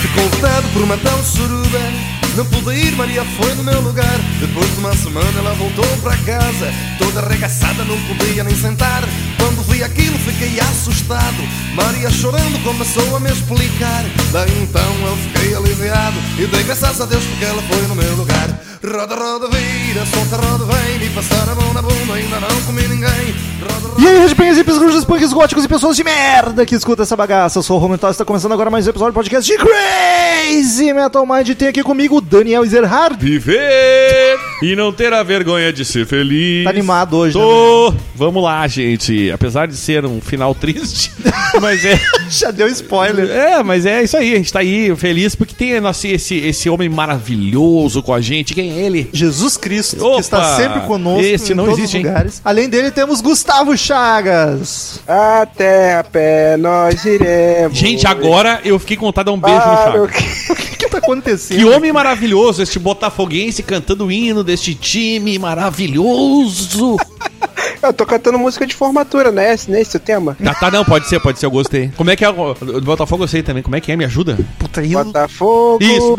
Ficou fed por uma tal suruba Não pude ir, Maria foi no meu lugar Depois de uma semana ela voltou para casa Toda arregaçada, não podia nem sentar Quando vi aquilo fiquei assustado Maria chorando começou a me explicar Daí então eu fiquei aliviado E dei graças a Deus porque ela foi no meu lugar Roda, roda, vira, solta, roda, vem Me passar a mão na bunda, ainda não comi ninguém Roda, roda... E aí, Redpangers, hippies, grujas, punks, góticos e pessoas de merda que escuta essa bagaça. Eu sou o Romental e está começando agora mais um episódio do podcast de Crazy Metal Mind. E Tem aqui comigo o Daniel Tá Ezerhard. Viver e não ter a vergonha de ser feliz. Tá animado né? hoje, Tô. Vamos lá, gente. Apesar de ser um final triste, mas é. Já deu spoiler. É, mas é isso aí. A gente tá aí feliz porque tem nosso, esse, esse homem maravilhoso com a gente. Quem é ele? Jesus Cristo, que Opa! está sempre conosco Esse em não todos existe, os hein? lugares. Além dele, temos Gustavo Chagas. Até É a pé nós iremos. Gente, agora eu fiquei contado a um beijo Ah, no Para o Chagas. que- O que, que tá acontecendo? Que homem maravilhoso, este botafoguense cantando o hino deste time maravilhoso. Eu tô cantando música de formatura, né? Esse, nesse o tema. Ah, tá, não, pode ser, pode ser, eu gostei. Como é que é? o- Do Botafogo eu sei também, como é que é? Me ajuda? Puta, eu... Botafogo. Isso,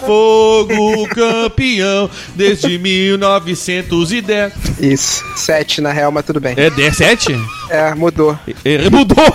Botafogo campeão desde 1910. Isso. Sete na real, mas tudo bem. É 17? É, mudou. É, mudou!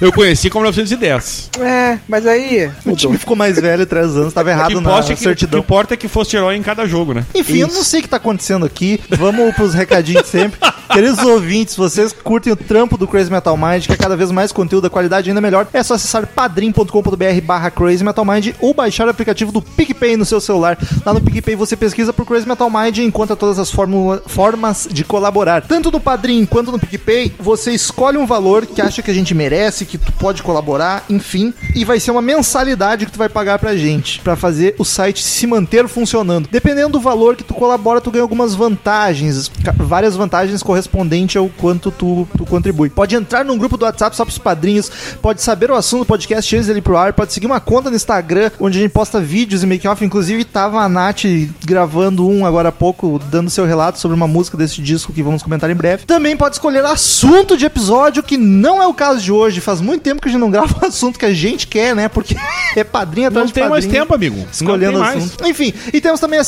Eu conheci como 1910. É, mas aí. O Mudou. time ficou mais velho três anos, tava O que, errado na importa é que, o que certidão. importa é que fosse herói em cada jogo, né? Enfim, eu não sei o que tá acontecendo aqui. Vamos pros recadinhos de sempre. Queridos ouvintes, vocês que curtem o trampo do Crazy Metal Mind, que é cada vez mais conteúdo, a qualidade ainda melhor. É só acessar padrim.com.br barra Crazy Metal Mind ou baixar o aplicativo do PicPay no seu celular. Lá no PicPay você pesquisa por Crazy Metal Mind e encontra todas as fórmula- formas de colaborar. Tanto no Padrim quanto no PicPay, você escolhe um valor que acha que a gente merece, que tu pode colaborar, enfim, e vai ser uma mensalidade que tu vai pagar pra gente, pra fazer o site se manter funcionando. Dependendo do valor que tu colabora, tu ganha algumas vantagens, ca- várias vantagens correspondentes ao quanto tu, tu contribui. Pode entrar num grupo do WhatsApp só pros padrinhos, pode saber o assunto do podcast antes dele ir pro ar, pode seguir uma conta no Instagram, onde a gente posta vídeos e making-off, inclusive tava a Nath gravando um agora há pouco, dando seu relato sobre uma música desse disco que vamos comentar em breve. Também pode escolher assunto de episódio, que não é o caso de hoje. Faz muito tempo que a gente não grava o assunto que a gente quer, né? Porque é padrinho atrás Não de tem mais padrinho tempo, amigo. escolhendo não tem mais. assunto. Enfim, e temos também a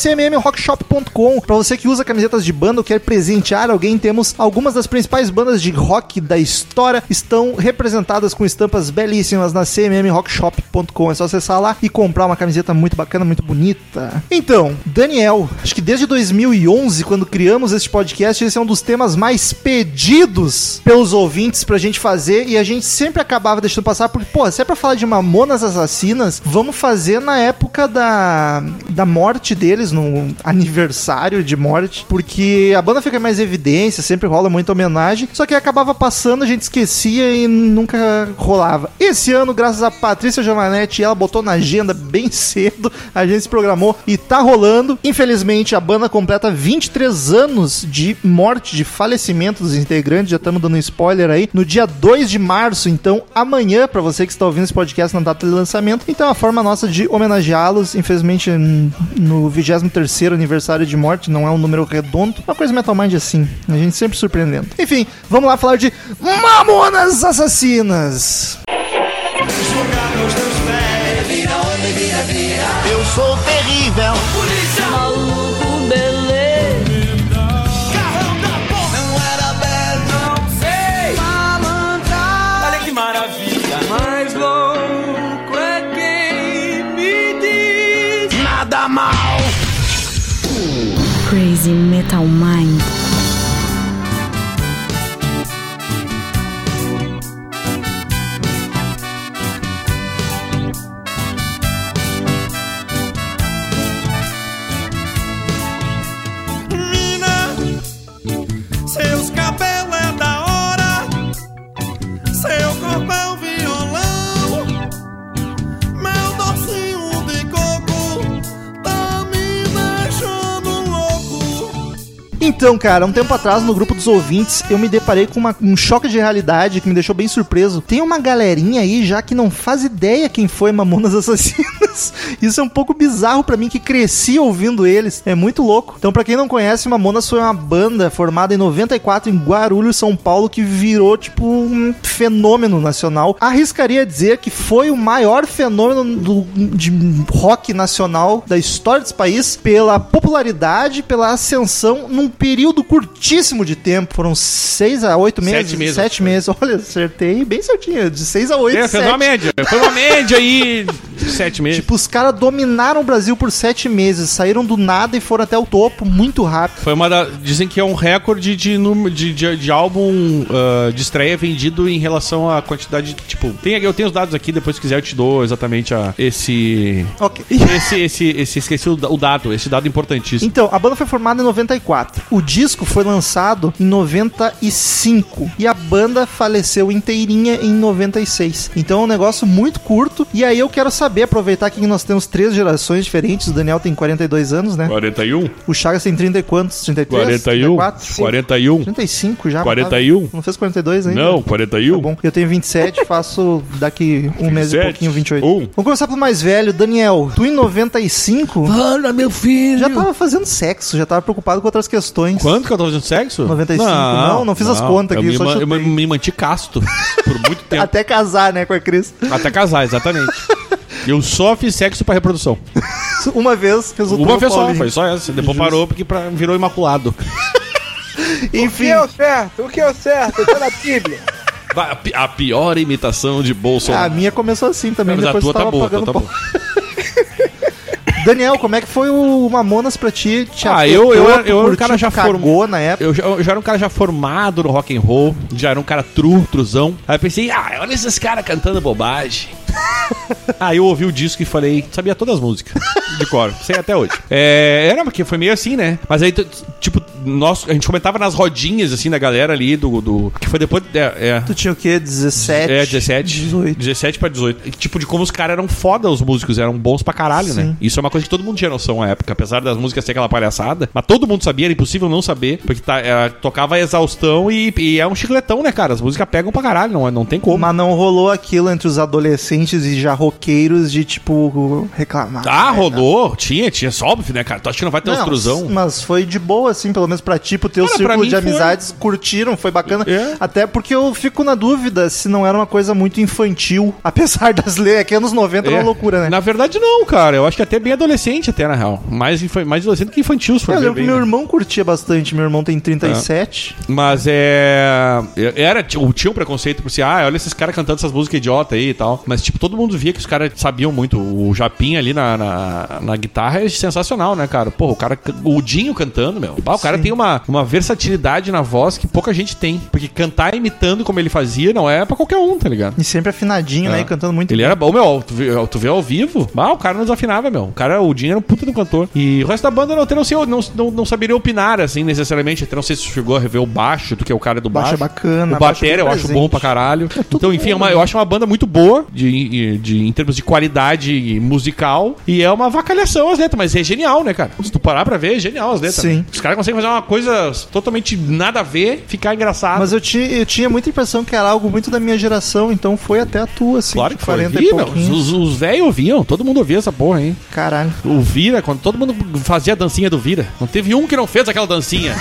cmmrockshop.com. Pra você que usa camisetas de banda ou quer presentear alguém, temos algumas das principais bandas de rock da história estão representadas com estampas belíssimas na cmmrockshop.com. É só acessar lá e comprar uma camiseta muito bacana, muito bonita. Então, Daniel, acho que desde 2011, quando criamos este podcast, esse é um dos temas mais pedidos pelos ouvintes pra gente fazer e a gente sempre acabava deixando passar porque, pô, se é pra falar de mamonas assassinas, vamos fazer na época da, da morte deles, no aniversário de morte, porque a banda fica em mais evidência, sempre rola muita homenagem, só que acabava passando, a gente esquecia e nunca rolava. Esse ano, graças a Patrícia Giovanetti, ela botou na agenda bem cedo, a gente se programou e tá rolando. Infelizmente, a banda completa 23 anos de morte, de falecimento dos integrantes, já estamos dando spoiler aí, no dia 2 de março, então amanhã, pra você que está ouvindo esse podcast na data de lançamento, então é uma forma nossa de homenageá-los, infelizmente n- no 23º aniversário de morte, não é um número redondo, uma coisa Metal Mind assim, a gente sempre surpreendendo. Enfim, vamos lá falar de Mamonas Assassinas! Eu sou terrível. Maluco, beleza. Não era belo. Olha que maravilha. Mais louco é quem me diz. Nada mal. Crazy Metal Mind. Mina, seus cabelos é da hora. Seu corpo é um violão. Meu docinho de coco tá me deixando louco. Então, cara, um tempo atrás, no grupo dos ouvintes, eu me deparei com uma- um choque de realidade que me deixou bem surpreso. Tem uma galerinha aí já que não faz ideia quem foi Mamonas Assassinas. Isso é um pouco bizarro pra mim, que cresci ouvindo eles. É muito louco. Então, pra quem não conhece, Mamonas foi uma banda formada em 94 em Guarulhos, São Paulo, que virou, tipo, um fenômeno nacional. Arriscaria dizer que foi o maior fenômeno do- de rock nacional da história desse país pela popularidade, pela ascensão num período curtíssimo de tempo. Foram seis a oito meses. Sete meses. Sete meses. Olha, acertei bem certinho. De seis a oito, É, fez sete. uma média. Foi uma média aí de sete meses. Tipo, os caras dominaram o Brasil por sete meses, saíram do nada e foram até o topo muito rápido. Foi uma da, dizem que é um recorde de, número- de, de, de álbum ah, de estreia vendido em relação à quantidade de, tipo, tem, eu tenho os dados aqui, depois se quiser eu te dou exatamente a, esse Ok. esse, esse, esse, esqueci o, da- o dado, esse dado importantíssimo. Então, a banda foi formada em 94. O disco foi lançado em 95. E a banda faleceu inteirinha em 96. Então é um negócio muito curto. E aí eu quero saber, aproveitar que nós temos três gerações diferentes. O Daniel tem 42 anos, né? 41? O Chagas tem 30 e quantos? 33? 41? 34? 41? 35 já. 41? Não fez 42 ainda? Não, Tá 41? bom. Eu tenho 27, faço daqui um mês e 27, pouquinho, 28. um. Vamos começar pelo mais velho, Daniel. Tu em 95 Fala, meu filho! já tava fazendo sexo, já tava preocupado com outras questões. Quanto que eu tava fazendo sexo? 95. Não, não fiz as contas eu aqui, me só ma- Eu chutei. me, me manti casto por muito tempo. Até casar, né, com a Cris. Até casar, exatamente. Eu só fiz sexo pra reprodução. Uma vez resultou Uma no vez só, Paulinho. foi só essa. Depois Justo. parou porque pra- virou imaculado. O que Enfim, é o certo? O que é o certo? Tá na Bíblia. Vai, A, pi- a pior imitação de a Bolsonaro. minha começou assim também, Mas a depois tua tá tava boa, a tua pagando tá pau. boa. Daniel, como é que foi o Mamonas pra ti? Te Ah, afetou, eu- eu era- tu eu era um curtiu, cara já cagou na época. Eu já, eu já era um cara já formado no rock and roll, já era um cara tru, truzão. Aí eu pensei, ah, olha esses caras cantando bobagem. Aí eu ouvi o disco e falei, sabia todas as músicas de cor, sei até hoje. É, era porque foi meio assim, né? Mas aí, t- tipo, nós, a gente comentava nas rodinhas, assim, da galera ali, do. do que foi depois. É, é, Tu tinha o quê? 17? é, 17. 18. 17 pra 18. E, tipo, de como os caras eram foda, os músicos, eram bons pra caralho, né? Isso é uma coisa que todo mundo tinha noção à época, apesar das músicas ser aquela palhaçada. Mas todo mundo sabia, era impossível não saber, porque tá, era- tocava exaustão e, e é um chicletão, né, cara? As músicas pegam pra caralho, não, é- não tem como. Mas não rolou aquilo entre os adolescentes e já roqueiros de, tipo, reclamar. Ah, né? rodou. Tinha, tinha, só óbvio, né, cara? Tu acha que não vai ter Não, os truzão? Mas foi de boa, assim, pelo menos pra ti, pro teu Cara, pra círculo mim de foi. amizades, curtiram, foi bacana. É. Até porque eu fico na dúvida se não era uma coisa muito infantil, apesar das leis, aqui anos 90 era É. uma loucura, né? Na verdade, não, cara. Eu acho que até bem adolescente, até, na real. Mais, infa- mais adolescente que infantil, se for Eu ver lembro bem, que meu né? irmão curtia bastante, meu irmão tem 37. Mas é. Era, tinha tinha um preconceito por si, ah, olha esses caras cantando essas músicas idiota aí e tal. Mas, tipo, todo mundo via que os caras sabiam muito. O Japinha ali na, na, na guitarra é sensacional, né, cara? Porra, o cara. can- O Dinho cantando, meu. Bah, o cara tem uma, uma versatilidade na voz que pouca gente tem. Porque cantar imitando como ele fazia não é pra qualquer um, tá ligado? E sempre afinadinho, né? E cantando muito É. Ele era bom, meu. Tu vê, tu vê ao vivo? Ah, o cara não desafinava, meu. O cara, o Dinho era um puta do cantor. E o resto da banda não, até não, sei, não, não, não saberia opinar, assim, necessariamente. Até não sei se chegou a rever o baixo, do que é o cara do Baixo baixo. é bacana, O baixo batera é eu bem acho presente. Tá bom pra caralho. então, enfim, é né? uma- eu acho uma banda muito boa de, de, em termos de qualidade musical. E é uma vacalhação as letras, mas é genial, né, cara? Se tu parar pra ver, é genial as letras. Sim. né? Os caras conseguem fazer uma coisa totalmente nada a ver, ficar engraçado. Mas assim, eu, ti, eu tinha muita impressão que era algo muito da minha geração, então foi até a tua, assim, Claro de que foi. 40 Ih, e meu, pouquinho. os os velhos ouviam, todo mundo ouvia essa porra, hein? Caralho. O Vira, quando todo mundo fazia a dancinha do Vira. Não teve um que não fez aquela dancinha.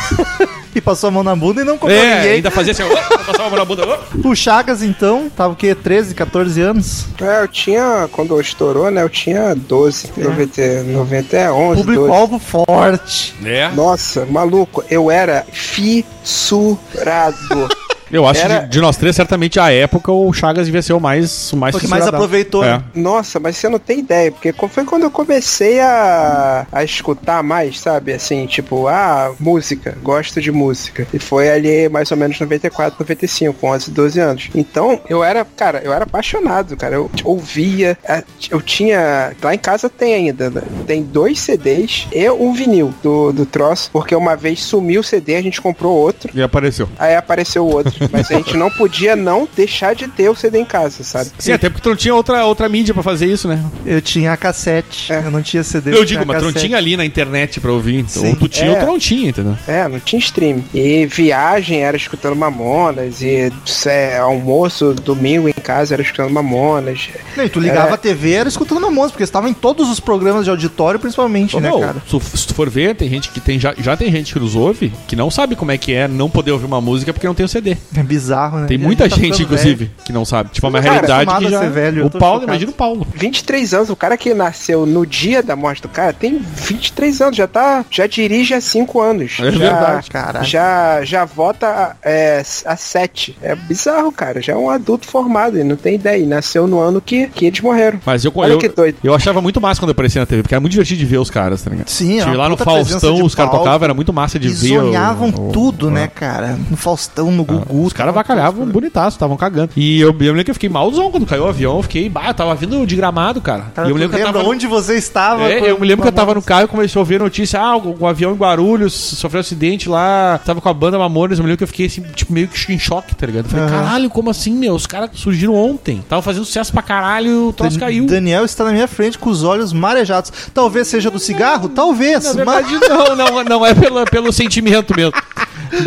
E passou a mão na bunda e não comprou é, ninguém. ainda fazia assim, ó, passava a mão na bunda. ó. O Chagas, então, tava o quê? 13, 14 anos? É, eu tinha, quando estourou, né? Eu tinha 12, 90, 90 é 11, 12. Público-alvo forte. É. Nossa, maluco, eu era fissurado. Eu acho Era- que de, de nós três, certamente, a época, o Chagas devia ser o mais o mais Foi o que mais fissuradaço. aproveitou, É. né? Nossa, mas você não tem ideia, porque co- foi quando eu comecei a, a escutar mais, sabe? Assim, tipo, ah, música, gosto de música. E foi ali mais ou menos 94, 95, com 11, 12 anos. Então, eu era, cara, eu era apaixonado, cara. Eu t- ouvia, a- t- eu tinha. Lá em casa tem ainda, né? Tem dois CDs e um vinil do, do troço, porque uma vez sumiu o CD, a gente comprou outro. É, E apareceu. Aí apareceu o outro. Mas a gente não podia não deixar de ter o CD em casa, sabe? Sim, até porque tu não tinha outra, outra mídia pra fazer isso, né? É. Eu tinha a cassete, É. eu não tinha CD. Eu digo, tinha mas tu não cassete. tinha ali na internet pra ouvir. Então, Sim. ou tu tinha É. ou tu não tinha, entendeu? É, não tinha stream. E viagem era escutando Mamonas, e é, almoço, domingo em casa era escutando Mamonas. Não, e tu É. ligava a TV, era escutando Mamonas, porque estava em todos os programas de auditório, principalmente, Ô, né, meu, cara? se tu- se tu for ver, tem gente que tem já, já tem gente que nos ouve que não sabe como é que é não poder ouvir uma música porque não tem o CD. É bizarro, né? Tem E a muita tá gente, ficando inclusive, que não sabe. Tipo, é uma Cara, realidade acostumado que a já... ser velho, eu o tô Paulo, chocado. imagina o Paulo. 23 anos, o cara que nasceu no dia da morte do cara tem 23 anos, já tá, já dirige há 5 anos. É já, verdade, caralho. Já, já vota a- é, a 7. É bizarro, cara, já é um adulto formado e não tem ideia, e nasceu no ano que, que eles morreram. Mas eu, Olha eu, que doido. eu achava muito massa quando eu aparecia na TV, porque era muito divertido de ver os caras, tá ligado? Sim, é Tive uma lá no puta presença Faustão, de os caras palco. tocavam, era muito massa de E ver. o- zonhavam o- tudo, o- né, cara? No Faustão, no Gugu. Os caras avacalhavam bonitaço, estavam cagando. E eu, eu me lembro que eu fiquei malzão quando caiu o avião. Eu fiquei, bah, eu tava vindo de gramado, cara. Cara, e tu eu me lembro que eu lembra tava onde você estava. É, eu me lembro que eu tava no carro e comecei a ouvir a notícia, ah, o, o avião em Guarulhos sofreu um acidente lá, tava com a banda Mamonas, eu me lembro que eu fiquei assim, tipo, meio que em choque, tá ligado? Eu falei, Aham. caralho, como assim, meu? Os caras surgiram ontem, tava fazendo sucesso pra caralho, o troço caiu. Daniel está na minha frente com os olhos marejados. Talvez seja do cigarro? Talvez. Na mas... É verdade, não, não, não é pela, pelo sentimento mesmo.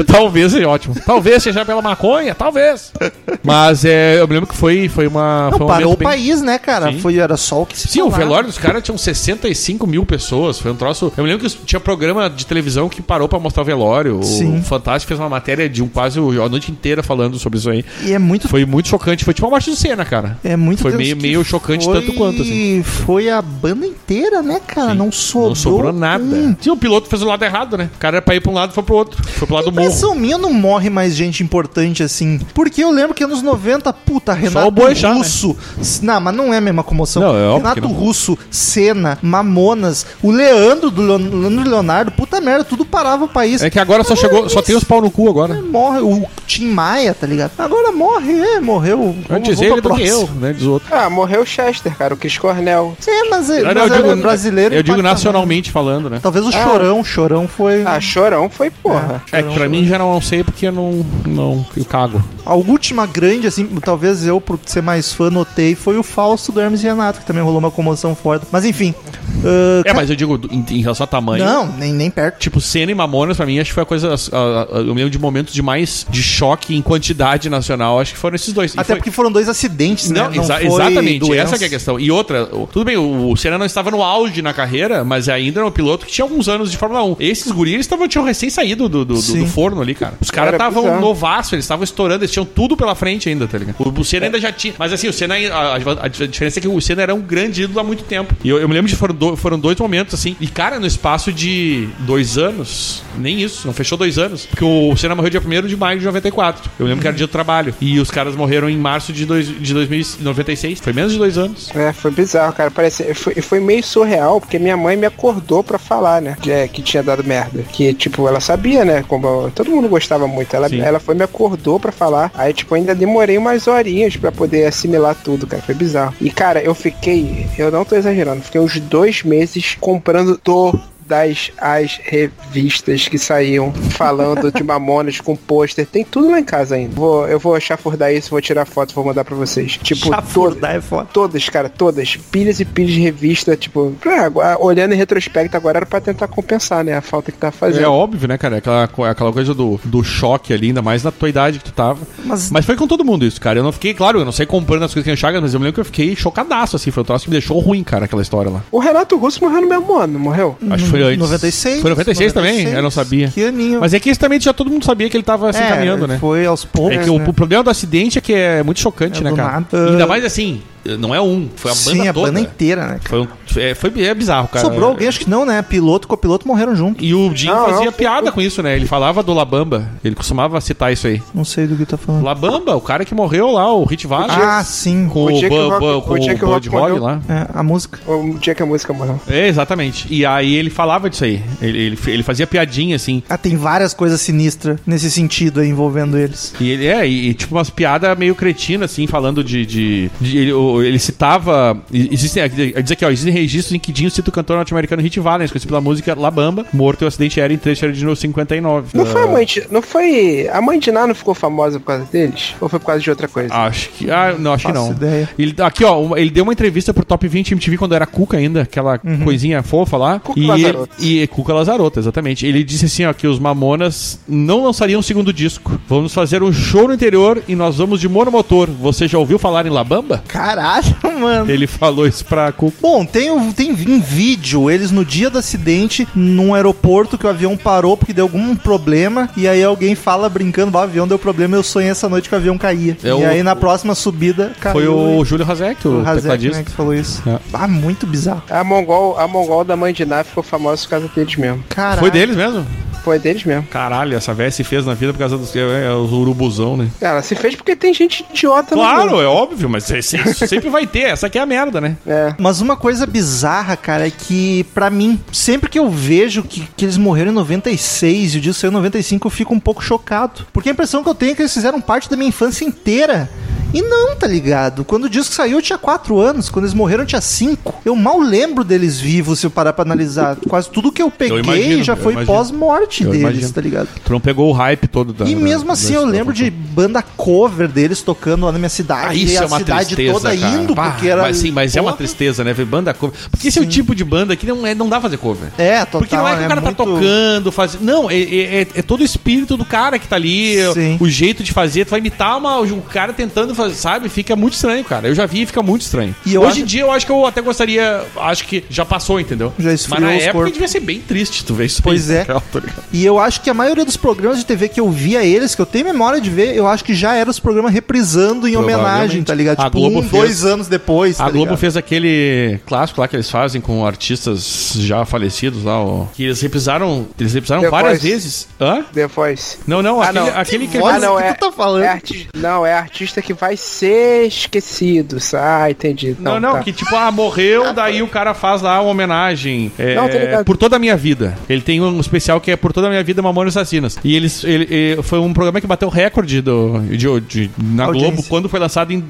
Talvez seja ótimo. Talvez seja pela maconha, talvez. Mas é, eu me lembro que foi, foi uma. Não, foi um parou o momento bem- país, né, cara? Sim. Foi, era só o que se Sim, o falava. velório dos caras tinham 65 mil pessoas. Foi um troço. Eu me lembro que tinha programa de televisão que parou pra mostrar o velório. Sim. O Fantástico fez uma matéria de um quase a noite inteira falando sobre isso aí. E é muito Foi muito chocante. Foi tipo uma morte do Senna, cara. É muito Foi tenso meio- que meio chocante tanto quanto, assim. Foi a banda inteira, né, cara? Não sobrou. Não sobrou nada. um. Tinha o piloto fez o lado errado, né? O cara era pra ir pra um lado foi pro outro. Foi pro lado do morro. Impressão minha não morre mais gente importante assim. Porque eu lembro que anos 90, puta, Renato o Boechat, né? Russo. Não, mas não é a mesma comoção. Não, é óbvio Renato que não. Russo, Senna, Mamonas, o Leandro do Leon- Leandro Leonardo, puta merda, tudo parava o país. É que agora só chegou. Só tem os pau no cu agora. Morre o Tim Maia, tá ligado? Agora morre, é, morreu. Antes Vamos ele pra do que eu, próxima. né? Diz o outro. Ah, morreu o Chester, cara, o Chris Cornell. É, mas, é- Não, mas eu era digo, brasileiro. eu digo impacta- nacionalmente falando, né? Talvez o Chorão, o Chorão foi. Ah, chorão foi porra. É que pra mim já não sei porque eu não. não eu cago. A última grande, assim, talvez eu, por ser mais fã, notei, foi o Fausto do Hermes e Renato, que também rolou uma comoção forte. Mas enfim. ah, É, mas eu digo em, em relação a tamanho. Não, nem, nem perto. Tipo, Senna e Mamonas, pra mim, acho que foi a coisa. a- a- a- eu me lembro de momentos de mais de choque em quantidade nacional. Acho que foram esses dois. E Até foi- porque foram dois acidentes, Não, né? exa- foi exatamente. doença. Essa que é a questão. E outra, o- tudo bem, o, o Senna não estava no auge na carreira, mas ainda era um piloto que tinha alguns anos de Fórmula 1. Esses guris estavam, tinham recém saído do, do, do- Sim. do forno ali, cara. Os caras Era estavam bizarro. novaço, eles estavam estourando, eles tinham tudo pela frente ainda, tá ligado? O, o Senna ainda já tinha. Mas assim, o Senna, a, a- a diferença é que o Senna era um grande ídolo há muito tempo. E eu, eu me lembro de foram, do- foram dois momentos assim. E cara, no espaço de dois anos, nem isso, não fechou dois anos. Porque o Senna morreu dia 1 de maio de 94. Eu lembro que era dia do trabalho. E os caras morreram em março de, dois, de 2096. Foi menos de dois anos. É, foi bizarro, cara. Parece, foi, foi meio surreal, porque minha mãe me acordou pra falar, né? Que, é, que tinha dado merda. Que, tipo, ela sabia, né? Como eu- todo mundo gostava muito. Ela, Sim. ela foi me acordou pra falar. Aí, tipo, ainda demorei umas horinhas pra poder assimilar tudo, cara. Foi bizarro. E, cara, eu fiquei, eu não tô exagerando, fiquei uns dois meses comprando todas as revistas que saíam falando de Mamonas com pôster, tem tudo lá em casa ainda. Vou, eu vou chafurdar isso, vou tirar foto, vou mandar pra vocês. Tipo, todo- Chafurdar é foda. Todas, cara, todas. Pilhas e pilhas de revista, tipo, pra- agora- olhando em retrospecto agora era pra tentar compensar, né? A falta que tá É fazendo. óbvio, né, cara? Aquela, co- aquela coisa do, do choque ali, ainda mais na tua idade que tu tava. Mas- Mas, foi com todo mundo isso, cara. Eu não fiquei, claro, eu não sei comprando as coisas que eu enxaga, mas eu me lembro que eu fiquei chocadaço, assim. Foi um troço que me deixou ruim, cara, aquela história lá. O Renato Russo morreu no mesmo ano, não morreu? Acho que foi antes. 96. Foi 96, também? Eu não sabia. Que aninho. Mas é que isso também já todo mundo sabia que ele tava se É, encaminhando, né? Foi aos poucos. É que o, né? o problema do acidente é que é muito chocante, É né, do cara? nada. Ainda mais assim, não é um, foi a banda Sim, a toda. banda inteira, né? cara? Foi, um- é, foi é bizarro, cara. Sobrou alguém, acho que não, né? Piloto, copiloto morreram junto. E o Jim Não, fazia não, foi- piada com isso, né? Ele falava do Labamba. Ele costumava citar isso aí. Não sei do que tá falando. Labamba, o cara que morreu lá, o Hit Vaz. Ah, sim. com o o, dia que o Bud- Rock- Bud- o com o dia que o Bud Rock Holly morreu. lá. É, a música. O um dia que a música morreu. É, exatamente. E aí ele falava disso aí. Ele, ele, ele fazia piadinha, assim. Ah, tem várias coisas sinistras nesse sentido aí envolvendo eles. E ele é, e, e tipo umas piadas meio cretinas, assim, falando de. de, de- ele- o, o- ele citava. e- Existem, ele diz aqui, ó, existem registros em que Dinho cita o cantor norte-americano Hit Valens, conhecido pela música La Bamba, morto em um acidente aéreo em 3 de janeiro de 59. Não foi a Ah, mãe de. Não foi. A mãe de Ná não ficou famosa por causa deles? Ou foi por causa de outra coisa? Acho que. Ah, não, acho que Faço não. ideia. Ele, aqui, ó, uma- ele deu uma entrevista pro Top 20 MTV quando era Cuca ainda, aquela Uhum. coisinha fofa lá. Cuca e, Lazarotto. e Cuca Lazarotto, exatamente. Ele disse assim, ó, que os Mamonas não lançariam o segundo disco. Vamos fazer um show no interior e nós vamos de monomotor. Você já ouviu falar em Labamba? Caralho, mano. Ele falou isso pra Cuca. Bom, tem, um- tem um vídeo, eles no dia do acidente, num aeroporto que o avião parou porque deu algum problema, e aí alguém fala brincando, "Bah, o avião deu problema, eu sonhei essa noite que o avião caía. É e o- aí na próxima subida caiu. Foi e- o Júlio Razek, o, o Razek, né, tecladista. que falou isso. É. Ah, muito bizarro. A Mongol, a Mongol da mãe de Ná ficou famosa por causa deles mesmo. Caralho. Foi deles mesmo? Foi deles mesmo. Caralho, essa véia se fez na vida por causa dos é, é, os urubuzão, né? Ela se fez porque tem gente Tá idiota no mundo. Claro, é óbvio, mas é- isso sempre vai ter. Essa aqui é a merda, né? É. Mas uma coisa bizarra, cara, é que pra mim, sempre que eu vejo que, que eles morreram em 96 e o disco saiu em 95, eu fico um pouco chocado. Porque a impressão que eu tenho é que eles fizeram parte da minha infância inteira. E não, tá ligado? Quando o disco saiu, eu tinha 4 anos. Quando eles morreram, eu tinha 5. Eu mal lembro deles vivos, se eu parar pra analisar. Quase tudo que eu peguei imagino, já eu foi imagino. pós-morte Eu deles, imagino. Tá, tá ligado? Tu não pegou o hype todo da. E da- mesmo da- assim, da- eu lembro de banda cover deles tocando lá na minha cidade. Ah, isso e a é uma cidade tristeza, toda cara. indo, Bah, porque era. Mas, sim, mas é uma Porra. tristeza, né? Ver banda cover. Porque esse é o tipo de banda que não, é, não dá pra fazer cover. É, total. Porque não é que o cara tá muito- tocando, faz... não, é, é- é- é todo o espírito do cara que tá ali, Sim. o jeito de fazer, tu vai imitar uma, um cara tentando fazer, sabe? Fica muito estranho, cara. Eu já vi e fica muito estranho. E eu Hoje acho- em dia eu acho que eu até gostaria, acho que já passou, entendeu? Já Mas esfriou na os época corpos. devia ser bem triste tu ver isso. aí, Pois é. cara, tá ligado? E eu acho que a maioria dos programas de TV que eu via eles, que eu tenho memória de ver, eu acho que já eram os programas reprisando em homenagem, tá ligado? A tipo, Globo um, fez- dois anos depois, A tá Globo ligado? fez aquele clássico lá que eles fazem com artistas já falecidos lá, ó, que eles reprisaram, eles reprisaram The várias Voice. vezes. Hã? The Voice. Não, não, Ah, aquele, não. aquele que Voice? Ah, não, que é, tu tá falando? é arti- não, é artista que vai ser esquecido. sa- Ah, entendi. Não, Não, não, tá. que tipo, ah, morreu, daí o cara faz lá uma homenagem. É, Não, tô ligado. por toda a minha vida. Ele tem um especial que é Por toda a minha vida, Mamonas Assassinas. E eles, ele, ele- foi um programa que bateu recorde do, de, de- na Audiência. Globo quando foi lançado em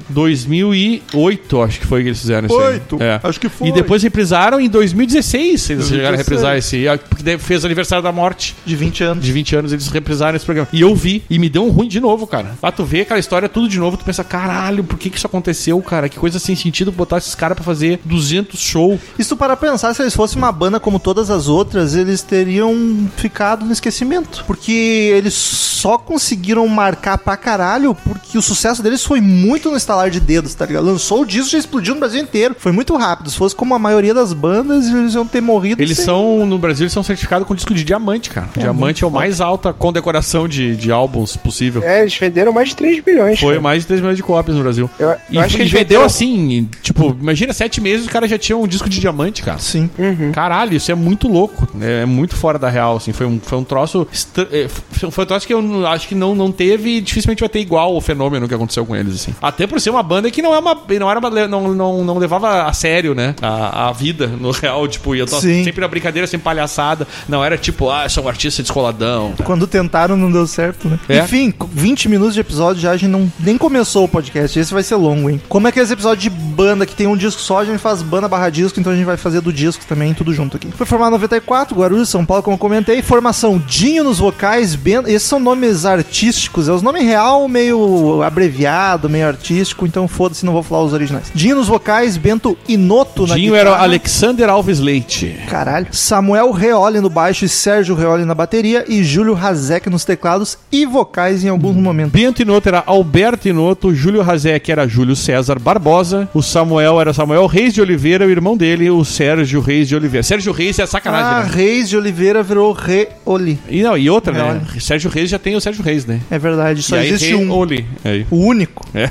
2008, acho que foi que eles fizeram isso. Oito, Aí. É. acho que foi. E depois reprisaram em 2016, eles chegaram a 2016. reprisar esse. Porque daí fez o aniversário da morte De 20 anos. de 20 anos, eles reprisaram esse programa. E eu vi, e me deu um ruim de novo, cara. Lá tu vê aquela história tudo de novo, tu pensa, caralho, por que que isso aconteceu, cara? Que coisa sem sentido botar esses caras pra fazer 200 show. E se tu parar pra pensar, se eles fossem uma banda como todas as outras, eles teriam ficado no esquecimento. Porque eles só conseguiram marcar pra caralho porque o sucesso deles foi muito no estalar de dedos, tá ligado? Lançou o disco já explodiu no Brasil inteiro. Foi muito rápido. Se fosse como a maioria das bandas, eles iam ter morrido. Eles sem- são, no Brasil, eles são certificados com disco de diamante, cara. diamante é o mais alta condecoração de, de álbuns possível. É, eles venderam mais de 3 bilhões. Foi cara. mais de 3 milhões de cópias no Brasil. Eu- eu e acho e que eles vendeu venderam- assim, e, tipo, imagina, sete meses o cara já tinha um disco de diamante, cara. Sim. Caralho, isso é muito louco. É, é muito fora da real, assim. Foi um, foi um troço. estra- é, f- Foi um troço que eu não- acho que não, não teve e dificilmente vai ter igual o fenômeno que aconteceu com eles, assim. Até por ser uma banda que não é uma. Não, era uma- não, não, não levava a sério, né? A, a vida, no real, tipo, ia to- Sim. sempre na brincadeira, sempre palhaçada. Não era tipo, ah, são um artista descoladão. Quando tentaram, não deu certo, né? É. Enfim, co- 20 minutos de episódio já, a gente não, nem começou o podcast. Esse vai ser longo, hein? Como é que é esse episódio de banda que tem um disco só, a gente faz banda barra disco, então a gente vai fazer do disco também, tudo junto aqui. Foi formado em 94, Guarulhos, São Paulo, como eu comentei. Formação Dinho nos vocais, Ben. Esses são nomes artísticos, é os nomes real meio abreviado, meio artístico, então foda-se, não vou falar os originais. Dinho nos vocais, Bento Inoto na Dinho era guitarra. Alexander Alves Leite. Caralho. Samuel Reoli no baixo e Sérgio Reoli na bateria e Júlio Razek nos teclados e vocais em alguns momentos. Bento Inoto era Alberto Inoto, Júlio Razek era Júlio César Barbosa, o Samuel era Samuel Reis de Oliveira, o irmão dele, o Sérgio Reis de Oliveira. Sérgio Reis é Ah, sacanagem, né? Reis de Oliveira virou Reoli. E, não, e outra, né? Sérgio Reis já tem o Sérgio Reis, né? É verdade, É. só e aí existe tem um. Oli. Aí. O único. É.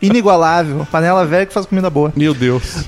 Inigualável. Panela velha que faz comida boa. Meu Deus.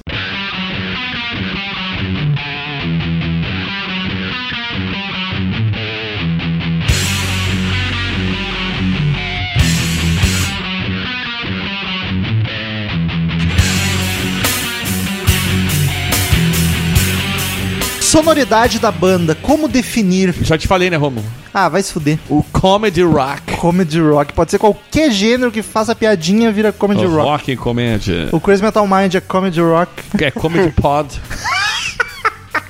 Sonoridade da banda, como definir? Já te falei, né, Romulo? Ah, vai se fuder. O comedy rock. Comedy rock, pode ser qualquer gênero que faça piadinha vira comedy O rock. rock comedy. O Crazy Metal Mind é comedy rock. É comedy pod.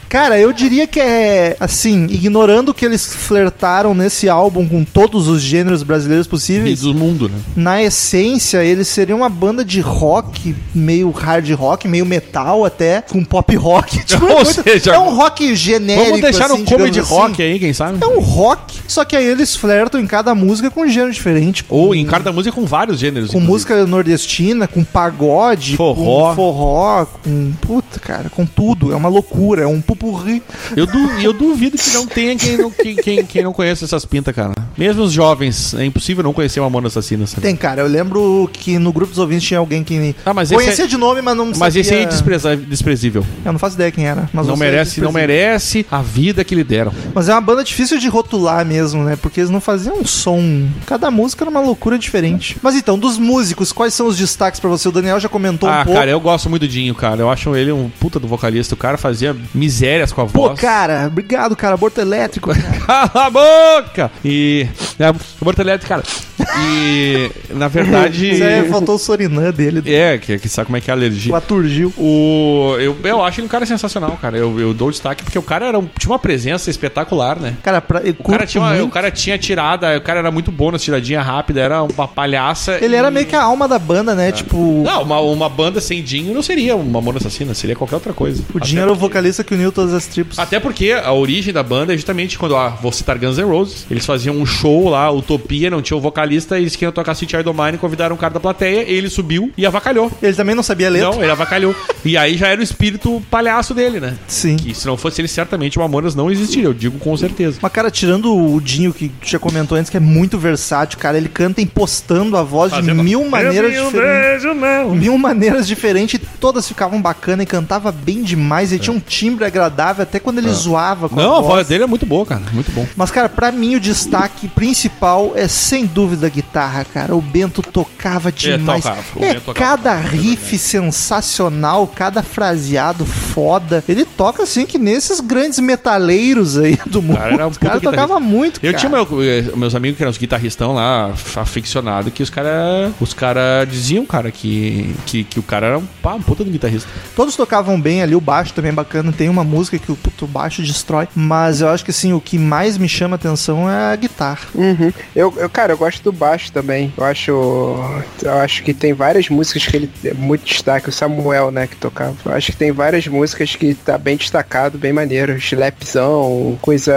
Cara, eu diria que é assim, ignorando que eles flertaram nesse álbum com todos os gêneros brasileiros E possíveis, do mundo, né? na essência eles seriam uma banda de rock, meio hard rock, meio metal até, com pop rock. Tipo, Ou é muito- seja, é um rock genérico. Vamos deixar assim, um comedy digamos rock assim. aí, quem sabe? É um rock, só que aí eles flertam em cada música com um gênero diferente. Ou em cada música com vários gêneros. Com inclusive. música nordestina, com pagode, Forró. com forró, com. Puta, cara, com tudo. É uma loucura, é um pupurri. Eu, du- eu duvido que não tenha quem não, quem, quem, quem não conheça essas pintas, cara. Mesmo os jovens, é impossível não conhecer uma Mona Assassina, sabe? Tem, cara. Eu lembro que no grupo dos ouvintes tinha alguém que Ah, mas esse conhecia de nome, mas não Mas sabia... esse aí é despreza- desprezível. Eu não faço ideia quem era. Mas não eu sei merece, não desprezível. merece a vida que lhe deram. Mas é uma banda difícil de rotular mesmo, né? Porque eles não faziam um som. Cada música era uma loucura diferente. Mas então, dos músicos, quais são os destaques pra você? O Daniel já comentou ah, um pouco. cara, eu gosto muito do Dinho, cara. Eu acho ele um puta do vocalista. O cara fazia misérias com a Pô, voz. cara, obrigado, cara. Aborto elétrico. Cala a boca! E. É, Morto Elétrico, cara. E. Na verdade. Mas é, faltou o Sorinã dele. É, que, que sabe como é que é a alergia. O Aturgil. O, eu, eu acho ele um cara sensacional, cara. Eu, eu dou destaque porque o cara era um- tinha uma presença espetacular, né? Cara, pra, eu O cara, curto tinha uma- muito. o cara tinha tirada, o cara era muito bom nas tiradinhas rápidas, era uma palhaça. Ele e- era meio que a alma da banda, Ah. né? Tipo, Não, uma, uma banda sem Dinho não seria uma Mona Assassina, seria qualquer outra coisa. o Dinho era o vocalista que uniu todas as tribos. Até porque a origem da banda é justamente quando, ah, vou citar Guns N' Roses, eles faziam um show lá, Utopia, não tinha o vocalista, e eles queriam tocar City Idomine, convidaram um cara da plateia, ele subiu e avacalhou. Ele também não sabia letra. Não, ele avacalhou. e aí já era o espírito palhaço dele, né? Sim. Que se não fosse ele, certamente o Mamonas não existiria, eu digo com certeza. Mas, cara, tirando o Dinho, que tu já comentou antes, que é muito versátil, cara, ele canta impostando a voz de Fazendo- mil maneiras Eu vi um diferentes. beijo, não. Mil maneiras diferentes, e todas ficavam bacanas e cantava bem demais. Ele tinha um timbre agradável, até quando ele zoava com Ah. Não, a voz dele é muito boa, cara. Muito bom. Mas, cara, pra mim o destaque principal é sem dúvida a guitarra, cara. O Bento tocava demais. tocava. O É, Bento tocava cada pra riff sensacional, cada fraseado foda. Ele toca assim que nesses grandes metaleiros aí do mundo. Cara, era um o cara puta tocava muito, Eu cara. tinha meu- eh, meus amigos que eram os guitarristão lá, af- aficionado, que os caras os cara diziam, cara, que, que, que o cara era um, pá, um puta do guitarrista. Todos tocavam bem ali, o baixo também é bacana. Tem uma música que o puto baixo destrói. Mas eu acho que assim, o que mais me chama atenção é a guitarra. Uhum. Eu, eu, cara, eu gosto do baixo também. Eu acho. Eu acho que tem várias músicas que ele. é Muito destaque, o Samuel, né, que tocava. Eu acho que tem várias músicas que tá bem destacado, bem maneiro. Slapzão, coisa.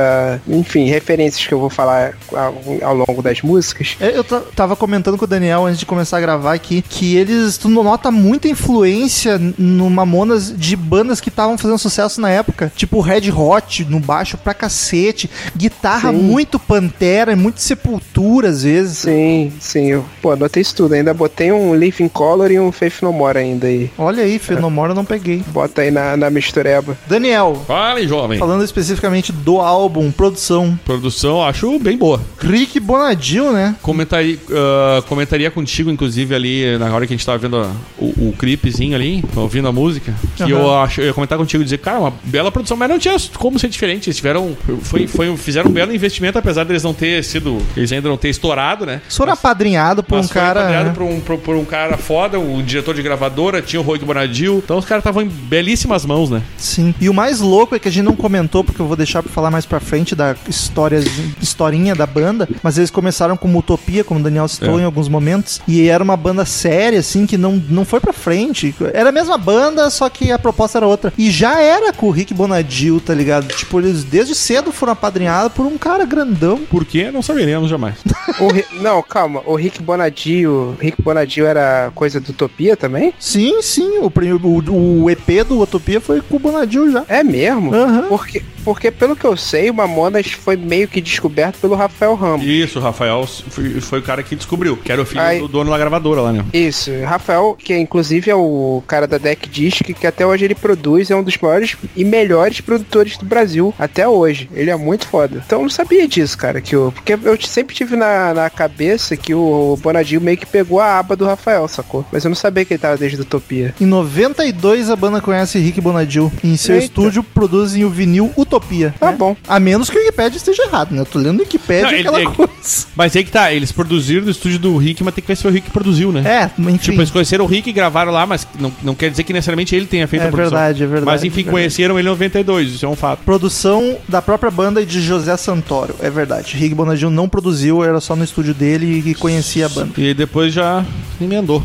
Enfim, referências que eu vou falar ao, ao longo das músicas. É, Eu ta- tava comentando com o Daniel antes de começar a gravar aqui que eles tu nota muita influência no Mamonas de bandas que estavam fazendo sucesso na época, tipo Red Hot no baixo pra cacete, guitarra Sim. muito Pantera, muito Sepultura às vezes. Sim, sim. Eu, pô, anotei isso tudo. Ainda botei um Living Color e um Faith No More ainda aí. Olha aí, Fenomora eu não peguei. Bota aí na, na mistureba. Daniel, Fala, hein, jovem. falando especificamente do álbum, produção, Produção, acho bem boa. Rick Bonadil, né? Comentari, ah, comentaria contigo, inclusive, ali na hora que a gente tava vendo a- o, o clipezinho ali, ouvindo a música, que Aham. eu, acho, eu ia comentar contigo e dizer, cara, uma bela produção, mas não tinha como ser diferente. Eles tiveram. Foi, foi, fizeram um belo investimento, apesar deles não ter sido. Eles ainda não ter estourado, né? Sou apadrinhado por Mas um foi cara. encadeado né? por um, por, por um cara foda, um diretor de gravadora, tinha o Roy Bonadil. Então os caras estavam em belíssimas mãos, né? Sim. E o mais louco é que a gente não comentou, porque eu vou deixar pra falar mais pra frente da história, historinha da banda, mas eles começaram como Utopia, como o Daniel citou É. em alguns momentos, e era uma banda séria, assim, que não, não foi pra frente. Era a mesma banda, só que a proposta era outra. E já era com o Rick Bonadil, tá ligado? Tipo, eles desde cedo foram apadrinhados por um cara grandão. Por quê? Não saberemos jamais. O Ri- não, calma. O Rick Bonadio. Rick Bonadio era coisa do Utopia também? Sim, sim, o, prim- o, o EP do Utopia foi com o Bonadil já. É mesmo? Aham. Porque, porque, pelo que eu sei, o Mamonas foi meio que descoberto pelo Rafael Ramos. Isso, o Rafael foi, foi o cara que descobriu, que era o filho Ai. do dono da gravadora lá, né? Isso, Rafael, que inclusive é o cara da Deck Disc, que até hoje ele produz, é um dos maiores e melhores produtores do Brasil, até hoje. Ele é muito foda. Então eu não sabia disso, cara, que eu, porque eu sempre tive na, na cabeça que o Bonadinho meio que pegou a aba do Rafael, sacou? Mas eu não sabia que ele tava desde Utopia. Em 92, a banda conhece Rick Bonadil. Em seu Eita. estúdio, produzem o vinil Utopia. Tá né? bom. A menos que o Wikipedia esteja errado, né? Eu tô lendo Wikipedia Não, é ele- aquela ele- coisa. Mas aí que tá, eles produziram no estúdio do Rick, mas tem que ver se foi o Rick que produziu, né? É, enfim. Tipo, eles conheceram o Rick e gravaram lá, mas não, não quer dizer que necessariamente ele tenha feito É a produção. verdade, é verdade, Mas enfim, é verdade. conheceram ele em 92, isso é um fato. Produção da própria banda e de José Santoro. É verdade. Rick Bonadil não produziu, era só no estúdio dele e conhecia a banda. E aí depois já emendou.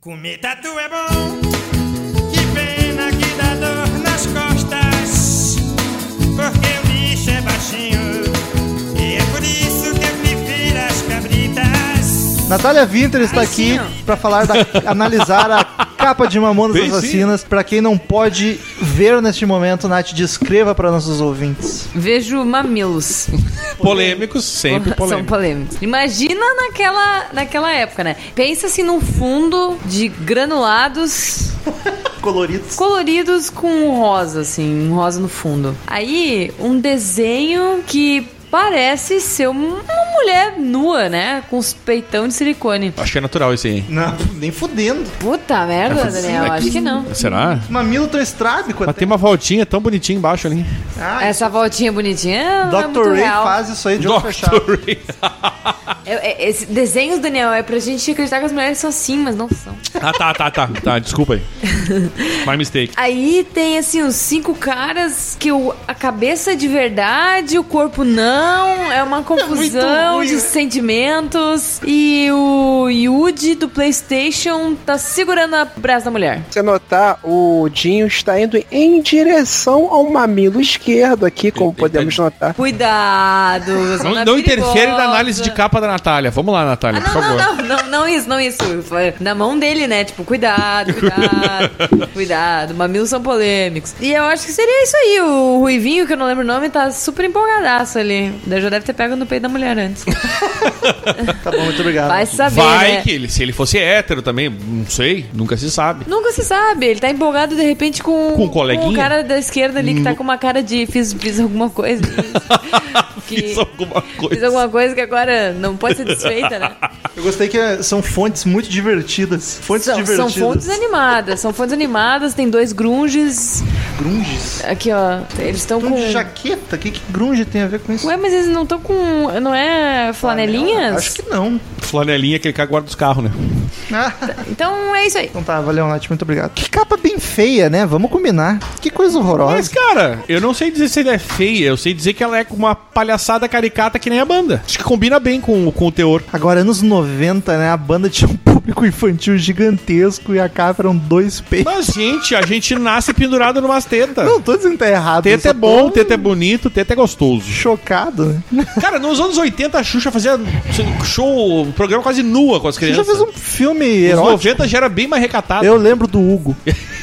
Comer tatu é bom, que pena que dá dor nas costas. Porque o bicho é baixinho, e é por isso que eu prefiro as cabritas. Natália Winter está aqui para falar da analisar a capa de Mamonas Bem, Assassinas. Para quem não pode ver neste momento, Nath, descreva para nossos ouvintes. Vejo mamilos. Um Polêmicos, sempre São polêmicos. polêmicos. Imagina naquela, naquela época, né? Pensa assim num fundo de granulados Coloridos. coloridos com um rosa, assim, um rosa no fundo. Aí, um desenho que parece ser um- uma mulher nua, né? Com os peitão de silicone. Acho que é natural esse aí. Não, nem fudendo. Puta merda, Daniel. é Acho que não. Será? Mamilo tão estrábico Mas até. tem uma voltinha tão bonitinha embaixo ali. Ah, Essa voltinha bonitinha é- não é muito Dr. Ray real. faz isso aí de olho fechado. Dr. Ray. É- é- esse- desenhos, Daniel, é pra gente acreditar que as mulheres são assim, mas não são. Ah, tá, tá, tá. Tá, desculpa aí. My mistake. Aí tem assim os cinco caras que o- a cabeça é de verdade, o corpo não, é né? uma confusão de sentimentos. E o Yuji do PlayStation tá segurando a braça da mulher. Se você notar, o Dinho está indo em direção ao mamilo esquerdo aqui, como Ele- ele podemos tá- notar. Cuidado, Ah, tá, Não, zona não interfere perigosa. na análise de capa da Natália. Vamos lá, Natália, Ah, por não, favor. não, não, não, não isso, não isso. Foi na mão dele, né? Tipo, cuidado, cuidado, cuidado. Mamilos são polêmicos. E eu acho que seria isso aí. O Ruivinho, que eu não lembro o nome, tá super empolgadaço ali. Daí Já deve ter pego no peito da mulher antes. Tá bom, muito obrigado. Vai saber, Vai né? que ele, se ele fosse hétero também, não sei, nunca se sabe. Nunca se sabe, ele tá empolgado de repente com, Com o coleguinha? Hum. com o cara da esquerda ali que tá com uma cara de fiz, fiz alguma coisa. que- Fiz alguma coisa. Fiz alguma coisa que agora não pode ser desfeita, né? Eu gostei que eh, são fontes muito divertidas. Fontes é São, são divertidas. fontes animadas, são fontes animadas, tem dois grunges. Grunges? Aqui, ó. Eles estão com. Grunge de jaqueta? O que, que grunge tem a ver com isso? Ué, mas eles não estão com. Não é flanelinhas? Acho que não. Flanelinha, aquele cara que guarda os carros, né? Ah, Então é isso aí. então tá, valeu, Nath, muito obrigado. Que capa bem feia, né? Vamos combinar. Que coisa Mas, horrorosa. cara, eu não sei dizer se ela é feia, eu sei dizer que ela é uma palhaçada caricata que nem a banda. Acho que combina bem com, com o teor. Agora, anos 90, né? A banda tinha um público infantil gigantesco e a capa eram dois peitos. Mas, gente, a gente nasce pendurado numas tetas. Não, tô dizendo que tá errado. eu Teta só é bom, tô teta é bonito, teta é gostoso. Chocado, né? Cara, nos anos 80 a Xuxa fazia show, programa quase nua com as Você já crianças. fez um filme Nos erótico? 90 já era bem mais recatado. Eu lembro do Hugo.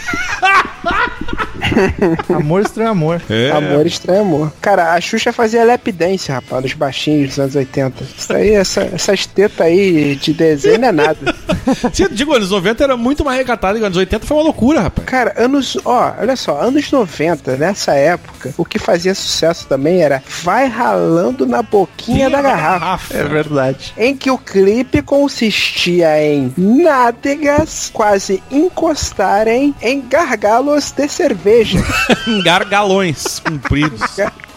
amor estranho amor. É. Amor estranho amor. Cara, a Xuxa fazia lap dance, rapaz, dos baixinhos dos anos 80. Isso aí, essa- essas tetas aí de desenho não é nada. Se eu digo, anos 90 era muito mais recatado, e anos 80 foi uma loucura, rapaz. Cara, anos. Ó, olha só, anos 90, nessa época, o que fazia sucesso também era vai ralando na boquinha da garrafa. É verdade. Em que o clipe consistia em nádegas quase encostarem em gargalos de cerveja. Gargalões compridos.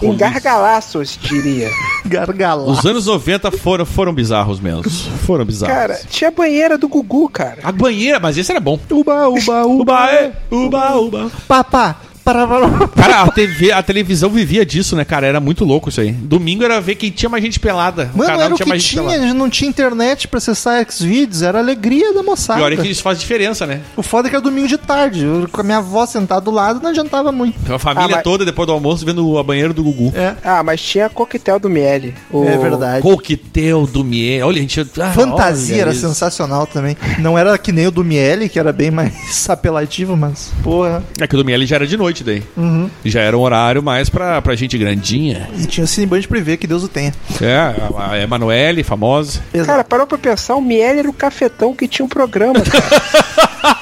em gargalaços, diria. Gargalá. Os anos 90 foram, foram bizarros mesmo. Foram bizarros. Cara, tinha banheira do Gugu, cara. a banheira, mas esse era bom. Uba, uba, Uba, é, uba, uba. Papá, para, para. Cara, a, TV, a televisão vivia disso, né, cara? Era muito louco isso aí. Domingo era ver quem tinha mais gente pelada. o Mano, canal era o tinha que mais gente tinha, né? pelada. não tinha internet pra acessar X-Videos, era a alegria da moçada. E olha é que isso faz diferença, né? O foda é que era domingo de tarde, eu, com a minha avó sentada do lado não adiantava muito. Então, a família Ah, mas- toda, depois do almoço, vendo a banheira do Gugu. É, Ah, mas tinha coquetel do Miele. O- é verdade. Coquetel do Miel. Olha, a gente... ah, Fantasia olha era isso. sensacional também. Não era que nem o do Miele, que era bem mais apelativo, mas porra. É que o do Miele já era de noite, noite daí. Uhum. Já era um horário mais pra, pra gente grandinha. E tinha o Cineband Privé, que Deus o tenha. É, a, a Emanuele, famosa. Cara, parou pra pensar, o Miele era o cafetão que tinha um programa,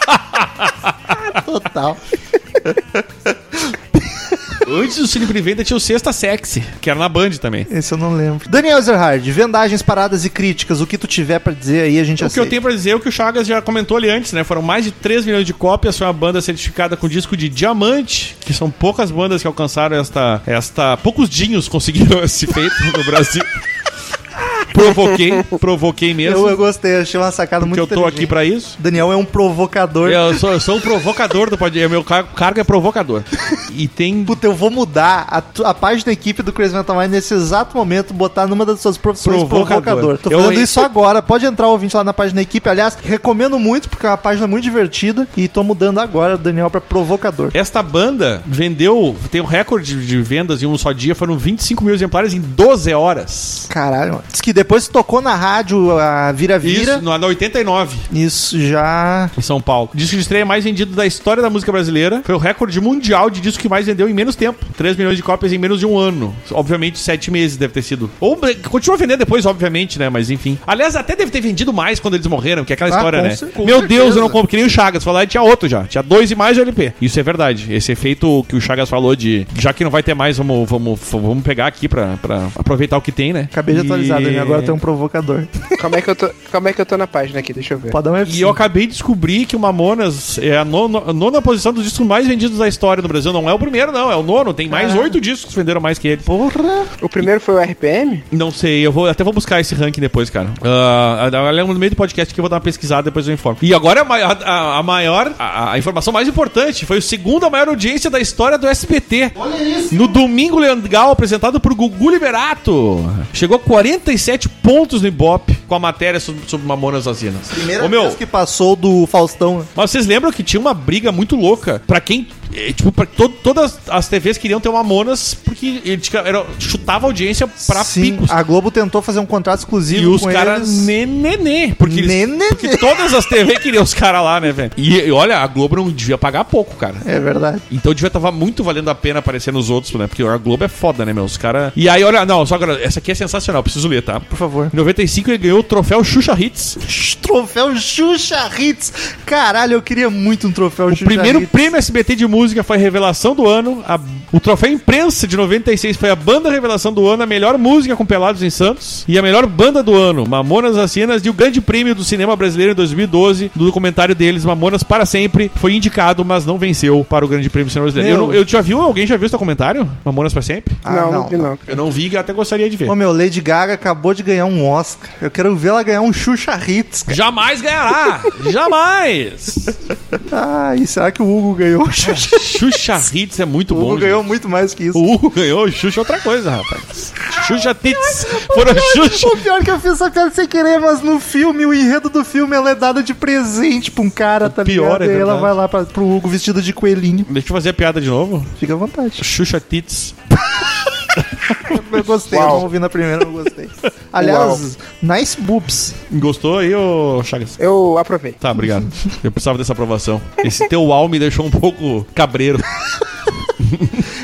cara. Total. Antes do Cine Privé ainda tinha o Sexta Sexy, que era na Band também. Esse eu não lembro. Daniel Ezerhard, vendagens, paradas e críticas. O que tu tiver pra dizer aí, a gente O que eu aceita. tenho pra dizer é o que o Chagas já comentou ali antes, né? Foram mais de 3 milhões de cópias, foi uma banda certificada com disco de diamante, que são poucas bandas que alcançaram esta. esta poucos dinhos conseguiram esse feito no Brasil. Provoquei, provoquei mesmo, Eu, eu gostei, achei uma sacada porque muito eu tô aqui inteligente. pra isso. Daniel é um provocador. Eu sou, eu sou o provocador do podcast, meu car- cargo é provocador. E tem Puta, eu vou mudar a, tu- a página da equipe do Crazy Metal Mind nesse exato momento, botar numa das suas profissões Provocador. provocador. Tô Eu- fazendo isso agora. Pode entrar o ouvinte lá na página da equipe. Aliás, recomendo muito, porque é uma página muito divertida. E tô mudando agora o Daniel pra provocador. Esta banda vendeu, tem um recorde de vendas em um só dia, foram 25 mil exemplares em 12 horas. Caralho, mano. Diz que depois tocou na rádio a Isso, vira-vira. na na 89. Isso, já. Em São Paulo. O disco de estreia mais vendido da história da música brasileira. Foi o recorde mundial de disco que mais vendeu em menos tempo. 3 milhões de cópias em menos de um ano. Obviamente, 7 meses deve ter sido. Ou eh, continua vendendo depois, obviamente, né? Mas enfim. Aliás, até deve ter vendido mais quando eles morreram, que é aquela Ah, história, com né? cer- com Meu Deus, certeza. eu não compro que nem o Chagas. Falar, tinha outro já. Tinha dois e mais de LP. Isso é verdade. Esse efeito que o Chagas falou de já que não vai ter mais, vamos, vamos, vamos pegar aqui pra, pra aproveitar o que tem, né? Acabei de atualizar, E- Daniel. Agora tem um provocador. Como é que eu tô, como é que eu tô na página aqui? Deixa eu ver. Pode dar um F5. E eu acabei de descobrir que o Mamonas é a nona, a nona posição dos discos mais vendidos da história do Brasil. Não é o primeiro, não, é o nono. Tem mais oito discos que venderam mais que ele. Porra! O primeiro foi o RPM? Não sei, eu vou até vou buscar esse ranking depois, cara. Ah, eu lembro no meio do podcast que eu vou dar uma pesquisada, depois eu informo. E agora é a maior. A, a maior- a- a informação mais importante foi o segundo a maior audiência da história do SBT. Olha isso! No domingo legal, apresentado por Gugu Liberato. Chegou a 47 pontos no Ibope com a matéria sobre, sobre Mamonas Asinas. Primeira vez que passou do Faustão. né? Mas vocês lembram que tinha uma briga muito louca pra quem. eh, Tipo, pra to- todas as TVs queriam ter o Mamonas porque ele tica- era, chutava a audiência pra Sim, picos. A Globo tentou fazer um contrato exclusivo E os com caras eles. nenenê. Porque, eles- Nenenê. porque todas as TVs queriam os caras lá, né, velho? E, e olha, a Globo não devia pagar pouco, cara. É verdade. Então devia tava muito valendo a pena aparecer nos outros, né? Porque a Globo é foda, né, meu? Os caras. E aí, olha, não, só agora, essa aqui é sensacional, preciso ler, tá? Por favor. Em 95 ele ganhou o troféu Xuxa Hits. Troféu Xuxa Hits. Caralho, eu queria muito um troféu O Xuxa primeiro Hits. prêmio SBT de música foi a revelação do ano. A- o troféu imprensa de 96 foi a banda revelação do ano, a melhor música com Pelados em Santos e a melhor banda do ano, Mamonas Assassinas. E o grande prêmio do cinema brasileiro em 2012, do documentário deles, Mamonas para Sempre, foi indicado, mas não venceu para o grande prêmio do cinema brasileiro. Eu, Meu. não- eu já vi, alguém já viu esse documentário? Mamonas para Sempre? Ah, não, não, não vi não. Eu não vi e até gostaria de ver. Ô meu, Lady Gaga acabou de ganhar um Oscar. Eu quero ver ela ganhar um Xuxa Hits, cara. Jamais ganhará! Jamais! Ah, e será que o Hugo ganhou? Xuxa? Xuxa Hits é muito o bom. Hugo gente. ganhou muito mais que isso. O Hugo ganhou, o Xuxa é outra coisa, rapaz. Xuxa Tits. Foram Xuxa. O pior é que eu fiz essa piada sem querer, mas no filme, o enredo do filme, ela é dada de presente pra um cara, tá pior ligado? é e aí ela verdade. vai lá pra, pro Hugo vestido de coelhinho. Deixa eu fazer a piada de novo. Fica à vontade. Xuxa Tits. Eu gostei, Uau. eu não ouvi na primeira, eu gostei. Aliás, nice boobs. Gostou aí, ô Chagas? Eu aprovei. Tá, obrigado. Eu precisava dessa aprovação. Esse teu uau me deixou um pouco cabreiro.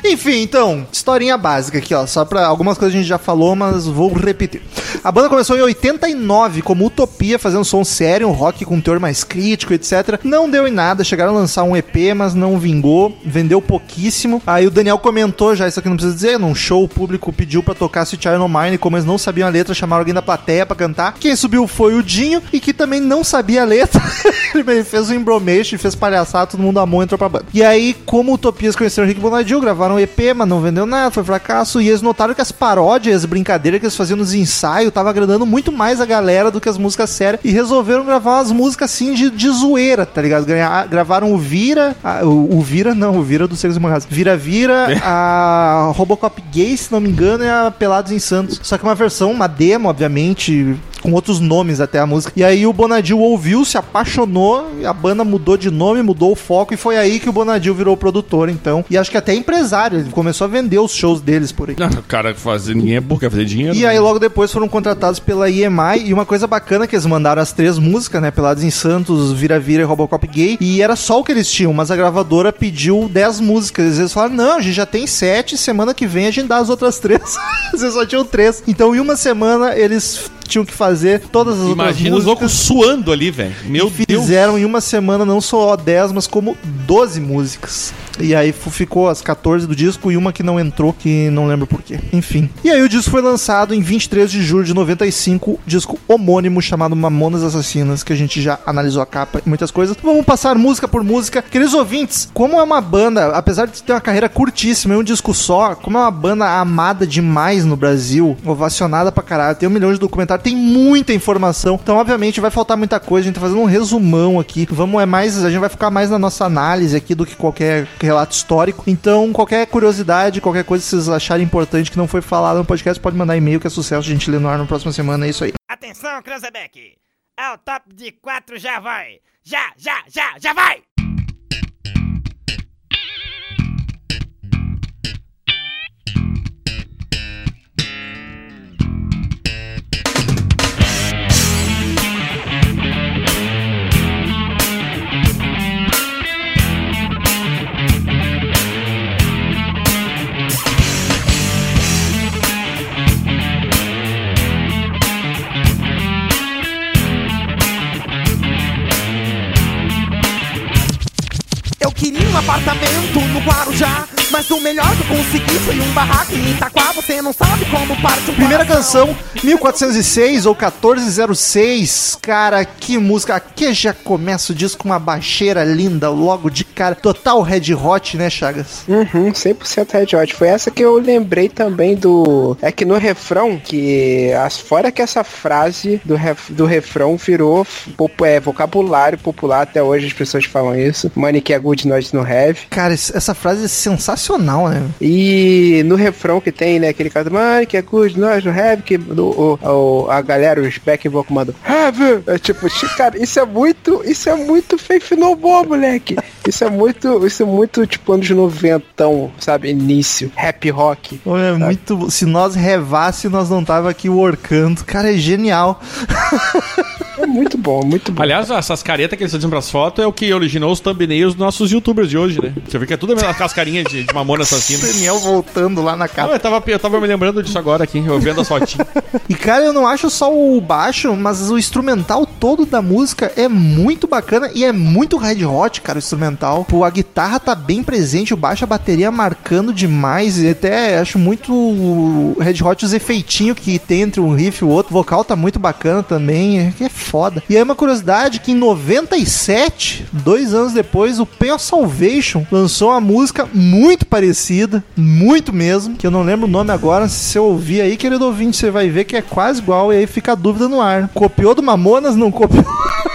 Enfim, então, historinha básica aqui, ó. Só pra algumas coisas a gente já falou, mas vou repetir. A banda começou em 89 como Utopia, fazendo som sério, um rock com um teor mais crítico, etc. Não deu em nada, chegaram a lançar um EP, mas não vingou, vendeu pouquíssimo. Aí o Daniel comentou já, isso aqui não precisa dizer, num show o público pediu pra tocar Sweet Child Mine, como eles não sabiam a letra, chamaram alguém da plateia pra cantar. Quem subiu foi o Dinho, e que também não sabia a letra. Ele fez um embromation, fez palhaçada, todo mundo amou e entrou pra banda. E aí, como Utopias conheceram o Rick Bonadil, gravaram um EP, mas não vendeu nada, foi fracasso. E eles notaram que as paródias, as brincadeiras que eles faziam nos ensaios, tava agradando muito mais a galera do que as músicas sérias. E resolveram gravar umas músicas assim de, de zoeira, tá ligado? Ganha- gravaram o Vira, a- o, o Vira não, o Vira do Secos e Morrados. Vira Vira, é a Robocop Gay, se não me engano, e a Pelados em Santos. Só que uma versão, uma demo, obviamente, com outros nomes até a música. E aí o Bonadil ouviu, se apaixonou, e a banda mudou de nome, mudou o foco, e foi aí que o Bonadil virou produtor, então. E acho que até empresário, ele começou a vender os shows deles por aí. O cara fazer ninguém é burro, quer fazer dinheiro. E aí logo depois foram contratados pela EMI e uma coisa bacana é que eles mandaram as três músicas, né, Pelados em Santos, Vira Vira e Robocop Gay, e era só o que eles tinham, mas a gravadora pediu 10 músicas, eles falaram, não, a gente já tem sete, semana que vem a gente dá as outras três, vocês só tinham três, então em uma semana eles tinham que fazer todas as Imagina outras os loucos músicas. suando ali, velho. Meu Deus. Fizeram em uma semana não só 10, mas como 12 músicas. E aí fu- ficou as 14 do disco e uma que não entrou, que não lembro porquê. Enfim. E aí o disco foi lançado em 23 de julho de 95, disco homônimo chamado Mamonas Assassinas, que a gente já analisou a capa e muitas coisas. Vamos passar música por música. Queridos ouvintes, como é uma banda, apesar de ter uma carreira curtíssima e um disco só, como é uma banda amada demais no Brasil, ovacionada pra caralho, tem um milhão de documentários, tem muita informação. Então, obviamente, vai faltar muita coisa. A gente tá fazendo um resumão aqui. Vamos, é mais. A gente vai ficar mais na nossa análise aqui do que qualquer relato histórico. Então, qualquer curiosidade, qualquer coisa que vocês acharem importante que não foi falado no podcast, pode mandar e-mail que é sucesso. A gente lê no ar na próxima semana. É isso aí. Atenção, Cranzebeck! Ao top de quatro já vai! Já, já, já, já vai! Eu queria um apartamento no Guarujá, mas o melhor que eu consegui foi um barraco em Itaquá. Você não sabe como parte um Primeira coração. canção, 1406 ou 1406. Cara, que música. Aqui já começa o disco com uma baixeira linda logo de cara. Total red hot, né, Chagas? Uhum, 100% headshot. Foi essa que eu lembrei também do. É que no refrão, que. As... Fora que essa frase do, ref... do refrão virou popu- é, vocabulário popular até hoje, as pessoas falam isso. Money que é good, nós no have. Cara, isso- essa frase é sensacional, né? E no refrão que tem, né, aquele cara do Money que é good, nós no have, que o, o- o- a galera, os back vocal mandam have. É tipo, cara, isso é muito. Isso é muito Faith No More, moleque. Isso é muito. Isso é muito, tipo, anos 90, sabe? Início. Happy rock. Pô, É muito. bo- Se nós revasse, nós não tava aqui workando. Cara, é genial. É muito bom, muito bom. Aliás, essas caretas que eles fazem pras fotos é o que originou os thumbnails dos nossos youtubers de hoje, né? Você vê que é tudo aquelas carinhas de, de mamona assassina. Daniel voltando lá na Não, capa. eu tava, eu tava me lembrando disso agora aqui, eu vendo as fotinhas. E cara, eu não acho só o baixo, mas o instrumental todo da música é muito bacana e é muito red hot, cara, o instrumental. Pô, a guitarra tá bem presente, o baixo, a bateria marcando demais. E até acho muito red hot os efeitinhos que tem entre um riff e o outro. O vocal tá muito bacana também, é que é foda. E aí uma curiosidade que em 97, dois anos depois, o Pain of Salvation lançou uma música muito parecida, muito mesmo, que eu não lembro o nome agora. Se você ouvir aí, querido ouvinte, você vai ver que é quase igual e aí fica a dúvida no ar. Copiou do Mamonas, não copiou?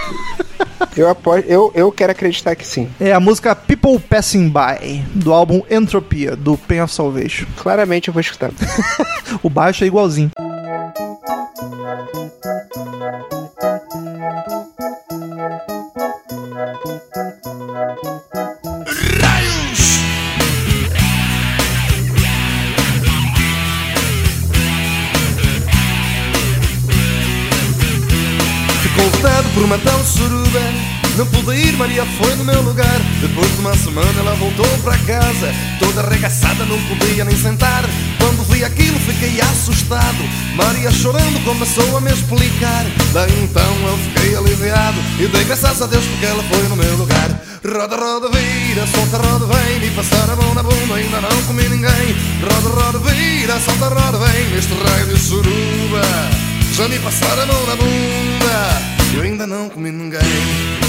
Eu aposto, eu, eu quero acreditar que sim. É a música People Passing By, do álbum Entropia, do Pain of Salvation. Claramente eu vou escutar. O baixo é igualzinho. Ficou lutado um por uma tal suruba Não pude ir, Maria foi no meu lugar Depois de uma semana ela voltou pra casa Toda arregaçada, não podia nem sentar Quando vi aquilo fiquei assustado Maria chorando começou a me explicar Daí então eu fiquei aliviado E dei graças a Deus porque ela foi no meu lugar Roda, roda, vira, solta, roda, vem Me passar a mão na bunda, ainda não comi ninguém Roda, roda, vira, solta, roda, vem Neste raio de suruba já me passaram a mão na bunda Eu ainda não comi ninguém.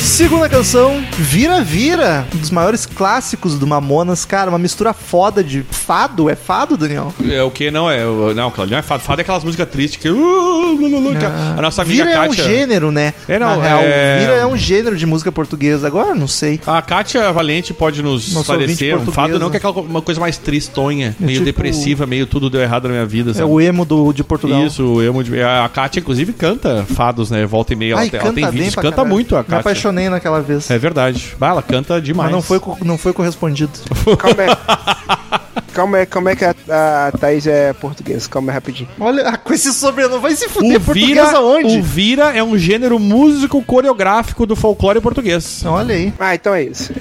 Segunda canção, Vira Vira, um dos maiores clássicos do Mamonas, cara, uma mistura foda de fado, é fado, Daniel? É o que não é. o- Não, claro, não é fado. Fado é aquelas músicas tristes que. uh, lu, lu, lu, que a- A nossa amiga Vira é um Kátia. gênero, né? É, não, Na real, é- Vira é um gênero de música portuguesa, agora eu não sei. A Kátia Valente pode nos Nossa ouvinte esclarecer. Um fado portuguesa. não que é aquela co- uma coisa mais tristonha, meio tipo- depressiva, meio tudo deu errado na minha vida. É sabe? o emo do, de Portugal. Isso, o emo de... A Kátia, inclusive, canta fados, né? Volta e meia. ela Ai, tem- canta ela tem bem vídeos, pra canta caralho. muito a Me Kátia. apaixonei naquela vez. É verdade. Bah, ela canta demais. Mas não foi, co- não foi correspondido. Calma aí. Calma aí, como é que a, a Thaís é portuguesa? Calma aí rapidinho. Olha, com esse sobrenome, vai se O fuder vira, portuguesa onde? o vira é um gênero músico coreográfico do folclore português. Olha aí. Ah, então é isso.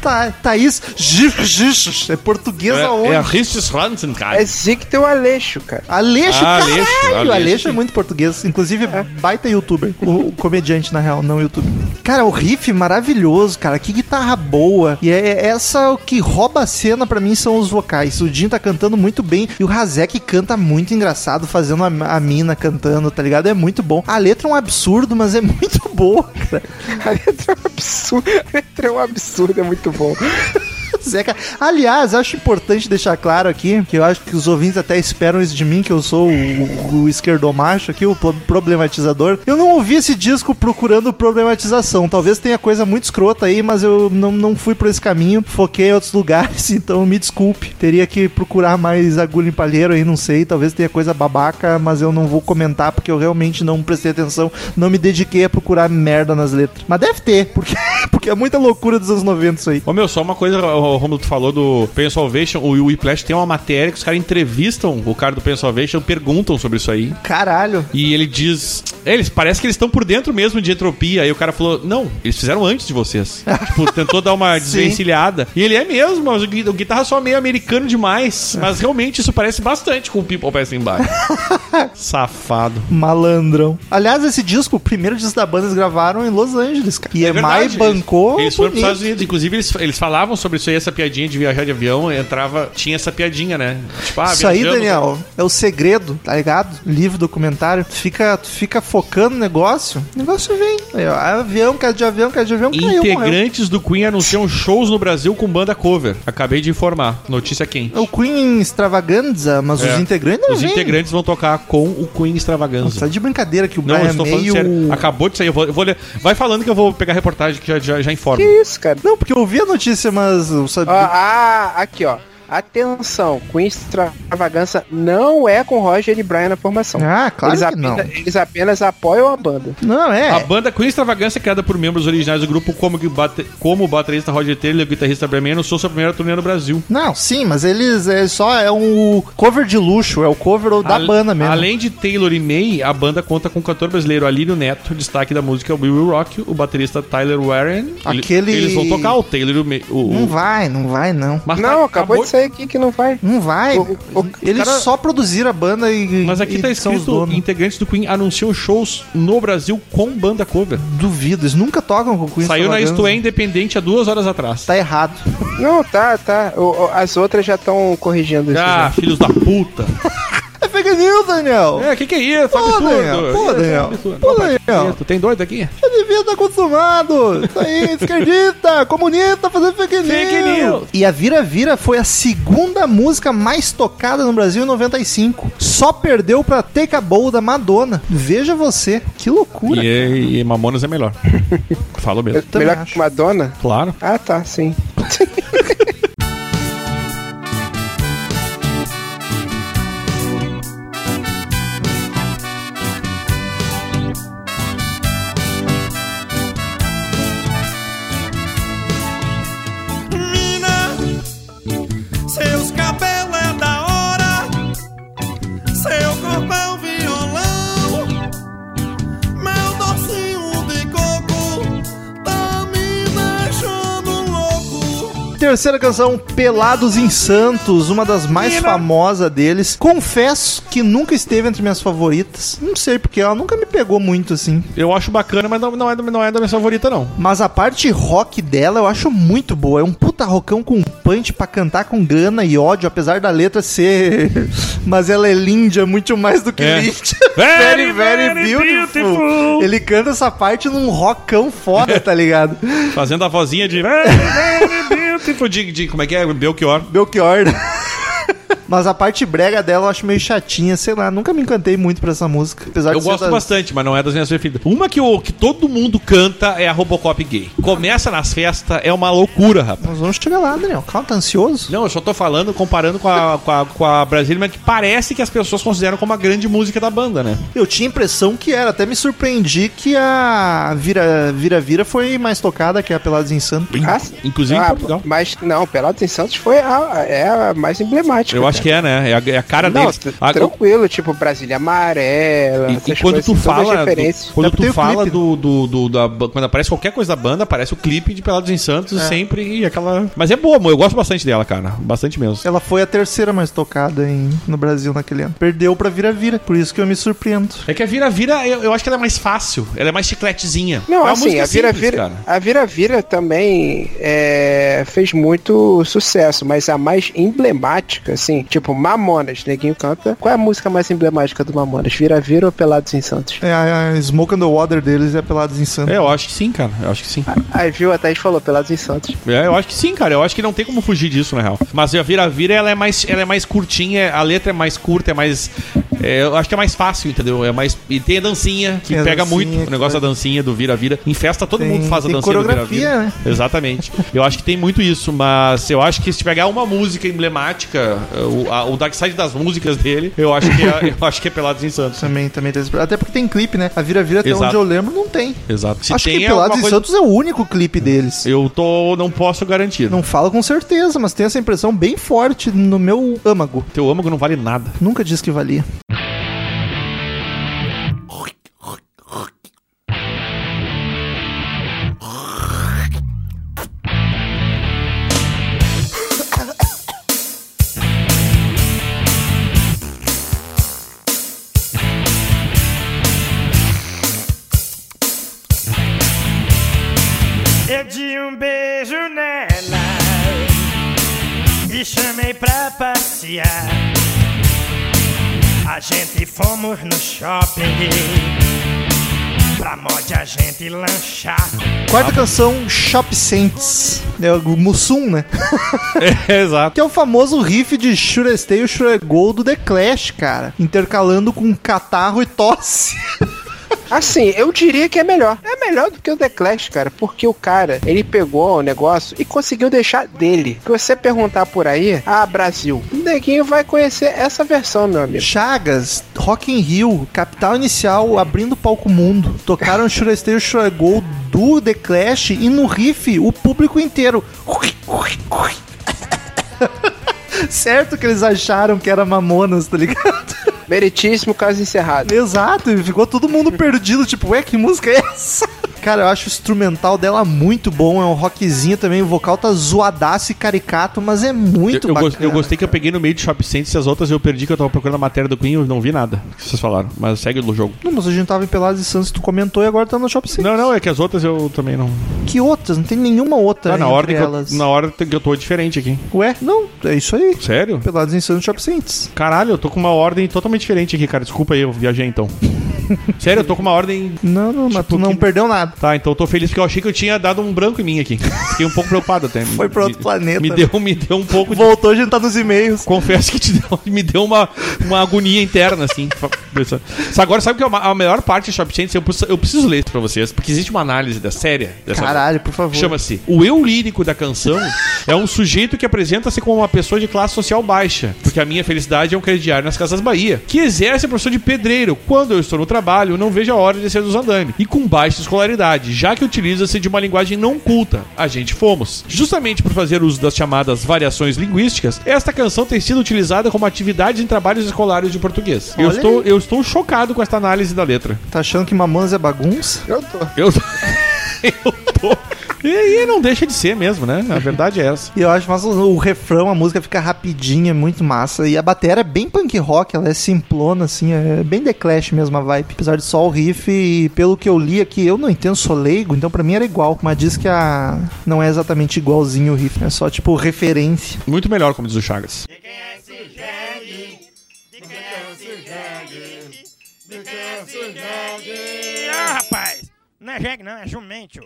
Tá, Thaís Gif- Gif- é portuguesa onde? é Ristis Hansen, cara. É Zictel Aleixo, cara. Aleixo, Ah, caralho! Aleixo, Aleixo, Aleixo. é muito português. Inclusive, baita youtuber. O, o comediante, na real, não youtuber. Cara, o riff maravilhoso, cara. Que guitarra boa. E é, é essa o que rouba a cena pra mim são os vocais. O Jim tá cantando muito bem e o Hazek canta muito engraçado, fazendo a, a mina cantando, tá ligado? É muito bom. A letra é um absurdo, mas é muito boa, cara. A letra é um absurdo. A letra é um absurdo, é muito bom. Zeca. Aliás, acho importante deixar claro aqui, que eu acho que os ouvintes até esperam isso de mim, que eu sou o, o esquerdomacho aqui, o pro- problematizador. Eu não ouvi esse disco procurando problematização. Talvez tenha coisa muito escrota aí, mas eu não, não fui por esse caminho. Foquei em outros lugares, então me desculpe. Teria que procurar mais agulha em palheiro aí, não sei. Talvez tenha coisa babaca, mas eu não vou comentar porque eu realmente não prestei atenção, não me dediquei a procurar merda nas letras. Mas deve ter, porque, porque é muita loucura dos anos 90 isso aí. Ô meu, só uma coisa, o Romulo, tu falou do Pain Salvation, o Whiplash tem uma matéria que os caras entrevistam o cara do Pain Salvation, perguntam sobre isso aí. Caralho. E ele diz. é, Eles parece que eles estão por dentro mesmo de entropia. Aí o cara falou: Não, eles fizeram antes de vocês. tipo, tentou dar uma desvencilhada. E ele é mesmo, mas o, gui- o guitarra é só meio americano demais. Mas realmente isso parece bastante com o People Passing By. Safado. Malandrão. Aliás, esse disco, o primeiro disco da banda, eles gravaram em Los Angeles, cara. E é EMI verdade, bancou. Eles, eles foram pros bonito. Estados Unidos. Inclusive, eles, eles falavam sobre isso aí, essa piadinha de viajar de avião. Entrava, tinha essa piadinha, né? Tipo, ah, Isso aí, viajamos- Daniel, é o segredo, tá ligado? Livro, documentário. Tu fica, tu fica focando no negócio, o negócio vem. Aí, ó, avião, cara de avião, cara de avião, caiu, morreu. Integrantes do Queen anunciam shows no Brasil com banda cover. Acabei de informar. Notícia quente. É O Queen extravaganza, mas É. os integrantes não Os vêm. integrantes vão tocar com o Queen Tá Extravaganza. de brincadeira que o Não, eu Brian estou May falando e o- sério. Acabou de sair. Eu vou, eu vou ler. Vai falando que eu vou pegar a reportagem que já, já, já informa. Que isso, cara? Não, porque eu ouvi a notícia, mas eu sabia... Ó, ah, aqui, ó. Atenção, Queen Extravagança não é com Roger e Brian na formação. Ah, claro eles que não. apenas, Eles apenas apoiam a banda. Não, é. A banda Queen Extravaganza é criada por membros originais do grupo, como, que bate- como o baterista Roger Taylor e o guitarrista Brian May anunciou sua primeira turnê no Brasil. Não, sim, mas eles é só é um cover de luxo, é o cover da Ale- banda mesmo. Além de Taylor e May, a banda conta com o cantor brasileiro Alírio Neto, destaque da música We Will Rock, o baterista Tyler Warren. Ele- Aquele- Eles vão tocar o Taylor e o May. O, Hum. Não vai, não vai, não. Mas tá- não, acabou, de sair aqui que não vai. Não vai. O- o- o eles cara- só produziram a banda e. Mas aqui e tá são os escrito: donos. integrantes do Queen anunciam shows no Brasil com banda cover. Duvido, eles nunca tocam com o Queen Saiu na Extravaganza. Isto é Independente há duas horas atrás. Tá errado. Não, tá, tá. O- o- as outras já estão corrigindo isso. né? Ah, já. filhos da puta. É fake news, Daniel! É, que que é isso? Pô, absurdo. Daniel, pô, Isso é Daniel, absurdo. pô, Não, pai, Daniel. tu Tem dois aqui? Já devia estar acostumado! Isso aí, esquerdista, comunista, fazendo fake news! Fake news. E a Vira Vira foi a segunda música mais tocada no Brasil em 95. Só perdeu pra Take a Bowl da Madonna. Veja você, que loucura. E, e Mamonas é melhor. Falo mesmo. também Melhor acho. que Madonna? Claro. Ah, tá, sim. Mina, seus cabelos é da hora, seu corpo é um violão, meu docinho de coco tá me deixando louco. Terceira canção, Pelados em Santos, uma das mais famosas deles. Confesso que nunca esteve entre minhas favoritas. Não sei porque ela nunca me pegou muito assim. Eu acho bacana, mas não, não, é, não é da minha favorita, não. Mas a parte rock dela eu acho muito boa. É um puta rockão com punch pra cantar com grana e ódio, apesar da letra ser. Mas ela é linda, muito mais do que É. linda. Ele canta essa parte num rockão foda, tá ligado? Fazendo a vozinha de very, very beautiful. De, de- como é que é? Belchior. Belchior. Mas a parte brega dela eu acho meio chatinha, sei lá, nunca me encantei muito pra essa música. Apesar Eu de ser gosto das- bastante, mas não é das minhas preferidas. Uma que, o, que todo mundo canta é a Robocop gay. Começa nas festas, é uma loucura, rapaz. Nós vamos chegar lá, Daniel. Calma, tá ansioso? Não, eu só tô falando, comparando com a, com a, com a Brasília, mas que parece que as pessoas consideram como a grande música da banda, né? Eu tinha a impressão que era, até me surpreendi que a Vira Vira, Vira foi mais tocada que a Pelados em Santo. Ah, Inclusive em Portugal. Mas não, Pelados em Santos foi a, é a mais emblemática. Eu acho que é, né? É a, é a cara Não, deles. t- A- tranquilo, tipo Brasília Amarela, E, e essas quando coisas, assim, tu todas as fala, referências. do, quando Deve ter tu o fala clipe. do, do, do- da ba- quando aparece qualquer coisa da banda, aparece o clipe de Pelados em Santos sempre e aquela, mas é boa, amor, eu gosto bastante dela, cara, bastante mesmo. Ela foi a terceira mais tocada em, no Brasil naquele ano. Perdeu pra Vira Vira, por isso que eu me surpreendo. É que a vira-vira, eu, eu acho que ela é mais fácil, ela é mais chicletezinha. é Não, uma assim, música a Vira simples, Vira, cara. a Vira Vira também é, fez muito sucesso, mas a mais emblemática, assim, tipo Mamonas, Neguinho canta. Qual é a música mais emblemática do Mamonas? Vira Vira ou Pelados em Santos? É, a, a Smoke and the Water deles é Pelados em Santo. É, eu acho que sim, cara. Eu acho que sim. Aí viu, a Thaís falou Pelados em Santos. É, eu acho que sim, cara. Eu acho que não tem como fugir disso, na real. Mas a vira-vira, ela é mais, ela é mais curtinha, a letra é mais curta, é mais. é, eu acho que é mais fácil, entendeu? É mais. E tem a dancinha, que Tem a pega dancinha, muito. O que negócio da dancinha, do vira-vira. Em festa, todo Tem- mundo faz a tem dancinha do coreografia, vira-vira. né? Exatamente. Eu acho que tem muito isso, mas eu acho que se pegar uma música emblemática, o, a- o Dark Side das músicas dele, eu acho que é, eu acho que é Pelados em Santos. Também, também tem esse- Até porque tem clipe, né? A Vira Vira, até Exato. onde eu lembro, não tem. Exato. Se Acho tem que alguma Pelados em coisa- Santos é o único clipe deles. Eu tô. não posso garantir. Não falo com certeza, mas tenho essa impressão bem forte no meu âmago. Teu âmago não vale nada. Nunca disse que valia. Eu dei um beijo nela e chamei pra passear. A gente fomos no shopping pra mod a gente lanchar. Quarta canção, Shop Saints. É o Mussum, né? Exato. Que é o famoso riff de Sure Stay e Sure Go do The Clash, cara. Intercalando com catarro e tosse. Assim, eu diria que é melhor. É melhor do que o The Clash, cara, porque o cara, ele pegou o negócio e conseguiu deixar dele. Se você perguntar por aí, ah, Brasil, o neguinho vai conhecer essa versão, meu amigo. Chagas, Rock in Rio, Capital Inicial, abrindo o palco mundo. Tocaram Sure Stay e Sure Go do The Clash e no riff o público inteiro. Certo que eles acharam que era Mamonas, tá ligado? Meritíssimo caso encerrado. Exato, e ficou todo mundo perdido, tipo, ué, que música é essa? Cara, eu acho o instrumental dela muito bom, é um rockzinho também, o vocal tá zoadaço e caricato, mas é muito Eu- eu, bacana. gos- eu gostei que eu peguei no meio de Shop Sense e as outras eu perdi que eu tava procurando a matéria do Queen e eu não vi nada que vocês falaram. Mas segue o jogo. Não, mas a gente tava em Pelados e Santos, tu comentou e agora tá no Shop Center. Não, não, é que as outras eu também não. Que outras? Não tem nenhuma outra Ah, na, entre ordem que elas. eu, na ordem que eu tô diferente aqui. Ué? Não, é isso aí. Sério? Pelados em Santos Shop Saints. Caralho, eu tô com uma ordem totalmente diferente aqui, cara. Desculpa aí, eu viajei então. Sério, eu tô com uma ordem. Não, não, mas tu não Tipo, que- perdeu nada. Tá, então eu tô feliz porque eu achei que eu tinha dado um branco em mim aqui. Fiquei um pouco preocupado até. Foi pra outro Me- planeta, Me né? deu, me deu um pouco de. Voltou, a gente tá nos e-mails. Confesso que te deu- me deu uma, uma agonia interna, assim. fa- pensando. Só Agora, sabe que é uma- a melhor parte do Shop Change? Eu, preciso- eu preciso ler isso pra vocês, porque existe uma análise da séria dessa Caralho, por favor. Chama-se O Eu Lírico da Canção é um sujeito que apresenta-se como uma pessoa de classe social baixa, porque a minha felicidade é um crediário nas Casas Bahia, que exerce a profissão de pedreiro. Quando eu estou no trabalho, não vejo a hora de descer dos andames, e com baixa escolaridade, já que utiliza-se de uma linguagem não culta. A gente fomos. Justamente por fazer uso das chamadas variações linguísticas, esta canção tem sido utilizada como atividade em trabalhos escolares de português. Eu Olha estou, eu estou chocado com esta análise da letra. Tá achando que Mamonas é bagunça? Eu tô. Eu tô. eu tô. E, e não deixa de ser mesmo, né? A verdade é essa. E eu acho massa o refrão, a música fica rapidinha, é muito massa. E a bateria é bem punk rock, ela é simplona, assim, é bem The Clash mesmo a vibe. Apesar de só o riff, e pelo que eu li aqui, eu não entendo, sou leigo, então pra mim era igual. Mas diz que a... não é exatamente igualzinho o riff, né? é só, tipo, referência. Muito melhor, como diz o Chagas. De quem é esse jegue? De quem é esse jegue? De quem é esse jegue? Ah, rapaz! Não é jegue não, é jumento.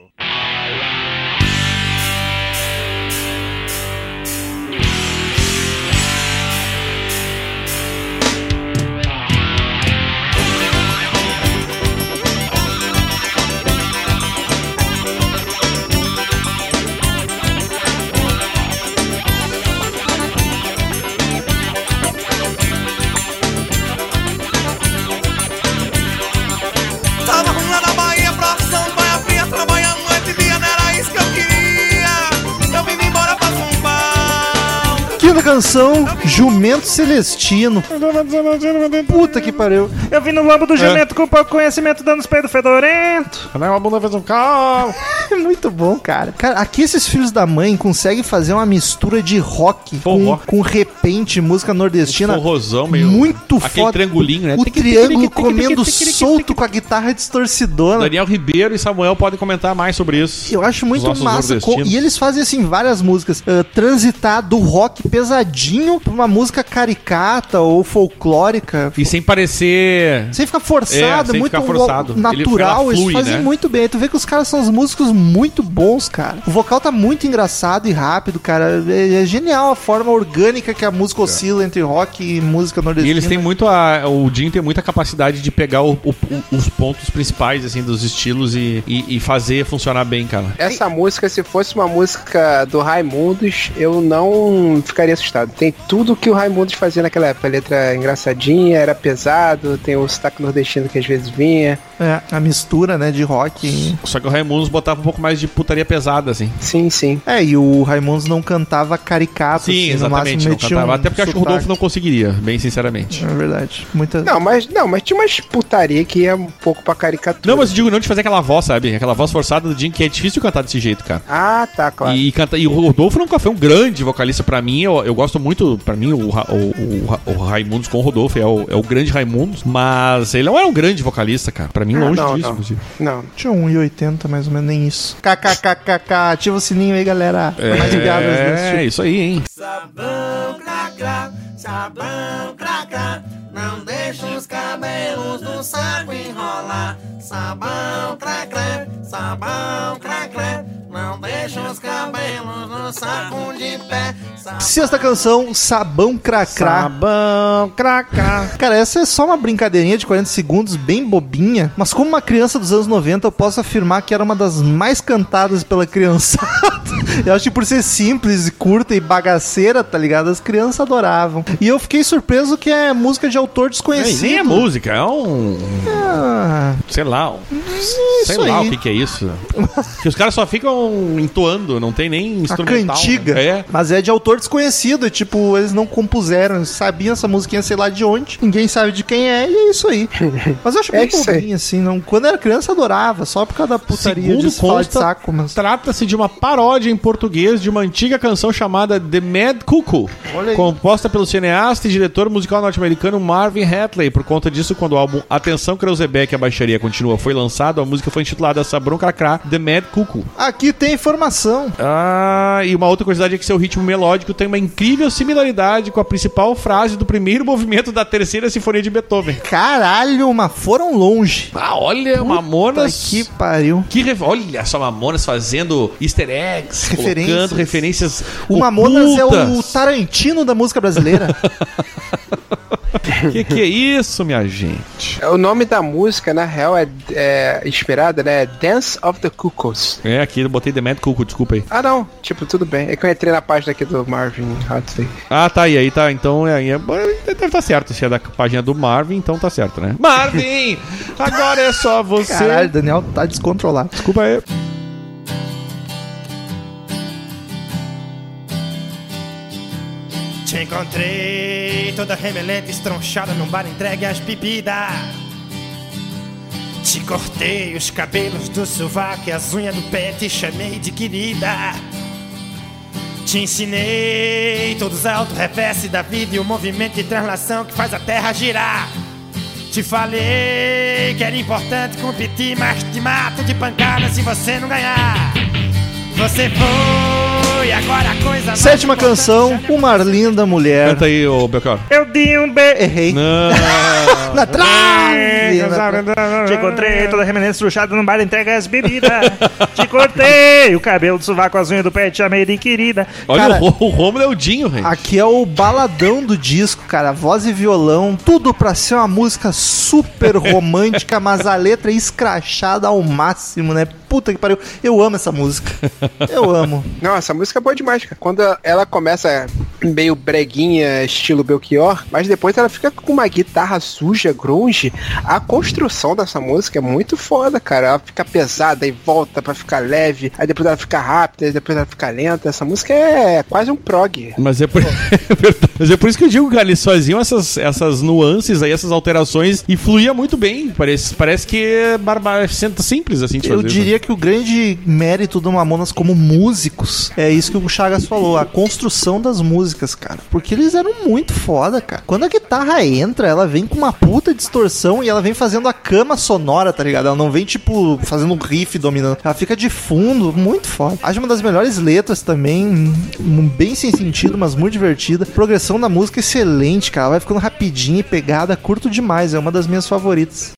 Tava lá na Bahia, profissão baia fria, trabalha noite e dia, não era isso que eu queria. Eu vim embora pra São Paulo. Quinta canção, Jumento Celestino. Né, Puta que pariu. Eu vim no lombo do jumento com pouco conhecimento dando os pés do fedorento. Uma bunda fez um cal. É Muito bom, cara. Cara, aqui esses filhos da mãe conseguem fazer uma mistura de rock com, Forró. com repente, música nordestina. Forrozão meio- Muito aquele foda. triangulinho, né? O Tiqui, triângulo tiqui, tiqui, comendo tiqui, tiqui, solto tiqui. com a guitarra distorcidona. Daniel Ribeiro e Samuel podem comentar mais sobre isso. Eu acho Os muito nossos massa. co- nordestinos. E eles fazem assim várias músicas. ah, transitar do rock pesadinho pra uma música caricata ou folclórica. E sem parecer. Sem ficar forçado, É, sem muito ficar forçado. o- natural, Ele- ela eles flui, fazem né? muito bem. Tu vê que os caras são os músicos muito bons, cara. O vocal tá muito engraçado e rápido, cara. É, é genial a forma orgânica que a música oscila entre rock e música É. E nordestina. eles têm muito a. O Jim tem muita capacidade de pegar o- o- o- os pontos principais, assim, dos estilos e, e- e fazer funcionar bem, cara. Essa música, se fosse uma música do Raimundos, eu não ficaria assustado. Tem tudo que o Raimundos fazia naquela época. A letra é engraçadinha, era pesado, tem o sotaque nordestino que às vezes vinha. É, a mistura, né, de rock. e- Só que o Raimundos botava um pouco mais de putaria pesada, assim. Sim, sim. É, e o Raimundos não cantava caricato, Sim, assim, exatamente. no máximo não metia cantava. um Até porque eu acho que o sotaque. Rodolfo não conseguiria, bem sinceramente. É verdade. Muita... Não, mas não, mas tinha umas putaria que ia um pouco pra caricatura. Não, mas eu digo não de fazer aquela voz, sabe? Aquela voz forçada do Jim que é difícil cantar desse jeito, cara. Ah, tá, claro. E, canta, e o Rodolfo nunca foi um grande vocalista pra mim. Eu, eu gosto muito, pra mim, o, Ra- o, o Ra- o Raimundos com o Rodolfo é o, é o grande Raimundos. Mas ele não era um grande vocalista, cara. Pra mim, Ah, longe não, disso, não. inclusive. Não. Tinha 1,80 mais ou menos, nem isso. KKKKK, ativa o sininho aí, galera. Mais ligadas nesse É, isso aí, hein? Sabão, crá, crá, sabão, crá, crá. Não deixe os cabelos do saco enrolar. Sabão, crá, crá, sabão, crá, crá. Não deixe os cabelos do saco de pé. Sabão, tipo. Sexta canção, Sabão Cracrá. Sabão, cracá. Cara, essa é só uma brincadeirinha de 40 segundos, bem bobinha. Mas como uma criança dos anos 90, eu posso afirmar que era uma das mais cantadas pela criançada. Eu acho que por ser simples, e curta e bagaceira, tá ligado? As crianças adoravam. E eu fiquei surpreso que é música de autor É, desconhecido. nem é música, é um. Ah, Sei lá. um- sei isso lá aí. o que, que é isso. que os caras só ficam entoando, não tem nem a instrumental. cantiga. né? É. Mas é de autor desconhecido. e, Tipo, eles não compuseram. eles Sabiam essa musiquinha, sei lá de onde. Ninguém sabe de quem é. E é isso aí. Mas eu acho É bem isso aí. bobinha, assim. Não... Quando era criança, adorava. Só por causa da putaria Segundo de se falar de consta- saco. Mas... Trata-se de uma paródia em português de uma antiga canção chamada The Mad Cuckoo, Olha aí. composta pelo cineasta e diretor musical norte-americano Marvin Hatley. Por conta disso, quando o álbum Atenção Creuzebeck, a baixaria continua, foi lançado, a música foi intitulada Sabrão Cracrá, The Mad Cuckoo. Aqui tem informação. Ah, e uma outra curiosidade é que seu ritmo melódico tem uma incrível similaridade com a principal frase do primeiro movimento da terceira sinfonia de Beethoven. Caralho, mas foram longe. Ah, olha, Puta Mamonas... que pariu. Que re- Olha só, Mamonas fazendo easter eggs, Referências. colocando referências. O Mamonas é o ocultas. Tarantino da música brasileira. Que que é isso, minha gente? O nome da música, na real, é, é inspirada, né? É Dance of the Cuckoos. É, aqui eu botei The Mad Cuckoo, desculpa aí. Ah, não. Tipo, tudo bem. É que eu entrei na página aqui do Marvin Hatley. Ah, tá, e aí tá, então é, aí é, deve estar certo, se é da página do Marvin, então tá certo, né? Marvin, agora é só você. Caralho, Daniel tá descontrolado. Desculpa aí. Te encontrei toda remelente, estronchada num bar entregue às bebidas. Te cortei os cabelos do sovaco e as unhas do pé, te chamei de querida. Te ensinei todos os auto-reverse da vida e o movimento de translação que faz a terra girar. Te falei que era importante competir, mas te mato de pancada se você não ganhar. Você foi, agora a coisa mais Sétima importante canção, já- Uma Linda Mulher. Canta aí, ô Belchior. Eu dei um beijo. Errei. Não. É, Na trave! na trave. Te encontrei toda remanente truchada no bar, entrega as bebidas. Te cortei o cabelo do sovaco, as unhas do pé, te chamei de querida. Olha, Cara, o, Ro- o Romulo é o Dinho, rei. Aqui é o baladão do disco, cara. Voz e violão, tudo pra ser uma música super romântica, mas a letra é escrachada ao máximo, né? Puta que pariu. Eu amo essa música. Eu amo. Nossa, a música é boa demais, cara. Quando ela começa meio breguinha, estilo Belchior, mas depois ela fica com uma guitarra suja, grunge. A construção dessa música é muito foda, cara. Ela fica pesada e volta pra ficar leve, aí depois ela fica rápida, aí depois ela fica lenta. Essa música é quase um prog. Mas é, por... é verdade. Mas é por isso que eu digo, cara, eles faziam essas, essas nuances aí, essas alterações, e fluía muito bem. Parece, parece que é barba... simples, assim, de Eu fazer, né? diria que o grande mérito do Mamonas como músicos é isso que o Chagas falou, a construção das músicas, cara. Porque eles eram muito foda, cara. Quando a guitarra entra, ela vem com uma puta distorção e ela vem fazendo a cama sonora, tá ligado? Ela não vem, tipo, fazendo um riff dominando. Ela fica de fundo, muito foda. Acho uma das melhores letras também, hum, bem sem sentido, mas muito divertida. Progressão da música excelente, cara. Ela vai ficando rapidinha e pegada, curto demais. É uma das minhas favoritas.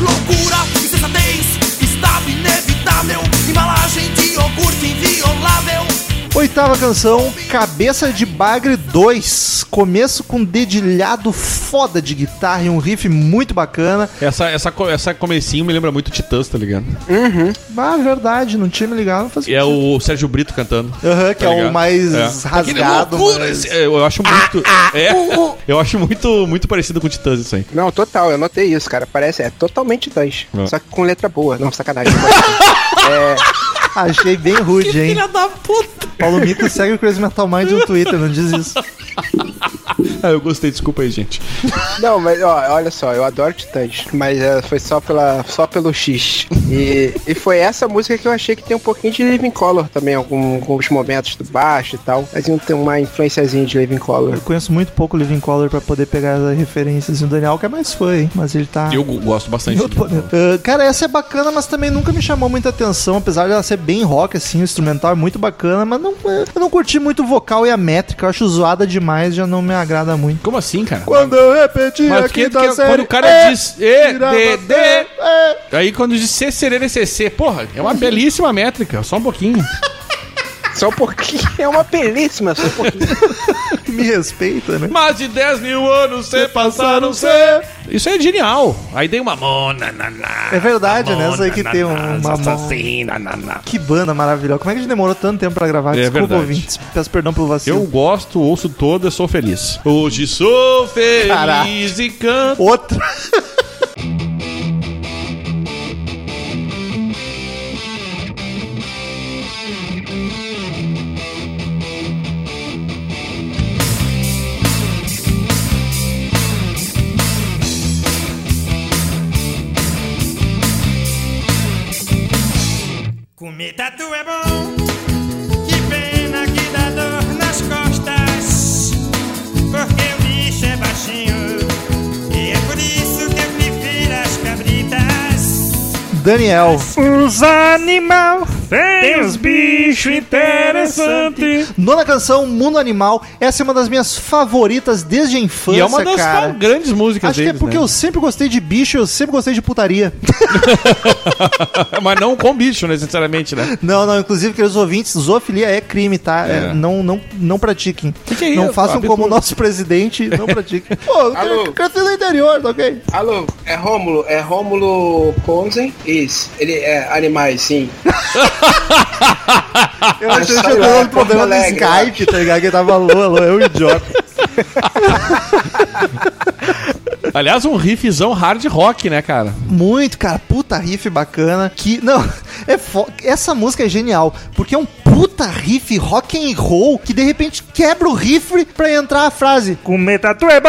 Loucura, insensatez, estado inevitável, embalagem de iogurte inviolável. Oitava canção, Cabeça de Bagre 2. Começo com dedilhado foda de guitarra e um riff muito bacana. Essa, essa, co- essa comecinho me lembra muito Titãs, tá ligado? Ah, verdade, não tinha me ligado. não faz E é sentido. o Sérgio Brito cantando. Aham, que Tá é o ligado? mais É. rasgado. Loucura, mas- Ah, uh, esse- é, Eu acho muito. é, eu acho muito, muito parecido com Titãs isso aí. Não, total, eu notei isso, cara. Parece, é totalmente Titãs. É. Só que com letra boa. Não, sacanagem. Achei bem rude, hein? Filha da puta. Paulo Mico segue o Crazy Metal Mind no Twitter, não diz isso. Ah, eu gostei, desculpa aí, gente. Não, mas ó, olha só, eu adoro Titãs, mas é, foi só, pela, só pelo X. E, e foi essa música que eu achei que tem um pouquinho de Living Color também, algum- alguns momentos do baixo e tal. Mas não tem uma influenciazinha de Living Color. Eu conheço muito pouco o Living Color pra poder pegar as referências. E o Daniel que é mais fã, hein? Mas ele tá... Eu go- gosto bastante. Em outro planeta. Ah, cara, essa é bacana, mas também nunca me chamou muita atenção, apesar dela ser bem rock, assim, o instrumental é muito bacana, mas não, eu não curti muito o vocal e a métrica, eu acho zoada demais, já não me agrada muito. Como assim, cara? Quando eu repeti Mas a que- quinta que- série, quando o cara é, diz E, tirava D, D, até- é. Aí quando diz C, Serena e CC, porra, é uma belíssima métrica, só um pouquinho. Só um pouquinho, é uma belíssima, só um pouquinho. me respeita, né? Mais de 10 mil anos se passaram, cê. Isso é genial. Aí dei uma mona. assim. na, na, É verdade, né? mamona, Essa aí que na, tem na, uma assassina, na, na. Que banda maravilhosa. Como é que a gente demorou tanto tempo pra gravar? É verdade. ouvintes. Peço perdão pelo vacilo. Eu gosto, ouço todas, sou feliz. Hoje sou feliz Caraca. e canto. Outra. Comer tatu é bom, que pena que dá dor nas costas. Porque o bicho é baixinho, e é por isso que eu prefiro as cabritas. Daniel. Os animal Tem uns bichos interessantes. Nona canção, Mundo Animal. Essa é uma das minhas favoritas desde a infância, E é uma das cara. grandes músicas Acho que é deles, porque né? eu sempre gostei de bicho, eu sempre gostei de putaria. Mas não com bicho, né, sinceramente, né? Não, não, inclusive, queridos ouvintes, zoofilia é crime, tá? É. É, não, não, não pratiquem. que é não isso? façam como Absurdo. o nosso presidente, não pratiquem. Pô, eu Alô? cre- cresci no interior, tá ok? Alô, é Rômulo, é Rômulo Ponzen? Isso, ele é animais, sim. Eu achei que Ah, só eu lá, tava um Porto problema do Alegre, Skype, tá ligado? Que tava alô, alô, é um idiota. Aliás, um riffzão hard rock, né, cara? Muito, cara, puta riff bacana. Que, não, é fo- essa música é genial, porque é um puta riff rock and roll que de repente quebra o riff pra entrar a frase. Comer tatu é bom.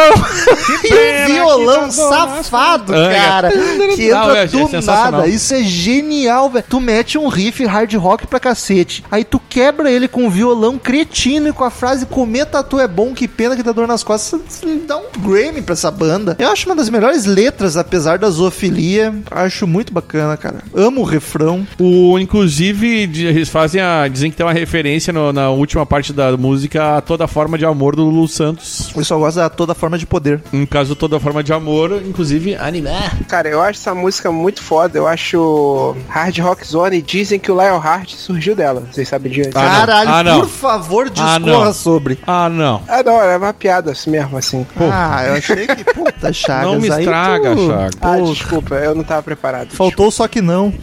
E tá um violão safado, Ah, é. cara. Que Não, entra é, é do sensacional. nada. Isso é genial, velho. Tu mete um riff hard rock pra cacete. Aí tu quebra ele com um violão cretino e com a frase comer tatu é bom, que pena que dá dor nas costas. Isso Dá um Grammy pra essa banda. Eu acho uma das melhores letras, apesar da zoofilia. Acho muito bacana, cara. Amo o refrão. O, inclusive, de- eles fazem a. Dizem que tem uma referência no- na última parte da música a toda forma de amor do Lulu Santos. Eu só gosto da toda forma de poder. No um caso, toda forma de amor, inclusive animar. Cara, eu acho essa música muito foda. Eu acho Hard Rock Zone. e Dizem que o Lionheart surgiu dela. Vocês sabem é? disso? Ah, não. Caralho, Ah, não. por favor, Ah, discorra não. sobre. Ah, não. Ah, não, era uma piada assim mesmo, assim. Ah, eu achei que. Puta, Chagas. não me aí estraga, tu- Chaga. Ah, Pô, desculpa, eu não tava preparado. Faltou só que não.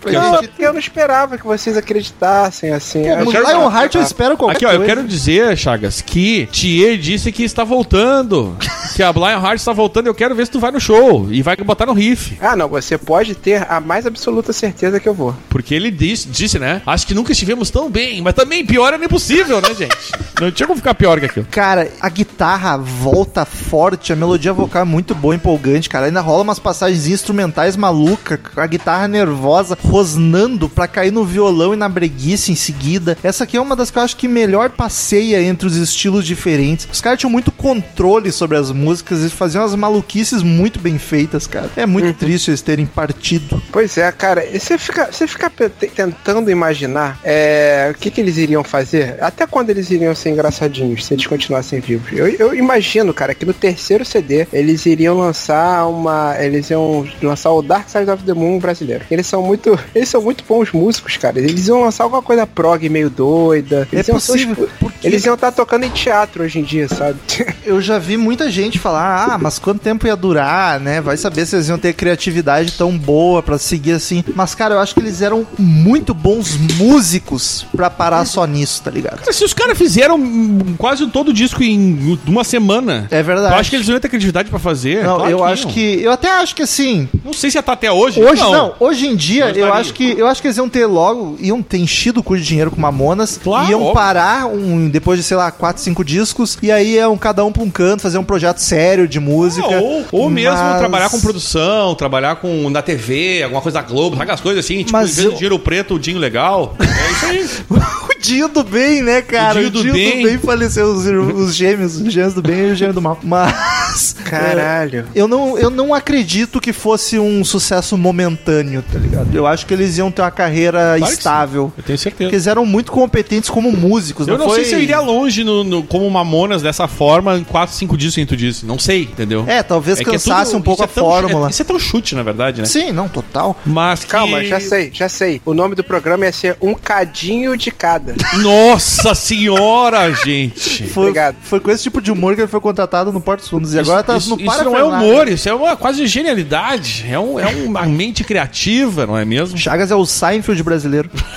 Pra Não, gente- é porque eu não esperava que vocês acreditassem assim. Pô, Eu no achei- Lionheart eu espero qualquer Aqui, ó, eu coisa. quero dizer, Chagas, que Thier disse que está voltando. que a Lionheart está voltando, eu quero ver se tu vai no show. E vai botar no riff. Ah, não, você pode ter a mais absoluta certeza que eu vou. Porque ele disse, disse, né? Acho que nunca estivemos tão bem, mas também pior era impossível, né, gente? Não tinha como ficar pior que aquilo. Cara, a guitarra volta forte, a melodia vocal é muito boa, empolgante, cara. Ainda rola umas passagens instrumentais maluca, com a guitarra nervosa rosnando pra cair no violão e na breguice em seguida. Essa aqui é uma das que eu acho que melhor passeia entre os estilos diferentes. Os caras tinham muito controle sobre as músicas e faziam umas maluquices muito bem feitas, cara. É Uhum. muito triste eles terem partido. Pois é, cara, e você fica, você fica pe- te- tentando imaginar é, o que, que eles iriam fazer, até quando eles iriam ser engraçadinhos, se eles continuassem vivos. Eu, eu imagino, cara, que no terceiro CD eles iriam lançar uma. Eles iam lançar o Dark Side of the Moon brasileiro. Eles são muito. Eles são muito bons músicos, cara. Eles iam lançar alguma coisa prog meio doida. Eles é iam ser os- possível, porque Eles iam estar tocando em teatro hoje em dia, sabe? eu já vi muita gente falar, ah, mas quanto tempo ia durar, né? Vai saber se eles iam ter criatividade tão boa pra seguir assim. Mas, cara, eu acho que eles eram muito bons músicos pra parar só nisso, tá ligado? Cara, se os caras fizeram hum, quase todo o disco em uma semana, É eu verdade. acho que eles não iam ter criatividade pra fazer. Não, Claro eu acho iam. que. Eu até acho que assim. Não sei se ia estar até hoje. Hoje não, hoje em dia, Mas eu daria. acho que eu acho que eles iam ter logo, iam ter enchido o cu de dinheiro com Mamonas, Claro, iam óbvio. parar um, depois de, sei lá, 4, 5 discos, e aí iam cada um pra um canto, fazer um projeto sério de música. Ah, ou, ou mesmo mas- trabalhar com produção, trabalhar com na TV, alguma coisa da Globo, sabe as coisas assim, tipo, Mas em vez do eu- dinheiro preto, o dinho legal. É isso aí. O Dinho do Bem, né, cara? O Dinho do Bem. faleceu, os, ir- os gêmeos, os gêmeos do bem e os gêmeos do mal. Mas. é, Caralho. Eu não, eu não acredito que fosse um sucesso momentâneo, tá ligado? Eu acho que eles iam ter uma carreira Claro que estável. Eu tenho certeza. Porque eles eram muito competentes como músicos. Eu não foi- sei se eu iria longe no, no- como Mamonas dessa forma, em 4, 5 discos, como tu disse. Não sei, entendeu? É, talvez É que é cansasse tudo- um pouco a isso é tão- fórmula. é- Isso é tão chute, na verdade, né? Sim, não, total. Mas que- Calma, já sei, já sei. O nome do programa ia ser Um Cadinho de Cada. Nossa senhora, gente. Foi, Obrigado. foi com esse tipo de humor que ele foi contratado no Porto Fundos. E agora tá isso, no isso não é Parafernália. humor, isso é uma quase genialidade. É, um, é uma mente criativa, não é mesmo? Chagas é o Seinfeld brasileiro.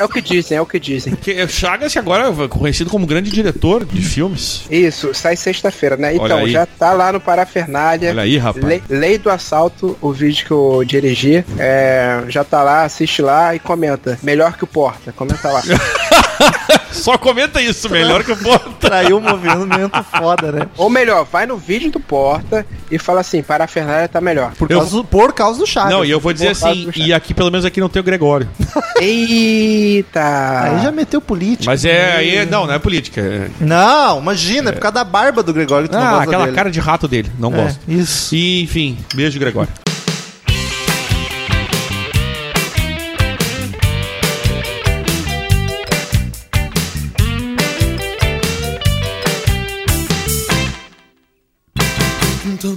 É o que dizem, é o que dizem. Porque é Chagas, que agora é conhecido como grande diretor de filmes. Isso, sai sexta-feira, né? Olha Então, aí. já tá lá no Parafernália. Olha aí, rapaz. Lei, Lei do Assalto, o vídeo que eu dirigi. é, já tá lá, assiste lá e comenta. Melhor que o Porta, comenta lá. Só comenta isso, melhor que o Bota. Traiu o movimento foda, né? Ou melhor, vai no vídeo do Porta e fala assim, Parafernália tá melhor. Por, Eu- causa, do- por causa do Chagas. Não, e eu vou dizer Botado assim, no chat. e aqui pelo menos aqui não tem o Gregório. Eita! Aí já meteu política. Mas é, aí é- não, não é política. é- Não, imagina, é por causa da barba do Gregório que tu não Ah, gosta aquela dele. cara de rato dele, não É, gosto. Isso. E, enfim, beijo, Gregório. Então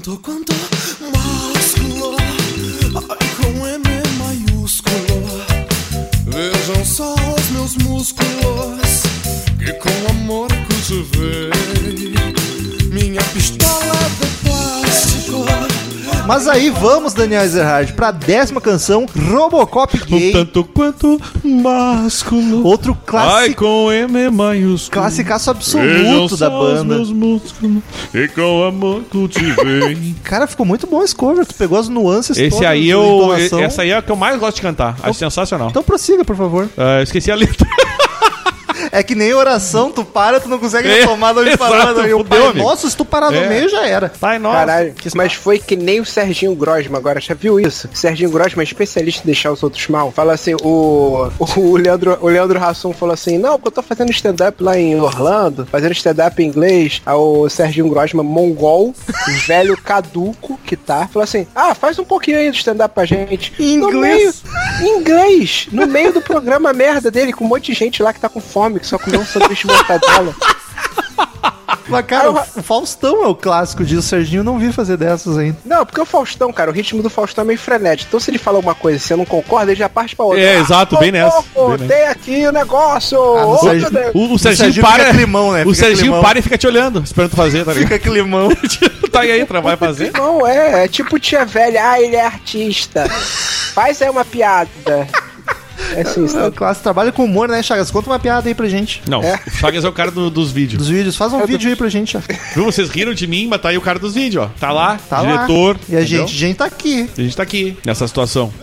Mas aí vamos, Daniel Ezerhard, pra décima canção, Robocop Um Gay. tanto quanto másculo. Outro Ai, clássico, com M maiúsculo. classicaço Vejam absoluto da só os banda. meus músculos e com amor cultivei. Cara, ficou muito bom esse cover. Tu pegou as nuances Esse todas, aí a eu. entonação. Essa aí é a que eu mais gosto de cantar. Acho sensacional. Então prossiga, por favor. Ah, eu esqueci a letra. É que nem oração, tu para, tu não consegue É, retomar de onde exato, parou. né? E o fudeu, pai amigo. nosso, se tu parar no É. meio, já era. Pai, nossa. Caralho, que mas foi que nem o Serginho Grosma agora, já viu isso? O Serginho Grosma é especialista em deixar os outros mal. Fala assim, o, o Leandro, o Leandro Hassum falou assim, não, porque eu tô fazendo stand-up lá em Orlando, fazendo stand-up em inglês, Aí o Serginho Grosma, mongol, velho caduco que tá, falou assim, ah, faz um pouquinho aí de stand-up pra gente. Em No inglês? meio- em inglês, no meio do programa merda dele, com um monte de gente lá que tá com fome, que só comeu um sanduíche de mortadela. Mas, cara, Ah, o Faustão é o clássico disso. O Serginho não vi fazer dessas ainda. Não, porque o Faustão, cara, o ritmo do Faustão é meio frenético. Então, se ele fala uma coisa e você não concorda, ele já parte pra outra. É, exato, bem nessa, socorro, bem nessa. Tem aqui o negócio. Ah, no Ô, Serginho- meu Deus. O, o Serginho Serginho, para. fica climão, né? O Fica Serginho climão. para e fica te olhando, esperando tu fazer, tá ligado? Fica climão. tá aí, tra- vai fazer. Não, é, é tipo tia velha. Ah, ele é artista. Faz aí uma piada. É assim, É o sabe? clássico. Trabalha com humor, né, Chagas? Conta uma piada aí pra gente. Não, o Chagas é o cara do- dos vídeos. Dos vídeos. Faz É, um tá. vídeo aí pra gente, ó. Viu? Vocês riram de mim, mas tá aí o cara dos vídeos, ó. Tá lá, Tá lá. diretor. E a entendeu? gente, a gente tá aqui. A gente tá aqui, nessa situação.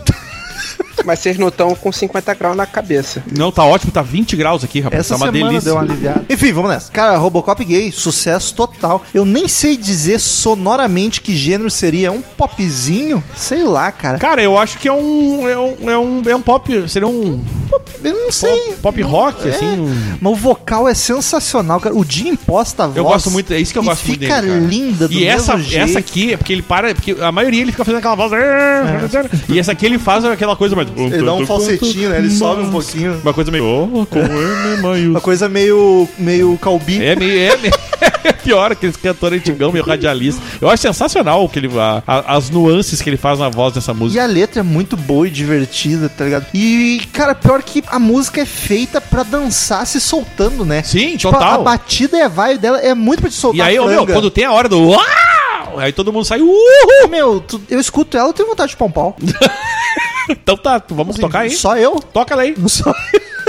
Mas vocês não estão com 50 graus na cabeça. Não, tá ótimo, tá 20 graus aqui, rapaz. Essa tá uma semana delícia. deu uma aliviada. Enfim, vamos nessa. Cara, Robocop gay, sucesso total. Eu nem sei dizer sonoramente que gênero seria. É Um popzinho? Sei lá, cara. Cara, eu acho que é um. É um, é um, é um pop. Seria um Eu não sei. pop, pop rock, É, assim. um- Mas o vocal é sensacional, cara. O Jim imposta a voz. Eu gosto muito, é isso que eu e gosto muito dele. Fica cara. linda do E essa, mesmo jeito. essa aqui é porque ele para, porque a maioria ele fica fazendo aquela voz. É. E essa aqui ele faz aquela coisa mais. Ele dá um falsetinho, né? Ele sobe um pouquinho. Uma coisa meio. Oh, com M maiúsculo. Uma coisa meio, meio calbi. É meio. É meio... é Pior aqueles cantores antigão, meio radialista. Eu acho sensacional o que ele, a- a- as nuances que ele faz na voz dessa E música. a letra é muito boa e divertida, tá ligado? E, cara, pior que a música é feita pra dançar se soltando, né? Sim, Tipo, A, a total. batida e a vibe dela é muito pra te soltar E aí, a ô, meu, franga. quando tem a hora do. Uau! Aí todo mundo sai. Uhul! Meu, tu- eu escuto ela, eu tenho vontade de pôr um pau. Assim, Então tá, tu- vamos tocar aí. Só eu? Toca lá aí. Só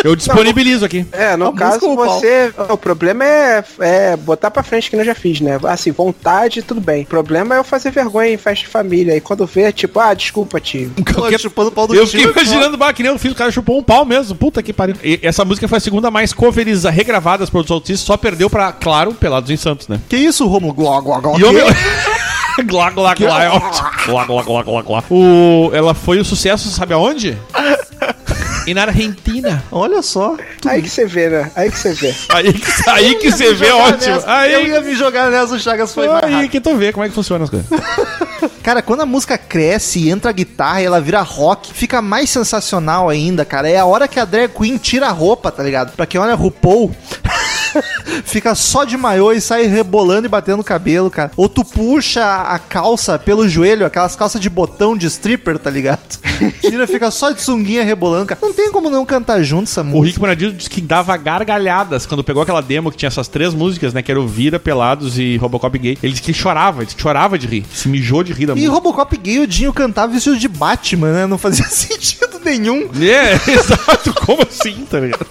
Eu disponibilizo aqui. É, no A música caso ou o pau? você. O problema é, é botar pra frente que eu já fiz, né? Assim, vontade, tudo bem. O problema é eu fazer vergonha em festa de família. E quando vê, tipo, ah, desculpa, tio. eu. chupando o pau do Eu tio, fiquei imaginando, bah, que nem eu fiz, o cara chupou um pau mesmo. Puta que pariu. é E essa música foi a segunda mais coveriza, regravadas por outros artistas, só perdeu pra, claro, Pelados em Santos, né? Que isso, Romulo? Gló, gló, gló. E o meu. Glá, glá, glá, é ótimo. glá, glá, glá, glá, glá. O... Ela foi o sucesso, sabe aonde? E na Argentina. Olha só. Aí que você vê, né? Aí que você vê. Aí que, aí que você vê, é ótimo. Eu Aí, ia me jogar nessa, o Chagas foi mais aí rápido. que tu vê como é que funciona as coisas. Cara, quando a música cresce e entra a guitarra e ela vira rock, fica mais sensacional ainda, cara. É a hora que a drag queen tira a roupa, tá ligado? Pra quem olha RuPaul, fica só de maiô e sai rebolando e batendo o cabelo, cara. Ou tu puxa a calça pelo joelho, aquelas calças de botão de stripper, tá ligado? Tira, fica só de sunguinha rebolando, cara. Não tem como não cantar junto essa O música. Rick Bonadil disse que dava gargalhadas quando pegou aquela demo que tinha essas três músicas, né? Que era o Vira, Pelados e Robocop Gay. Ele disse que chorava, ele disse que chorava de rir. Se mijou de rir da E música. Robocop gay, o Dinho cantava vestido de Batman, né? Não fazia sentido nenhum. É, exato. Como assim, tá ligado?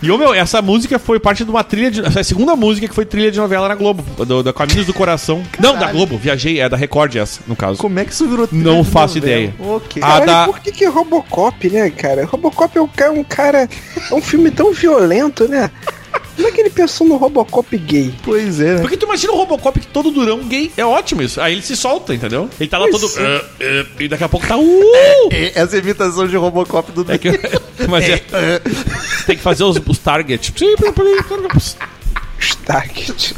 E, ô, meu, essa música foi parte de uma trilha de... Essa é a segunda música que foi trilha de novela na Globo. Do, da Caminhos do Coração. Não, da Globo. Viajei. É da Record essa, no caso. Como é que isso virou Não faço ideia. Ok. Ah, Caralho, da- por que que Robocop, né, cara? Robocop é um cara, um cara- É um filme tão violento, né? Como é que ele pensou no Robocop gay? Pois é, né? Porque tu imagina o Robocop que todo durão gay. É ótimo isso. Aí ele se solta, entendeu? Ele tá lá todo... "Ah, ah", e daqui a pouco tá... Uh! É, Essa imitação de Robocop do É que, mas é, tem que fazer os, os targets. Os target.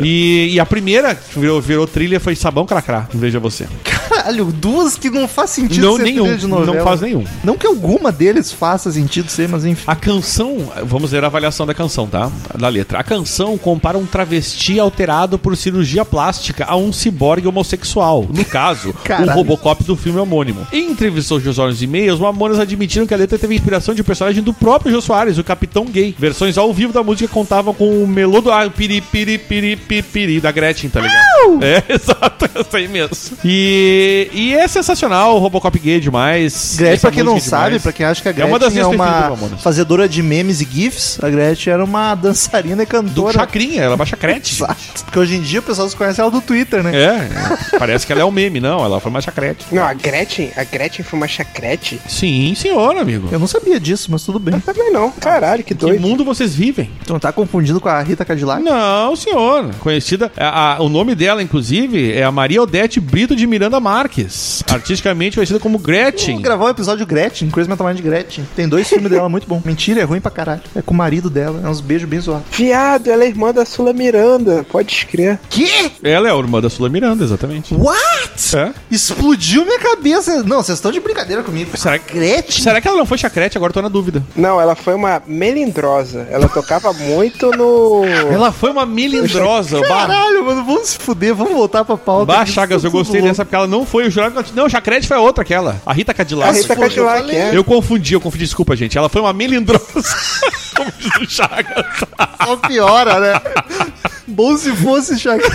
E, e a primeira que virou, virou trilha foi Sabão Cracrá. Veja você. Caralho, duas que não faz sentido Não, ser nenhum. trilha de novela. Não faz nenhum. Não que alguma deles faça sentido ser, mas enfim. A canção, vamos ler a avaliação da canção, tá? Da letra. A canção compara um travesti alterado por cirurgia plástica a um ciborgue homossexual. No caso, Caralho. o Robocop do filme homônimo. Em entrevistas aos Olhos e Meios, Mamonas admitiram que a letra teve inspiração de um personagem do próprio Jô Soares, o Capitão Gay. Versões ao vivo da música contavam com o do ah, piri, piri, piri, piri, piri, da Gretchen, tá ligado? É, exato, essa aí mesmo. E, e é sensacional, o Robocop gay demais. Gretchen, essa pra quem não música é sabe, demais. pra quem acha que a É Gretchen uma das é minhas preferidas do uma Mamonas. fazedora de memes e GIFs, a Gretchen era uma dançarina e Do é cantora. Chacrinha, ela baixa crete. Exato. Porque hoje em dia o pessoal se conhece ela do Twitter, né? É, parece que ela é um meme, não, ela foi uma chacrete. Não, a Gretchen, a Gretchen foi uma chacrete? Sim, senhor, amigo. Eu não sabia disso, mas tudo bem. Também não, caralho, Que que doido. mundo vocês vivem? Então tá confundindo com a Rita Cadillac? Não, senhor. Conhecida. a- a- o nome dela, inclusive, é a Maria Odete Brito de Miranda Marques. Artisticamente conhecida como Gretchen. Vamos gravar o episódio Gretchen, Crazy Metal Mind Gretchen. Tem dois filmes dela muito bom. Mentira, é ruim pra caralho. É com o marido dela, é uns beijos bem zoados. Viado, ela é irmã da Sula Miranda, pode escrever. Que? Ela é a irmã da Sula Miranda, exatamente. What? É. Explodiu minha cabeça. Não, vocês estão de brincadeira comigo. Será que- Gretchen? Será que ela não foi chacrete? Agora eu tô na dúvida. Não, ela foi uma melindrosa. Ela tocava muito no. Ela foi uma melindrosa. Bah, Caralho, mano, vamos se fuder, vamos voltar pra pauta. bah Isso Chagas, tá eu tudo gostei louco. dessa porque ela não foi o jurado. Não, chacrete foi a outra, aquela. A Rita Cadillac. A Rita Nossa, foi, eu Cadillac, falei. é. Eu confundi, eu confundi. Desculpa, gente. Ela foi uma melindrosa. Como diz o Chagas. Só piora, né? Bom se fosse, Chagas.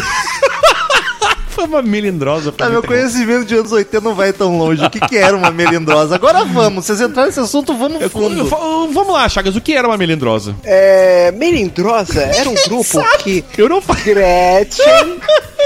Foi uma melindrosa. pra Tá, meu Rita Cadillac. conhecimento de anos 80 não vai tão longe. O que, que era uma melindrosa? Agora vamos. Vocês entraram nesse assunto, vamos Eu- eu- fundo. eu- Vamos lá, Chagas. O que era uma melindrosa? É, melindrosa era um grupo que Eu não falei. Gretchen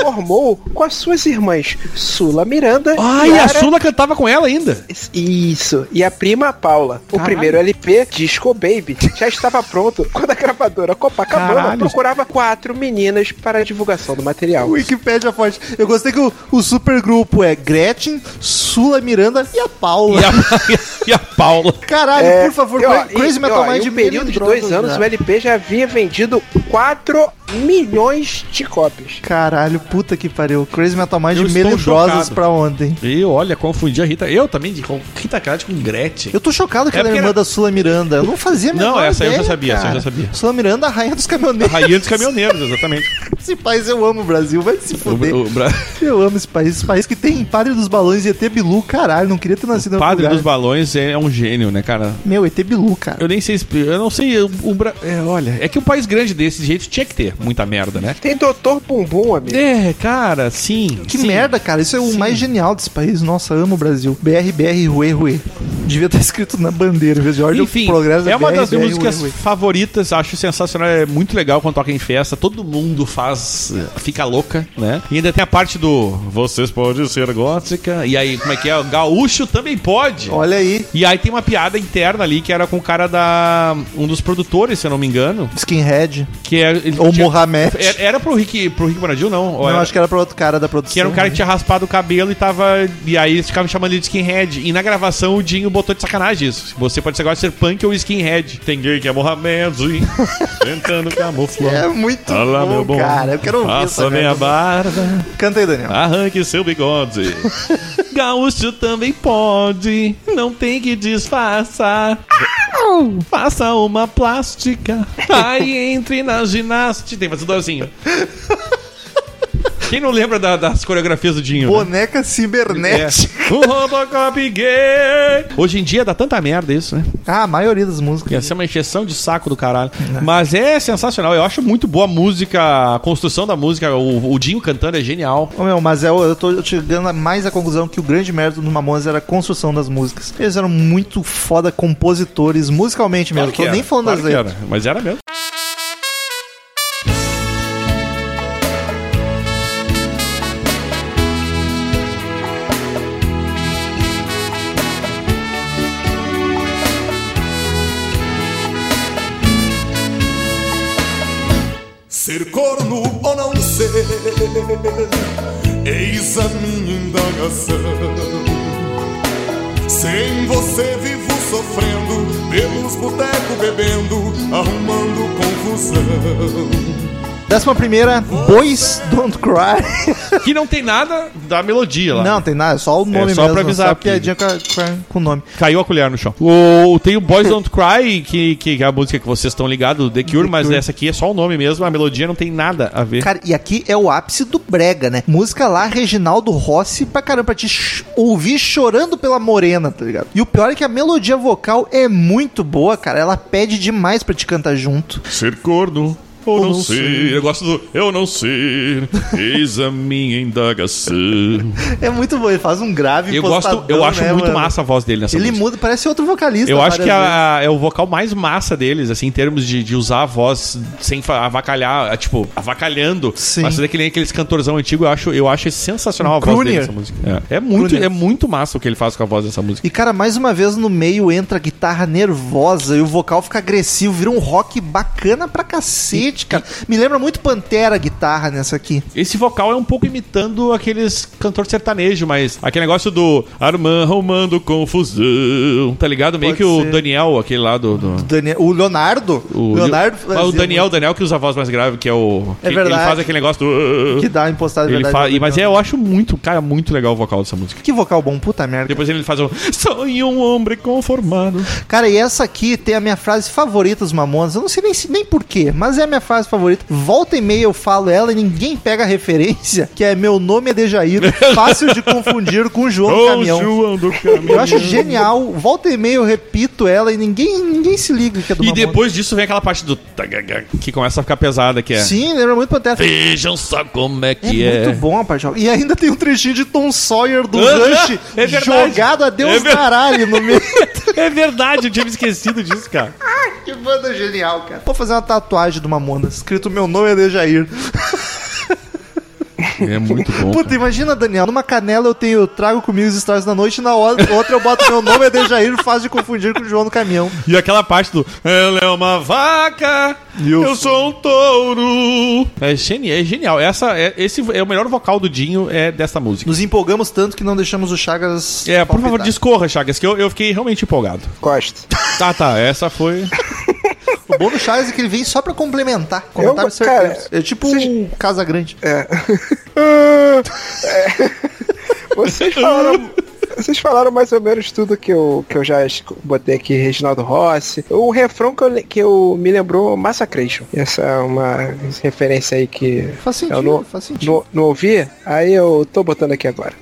formou com as suas irmãs Sula Miranda Ai, a Yara- Sula cantava com ela ainda. Isso, e a prima Paula. O primeiro LP, Disco Baby, já estava pronto quando a gravadora Copacabana Caralho. procurava quatro meninas para a divulgação do material. Wikipédia forte. Eu gostei que o, o supergrupo é Gretchen, Sula Miranda e a Paula. E a, e a Paula. Caralho, É, por favor, e, ó, Crazy e, Metal ó, Mind né? Em um período de dois melindrosa anos, já. o LP já havia vendido 4 milhões de cópias. Caralho, puta que pariu. Crazy Metal Eu Mind estou melindrosas chocado. pra ontem. E olha, confundi a Rita. Eu também, de com Rita Cadillac com Gretchen. Eu tô chocado que É ela é porque irmã era- da Sula Miranda. Eu não fazia a Não, menor essa eu já ideia, sabia, essa eu cara. já sabia. Sula Miranda, a rainha dos A caminhoneiros. rainha dos caminhoneiros, exatamente. Esse país eu amo o Brasil, vai se O, fuder. o bra- Eu amo esse país. Esse país que tem Padre dos Balões e ET Bilu, caralho. Não queria ter nascido em outro padre lugar. dos balões é é um gênio, né, cara? Meu, ET Bilu, cara. Eu nem sei. expli- Eu não sei. eu- O, Bra- é, olha, é que um país grande desse jeito tinha que ter muita merda, né? Tem Doutor Bumbum, amigo. É, cara, sim. Que sim. merda, cara. Isso é o mais genial desse país. Nossa, amo o Brasil. BR, BR, Rue, Rue. Devia estar escrito na bandeira, em vez de ordem Enfim, do progresso. é uma BR, das BR, minhas músicas Rue, Rue. favoritas, acho sensacional, é muito legal quando toca em festa, todo mundo faz, eh, fica louca, né? E ainda tem a parte do vocês podem ser gótica, e aí como é que é? Gaúcho também pode. Olha aí, E aí tem uma piada interna ali que era com o cara da um dos produtores, se eu não me engano, Skinhead. que é ele Ou tinha- Mohamed. era, era pro Rick, pro Rick Bonadil não? Ou Não, era- acho que era pra outro cara da produção. que era um cara né? que tinha raspado o cabelo e tava. E aí eles ficavam chamando ele de skinhead. E na gravação o Dinho botou de sacanagem isso. Você pode ser agora ser punk ou skinhead. Tem gay que é Mohamed, Zui, tentando camuflar. É muito Ah lá, bom, meu bom. cara. Eu quero ouvir Passa essa minha merda. barba, Canta aí, Ah. Daniel. arranque seu bigode. Gaúcho também pode, não tem que disfarçar. Faça uma plástica, aí entre na ginástica. Tem mais um dozinho. Quem não lembra da- das coreografias do Dinho? né? Boneca cibernética. É. O Robocop gay. Hoje em dia dá tanta merda isso, né? Ah, a maioria das Ia músicas. ser uma injeção de saco do caralho. Mas é sensacional. Eu acho muito boa a música, a construção da música. O, o Dinho cantando é genial. Ô, meu, mas é, o- eu tô chegando a mais à conclusão que o grande mérito do Mamonas era a construção das músicas. Eles eram muito foda compositores, musicalmente mesmo. tô era, nem falando claro das que letras. era, Mas era mesmo. Ser corno ou não ser, eis a minha indagação. Sem você vivo sofrendo, pelos botecos bebendo, arrumando confusão. Décima primeira, Boys Don't Cry. Que não tem nada da melodia lá. Não, tem nada, é só o nome só mesmo. pra avisar, só a piadinha com, a- com a- com o nome. Caiu a colher no chão. O, tem o Boys Don't Cry, que, que é a música que vocês estão ligados, The Cure, mas essa aqui é só o nome mesmo. A melodia não tem nada a ver. Cara, e aqui é o ápice do brega, né? Música lá, Reginaldo Rossi, pra caramba, pra te ch- ouvir chorando pela morena, tá ligado? E o pior é que a melodia vocal é muito boa, cara. Ela pede demais pra te cantar junto. Ser corno ou não, sei. Eu gosto do eu não sei. Eis a minha indagação. É muito bom, ele faz um grave Eu gosto, eu postadão, acho né, muito mano? massa a voz dele nessa Ele música. muda, parece outro vocalista. Eu acho várias que a- é o vocal mais massa deles, assim, em termos de, de usar a voz sem fa- avacalhar, ah, tipo, avacalhando. Sim. Mas fazer que nem aqueles cantorzão antigo, eu acho, eu acho sensacional a voz crooner. dele nessa música. É, É muito, Crooner. é muito massa o que ele faz com a voz dessa música. E, cara, mais uma vez no meio entra a guitarra nervosa e o vocal fica agressivo, vira um rock bacana pra cacete, cara. Me lembra muito Pantera a guitarra nessa aqui. Esse vocal é um pouco imitando aqueles cantor sertanejo, mas aquele negócio do Arman arrumando confusão, tá ligado? Meio Pode que o ser. Daniel, aquele lá do. do- Daniel- o Leonardo. O, Leonardo Mas fazia o Daniel, Daniel que usa a voz mais grave, que é o. É que verdade. Ele faz aquele negócio do. muito- Que dá impostado Ele fa... e- Mas é, eu acho muito, cara, muito legal o vocal dessa música. Que vocal bom, puta merda. Depois ele faz o. Sonho um homem conformado. Cara, e essa aqui tem a minha frase favorita dos Mamonas. Eu não sei nem, se- nem porquê, mas é a minha frase favorita. Volta e meia eu falo ela e ninguém pega a referência, que é meu nome é Dejair, fácil de confundir com João do Ô, Caminhão. João do Eu caminhão. acho genial. Volta e meia eu repito ela e ninguém, ninguém se liga que é do E Mamonas. depois disso vem aquela parte do. tagagá, Que começa a ficar pesada, que é. Sim, lembra muito Pantera. Vejam só como é É que é. muito bom a parte. E ainda tem um trechinho de Tom Sawyer do Ah, Rush é verdade. jogado a É Deus ver- caralho no meio. É verdade, eu tinha me esquecido disso, cara. que banda genial, cara. Vou fazer uma tatuagem do Mamonas, escrito meu nome é Dejair. É muito bom. Puta, imagina, Daniel, numa canela eu tenho, eu trago comigo os estralos da noite, na hora- outra eu boto meu nome é Dejair, faz de confundir com o João no caminhão. E aquela parte do Ela é uma vaca, eu, sou um touro. É, geni é genial. Essa, é, esse é o melhor vocal do Dinho é dessa música. Nos empolgamos tanto que não deixamos o Chagas. É, por favor, palpitar. discorra, Chagas, que eu, eu fiquei realmente empolgado. Gosto. Tá, tá, essa foi. O bom do Chagas é que ele vem só pra complementar. Comentários cara, certeiros. É tipo um Casa Grande. É, Vocês falaram. Vocês falaram mais ou menos tudo que eu, que eu já es- botei aqui, Reginaldo Rossi. O refrão que eu, le- que eu me lembrou, Massacration. Essa é uma referência aí que Faz sentido, eu não, faz sentido. não, não ouvi, aí eu tô botando aqui agora.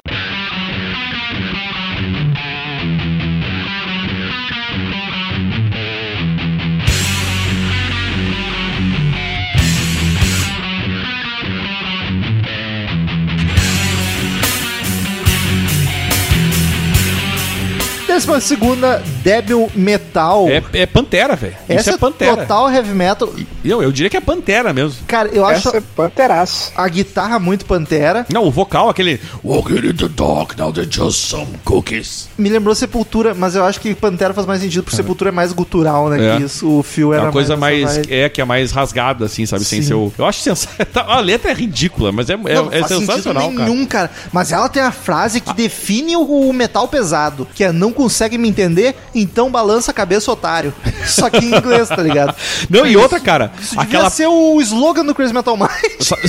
Décima segunda, Devil Metal. É, é Pantera, velho. Isso Essa é Pantera. total heavy metal. Não, eu diria que é Pantera mesmo. Cara, eu acho Essa é panteraço. a guitarra muito pantera. Não, o vocal, aquele. Walking in the dark, now they're just some cookies. Me lembrou Sepultura, mas eu acho que Pantera faz mais sentido, porque Sepultura é mais gutural, né? É. Que isso, o fio É era uma coisa mais. essa vibe. É, que é mais rasgada, assim, sabe? Sem Sim. ser o. Eu acho sensacional. A letra é ridícula, mas é, é- Não, é faz sentido sensacional, cara. nenhum, cara. Mas ela tem a frase que define o, o metal pesado, que é não consegue me entender, então balança a cabeça, otário. Só que em inglês, tá ligado? Não, e outra, cara. Isso devia Aquela ser o slogan do Crazy Metal Mind. Só-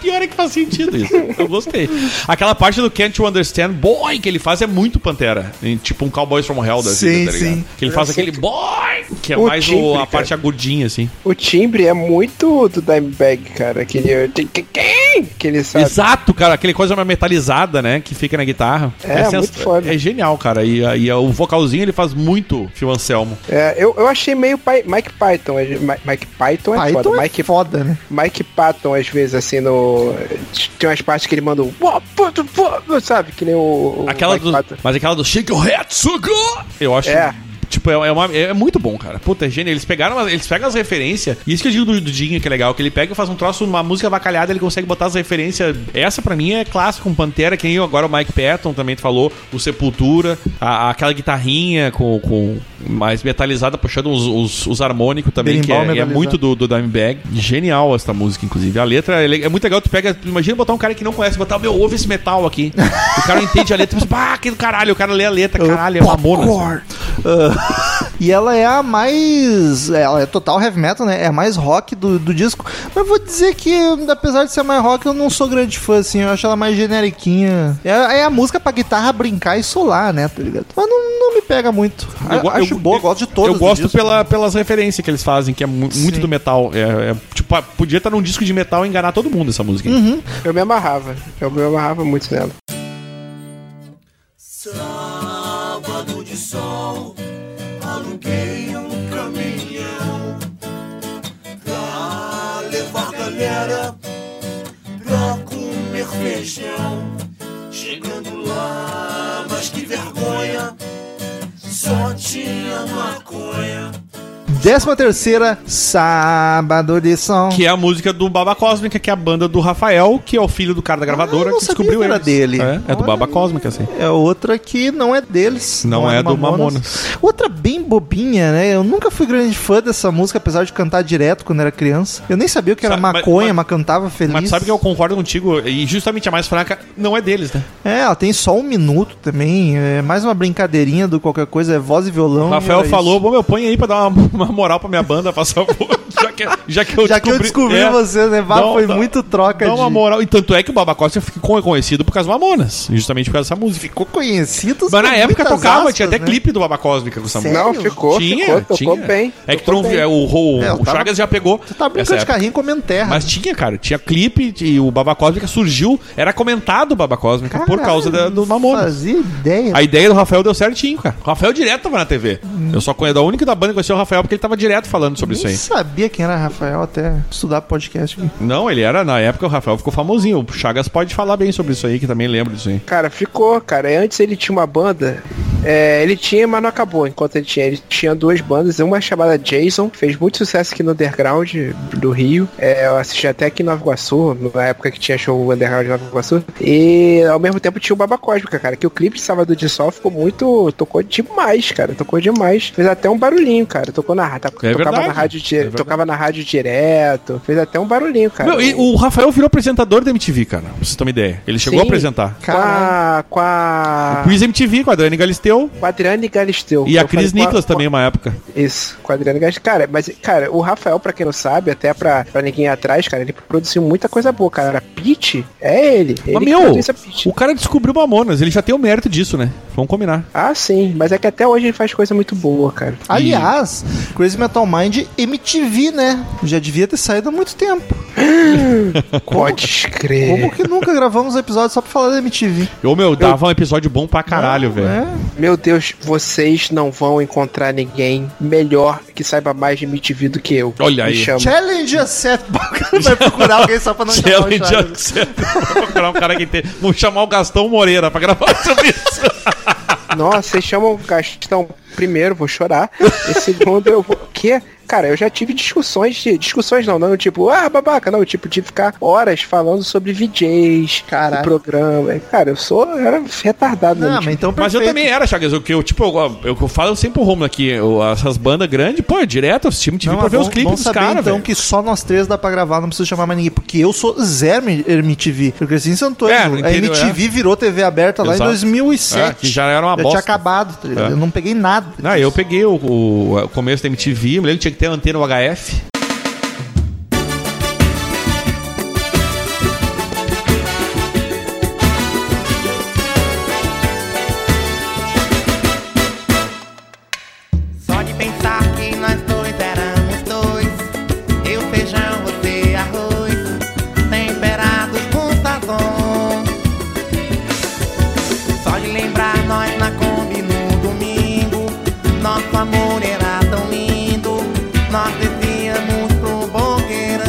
Pior é que faz sentido isso. Eu gostei. Aquela parte do Can't You Understand Boy que ele faz é muito Pantera. Em, tipo um Cowboys from Hell da Sim, vida, tá ligado? sim. Que ele faz aquele boy, que é O mais o- timbre, a cara. parte agudinha, assim. O timbre é muito do Dimebag, cara. Aquele. Aquele sabe. Exato, cara. Aquele coisa mais metalizada, né? Que fica na guitarra. É, sens- muito foda. É genial, cara. E, e o vocalzinho ele faz muito Phil Anselmo. É, eu, eu achei meio Pai- Mike Python. é, Mi- Mike Python é Python foda. é Mike foda, né? Mike Patton, às vezes, assim, no. Tem umas partes que ele manda um. "Wah, puto, pô", Sabe? Que nem o. o Aquela Mike do, Patton. mas aquela do Shake Your Head, Sugar! Eu acho. É. Tipo, é, é uma- é muito bom, cara. Puta, é gênio. Eles pegaram, as- eles pegam as referências. E isso que eu digo do, do Dinho, que é legal, que ele pega e faz um troço, uma música avacalhada, ele consegue botar as referências. Essa, pra mim, é clássico, um Pantera, que nem agora o Mike Patton também tu falou, o Sepultura, a- aquela guitarrinha com, com mais metalizada, puxando os, os, os harmônicos também, que Berimbau é, é metalizado. muito do, do Dimebag. Genial essa música, inclusive. A letra é, le- é muito legal. Tu pega, tu imagina botar um cara que não conhece, botar, meu, ouve esse metal aqui. o cara não entende a letra, pensa, pá, que do caralho. O cara lê a letra, caralho, é mamona. Popcorn. Ah, e ela é a mais. Ela é total heavy metal, né? É a mais rock do, do disco. Mas eu vou dizer que, apesar de ser mais rock, eu não sou grande fã, assim. Eu acho ela mais generiquinha. É, é a música pra guitarra brincar e solar, né? Tá ligado? Mas não, não me pega muito. Eu go- A- acho eu- boa, gosto de todas. Eu do gosto disco. pela, pelas referências que eles fazem, que é mu- muito Sim. do metal. É, é, tipo, ah, podia estar num disco de metal e enganar todo mundo essa música. Uhum. Eu me amarrava. Eu me amarrava muito nela. Sábado de sol, aluguei um caminhão pra espera pra comer feijão. Chegando lá, mas que vergonha, só tinha maconha. Décima terceira, Sábado de Som. Que é a música do Baba Cósmica, que é a banda do Rafael, que é o filho do cara da Ah, gravadora, eu não que sabia descobriu que era eles. dele. É, é do Baba Cósmica, assim. É outra que não é deles. Não é do Outra bem bobinha, né? Eu nunca fui grande fã dessa música, apesar de cantar direto quando era criança. Eu nem sabia o que era Sabe, mas- maconha, mas, mas- cantava feliz. Mas tu sabe que eu concordo contigo, e justamente a mais fraca não é deles, né? É, ela tem só um minuto também. É mais uma brincadeirinha do qualquer coisa, é voz e violão. O e Rafael era falou, isso. bom, meu, põe aí pra dar uma, uma moral pra minha banda, por favor. já, que, já que eu Já que eu descobri é, você, né? Vá, Dá um- foi dá- muito troca Dá uma de... moral. E tanto é que o Baba Cósmica ficou conhecido por causa do Mamonas, justamente por causa dessa música. Ficou conhecido. Mas na com época muitas tocava, aspas, tinha até né? clipe do Baba Cósmica com essa música. Não, ficou, ficou, tocou bem. É que tu tocou não viu, bem. é, o, o, É, eu o tava- Chagas já pegou. Tu tá brincando essa de época. carrinho comendo terra. Mas tinha, cara, tinha clipe e o Baba Cósmica surgiu, era comentado o Baba Cósmica por causa da- do Mamonas. Fazia ideia. A ideia do Rafael deu certinho, cara. O Rafael direto tava na TV. Eu só conheço a única da banda que conheceu o Rafael porque ele tava direto falando sobre Nem isso sabia quem era Rafael até estudar podcast aqui. aí. Não, ele era, na época, o Rafael ficou famosinho. O Chagas pode falar bem sobre isso aí, que também lembro disso aí. Cara, ficou, cara. Antes ele tinha uma banda. é, ele tinha, mas não acabou enquanto ele tinha. Ele tinha duas bandas, uma chamada Jason, que fez muito sucesso aqui no Underground do Rio. É, eu assisti até aqui em Nova Iguaçu, na época que tinha show Underground em Nova Iguaçu. E ao mesmo tempo tinha o Baba Cósmica, cara, que o clipe de Sábado de Sol ficou muito. tocou demais, cara. Tocou demais. Fez até um barulhinho, cara. Tocou na, ra- tocava É verdade, na rádio. di- é verdade. tocava na rádio direto. Fez até um barulhinho, cara. Meu, e o Rafael virou apresentador da MTV, cara. Pra vocês terem uma ideia. Ele chegou Sim. a apresentar. Com a. Com a... Quiz MTV com a Dani Galisteu Com a Adriane Galisteu. e a Eu falei Cris com a- Nicolas com a- também, uma época. Isso, com a Adriane Galisteu. Cara, mas, cara, o Rafael, pra quem não sabe, até pra, pra ninguém ir atrás, cara, ele produziu muita coisa boa, cara. A Pete é ele. ele Mas, que meu, produz a Pitty. o cara descobriu Mamonas. Ele já tem o mérito disso, né? Vamos combinar. Ah, sim, mas é que até hoje ele faz coisa muito boa, cara. Aliás, Crazy Metal Mind MTV, né? Já devia ter saído há muito tempo. Ah, Pode crer. Como que nunca gravamos um episódio só pra falar da MTV? Ô, meu, dava um episódio bom pra caralho, velho. É. Meu Deus, vocês não vão encontrar ninguém melhor que saiba mais de MTV do que eu. Olha aí. Me chama. Challenge accept. O cara vai procurar alguém só pra não chamar o Challenge Charles. accepted. Vou procurar um cara que tem. Vou chamar o Gastão Moreira pra gravar sobre isso. Nossa, vocês chamam o Gastão primeiro, vou chorar. E segundo, eu vou. Que? Cara, eu já tive discussões de. Discussões não, não, tipo, ah, babaca, não, tipo, de ficar horas falando sobre VJs, Caralho. cara, programa. Cara, eu sou. Eu era retardado, né? Tipo, Não, mesmo, mas então Mas eu perfeito. também era, Chagas. O que eu, tipo, eu, eu, eu falo sempre o Romulo aqui. eu- essas bandas grandes, pô, eu direto assisti MTV Não, pra mas ver os bom- clipes bom dos saber, caras, então, velho. que só nós três dá pra gravar, não precisa chamar mais ninguém, porque eu sou zero MTV. Eu cresci em Santo É, no Antônio. a interior, MTV virou TV aberta lá em Exato. 2007. É, que já era uma já bosta. tinha acabado, tá ligado? É. Eu não peguei nada. Ah, eu peguei o, o- o começo da MTV, me lembro que tinha que ter antena UHF. Só de pensar que nós dois éramos dois Eu feijão, você arroz Temperados com sazon Só de lembrar nós na Kombi no domingo Nosso amor era tão lindo Nós desciamos pro boqueirão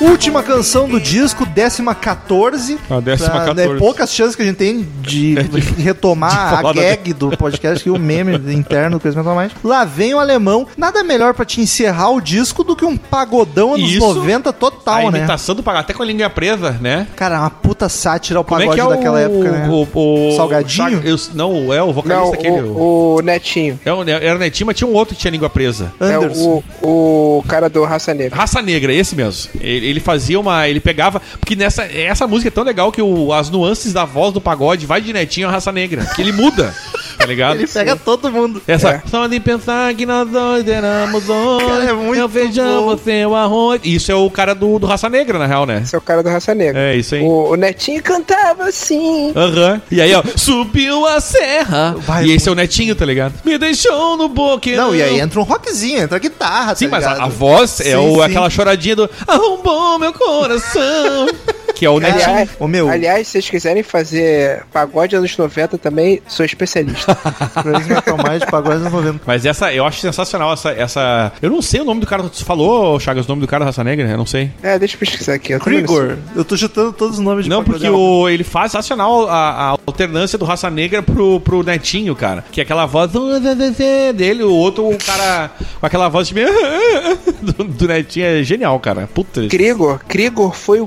Última canção do disco, décima 14. A Ah, décima Pra- 14. né, poucas chances que a gente tem de, de retomar falar a da- gag do podcast, que é o meme interno do Crescimento Mais. Lá vem o alemão. Nada melhor pra te encerrar o disco do que um pagodão anos Isso, 90 a total, né? imitação do Pagá, até com a língua presa, né? Cara, é uma puta sátira ao Como é pagode que é o, daquela época, né? o, o Salgadinho? Chagas- eu- não, é o vocalista Não, aquele. O, o, o Netinho. é o, era o Netinho, mas tinha um outro que tinha língua presa. Anderson. É o, o cara do Raça Negra. Raça Negra, esse mesmo. Ele, ele fazia uma. Ele pegava. Porque nessa, essa música é tão legal que o- as nuances da voz do pagode vai de netinho à raça negra. Que ele muda, tá ligado? Ele pega todo mundo. Essa. É. Só de pensar que nós dois éramos dois. Cara, é muito eu feijão, bom. você o arroz. Isso é o cara do, do Raça Negra, na real, né? Esse é o cara do Raça Negra. É isso aí. O, o Netinho cantava assim. Aham. E aí, ó, subiu a serra. Vai, e esse é o netinho, tá ligado? Me deixou no boqueirão. Não, e aí entra um rockzinho, entra a guitarra, Sim, tá mas a, ligado? a voz Sim, é o, sim. aquela choradinha do arrombou meu coração. que é o Netinho. Aliás, Ô, meu. aliás, se vocês quiserem fazer pagode anos 90 também, sou especialista. Crazy Metal Mind, pagode anos 90. Mas essa, eu acho sensacional essa, essa. Eu não sei o nome do cara. Tu falou, Chagas, o nome do cara da raça negra? Eu não sei. é, deixa eu pesquisar aqui. eu também não sei. Krigor. Eu tô chutando todos os nomes de Não, pagode porque anos o, ele faz sensacional a, a alternância do Raça Negra pro, pro Netinho, cara. Que é aquela voz dele, o outro, o cara com aquela voz de... do, do Netinho é genial, cara. Puta. Krigor, Krigor foi o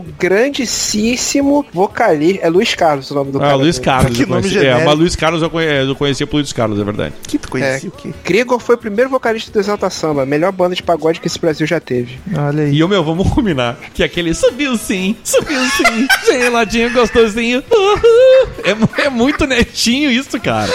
grandíssimo vocalista. É Luiz Carlos o nome do Ah, cara. Luiz Carlos. Que eu nome conheci. É, genérico. mas Luiz Carlos eu conhe- eu conhecia pro Luiz Carlos, é verdade. Que tu conhecia o quê? Krigor foi o primeiro vocalista do Exalta Samba, a melhor banda de pagode que esse Brasil já teve. Olha aí. E eu, meu, vamos combinar. Que aquele subiu sim, subiu sim, geladinho, gostosinho. Uhul. É, mu- é muito netinho isso, cara.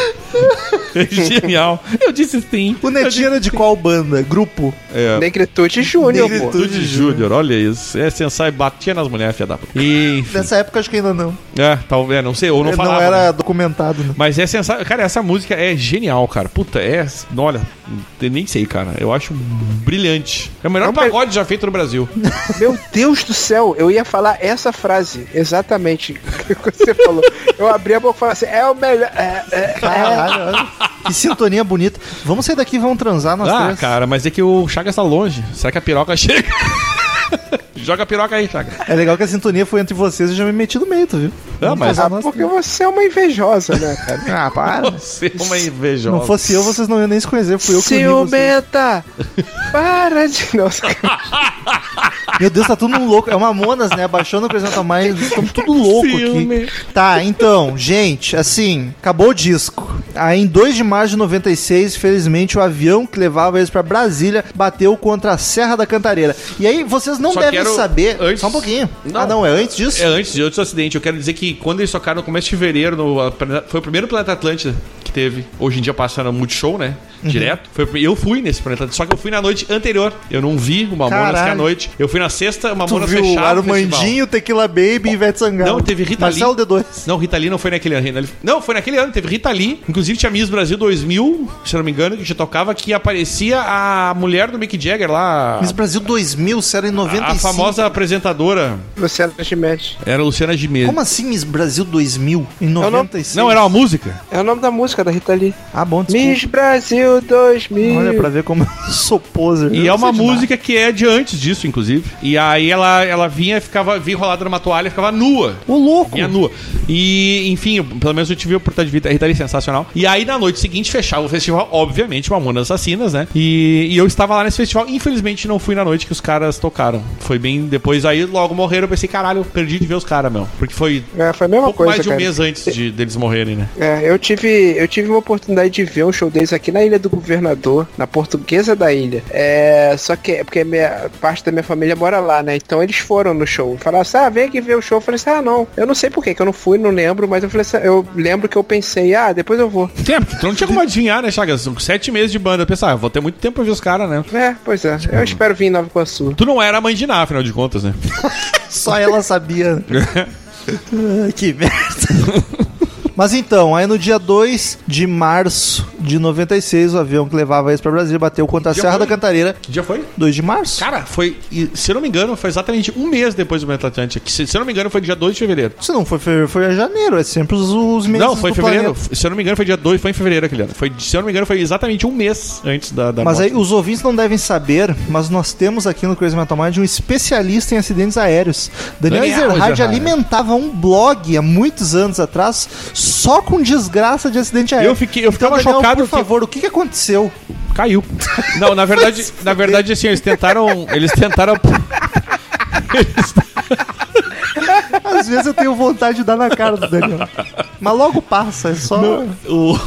É genial. Eu disse sim. O Netinho era de qual banda? Grupo? É, Negritude Júnior, pô. Negritude. Tudo Júnior, olha isso. É sensai, batia nas mulheres, filha da puta. E. enfim. Nessa época acho que ainda não. É, talvez, não sei, ou não Não, falava. era né? documentado, né? Mas é sensacional. Cara, essa música é genial, cara. Puta, é. Olha, eu nem sei, cara. Eu acho brilhante. É o melhor Não, mas- pagode já feito no Brasil. Meu Deus do céu, eu ia falar essa frase, exatamente que você falou. Eu abri a boca e falei assim, é o melhor. é, é, Caralho, olha. Que sintonia bonita. Vamos sair daqui e vamos transar nós ah, três. cara, mas é que o Chagas tá longe. Será que a piroca chega? Joga a piroca aí, Chagas. É legal que a sintonia foi entre vocês e eu já me meti no meio, tu viu? Ah, Vamos mas- transar ah, nós porque três. você é uma invejosa, né, cara? Ah, para. Você é uma invejosa. Não fosse eu, vocês não iam nem se conhecer. Fui eu que uni vocês. Ciumenta! Para de. Nossa, Meu Deus, tá tudo um louco. É uma Monas, né? Abaixando o Crescenta Mais. Estamos tudo louco Ciúme. aqui. Tá, então, gente, assim, acabou o disco. Aí, em 2 de março de 96, felizmente, o avião que levava eles pra Brasília bateu contra a Serra da Cantareira. E aí, vocês não Só devem quero- saber. antes- Só um pouquinho. Não. Ah, não, é antes disso? É, antes de outro acidente, eu quero dizer que quando eles tocaram no começo de fevereiro, no- a- foi o primeiro Planeta Atlântida que teve. Hoje em dia passa no Multishow, né? Uhum. Direto. Foi o pri- eu fui nesse Planeta Atlântida, só que eu fui na noite anterior. Eu não vi o Mamonas que é à Caralho. noite. Eu fui na sexta, o Tu Mamonas viu o fechado. no festival. Armandinho, Tequila Baby e Ivete Sangalo. Não, teve Rita Marcelo Lee. D2. Não, Rita Lee não foi naquele ano. Ele- Não, foi naquele ano. Teve Rita Lee. Inclusive tinha Miss Brasil 2000, se eu não me engano, que já tocava, que aparecia a mulher do Mick Jagger lá. Miss Brasil 2000, se era em Ah. A 95. famosa apresentadora Luciano Gimenez. era a Luciana Gimenez. Como assim Miss Brasil 2000? Em não- 96? Não, era uma música. É o nome da música da Rita Lee. Ah, bom, desculpa. Miss Brasil 2000. Olha pra ver como eu sou poser. E Eu não é sei uma de nada. música que é de antes disso, inclusive. E aí ela, ela vinha, ficava, vinha enrolada numa toalha, ficava nua. O louco. Minha nua. E, enfim, pelo menos eu tive a oportunidade de ver a Rita Lee, sensacional. E aí, na noite seguinte, fechava o festival, obviamente, Mamonas Assassinas, né? E, e eu estava lá nesse festival. Infelizmente, não fui na noite que os caras tocaram. Foi bem depois, aí logo morreram. Eu pensei, caralho, eu perdi de ver os caras, meu. Porque foi É, foi a mesma pouco coisa, mais de um cara. mês antes de, deles morrerem, né? É, eu tive, eu tive uma oportunidade de ver um show deles aqui na Ilha do Governador, na Portuguesa da Ilha. É, só que é porque minha parte da minha família mora lá, né? Então eles foram no show. Falaram assim: "Ah, vem aqui ver o show". Eu falei assim: "Ah, não. Eu não sei por quê, que eu não fui, não lembro, mas eu falei assim, eu lembro que eu pensei: "Ah, depois eu vou". Tempo, então não tinha como adivinhar, né, Chagas? São Sete meses de banda. Eu pensava, vou ter muito tempo pra ver os caras, né? É, pois é. Eu espero vir em Nova Iguaçu. Tu não era a mãe de Ná, afinal de contas, né? Só ela sabia. Ah, que merda. Mas então, aí no dia 2 de março de 96, o avião que levava eles pra Brasília bateu contra a Dia Serra da foi? Cantareira. Que dia foi? 2 de março. Cara, foi. e, Se eu não me engano, foi exatamente um mês depois do Planeta Atlântica. que Se, se eu não me engano, foi dia 2 de fevereiro. Se não foi, fe- foi em janeiro, é sempre os, os meses não, foi em do fevereiro. planeta. Se eu não me engano, foi dia 2, foi em fevereiro aquele ano. Foi, se eu não me engano, foi exatamente um mês antes da. da Mas morte. aí os ouvintes não devem saber, mas nós temos aqui no Crazy Metal Mind um especialista em acidentes aéreos. Daniel Daniel Ezerhard Ezerhard. alimentava um blog há muitos anos atrás só com desgraça de acidente aéreo. Então, Eu fiquei- eu ficava Daniel, chocado Por que- favor, o que, que aconteceu? Caiu. Não, na verdade, na verdade, assim, eles tentaram. Eles tentaram. Às vezes eu tenho vontade de dar na cara do Daniel. Mas logo passa, é só. o-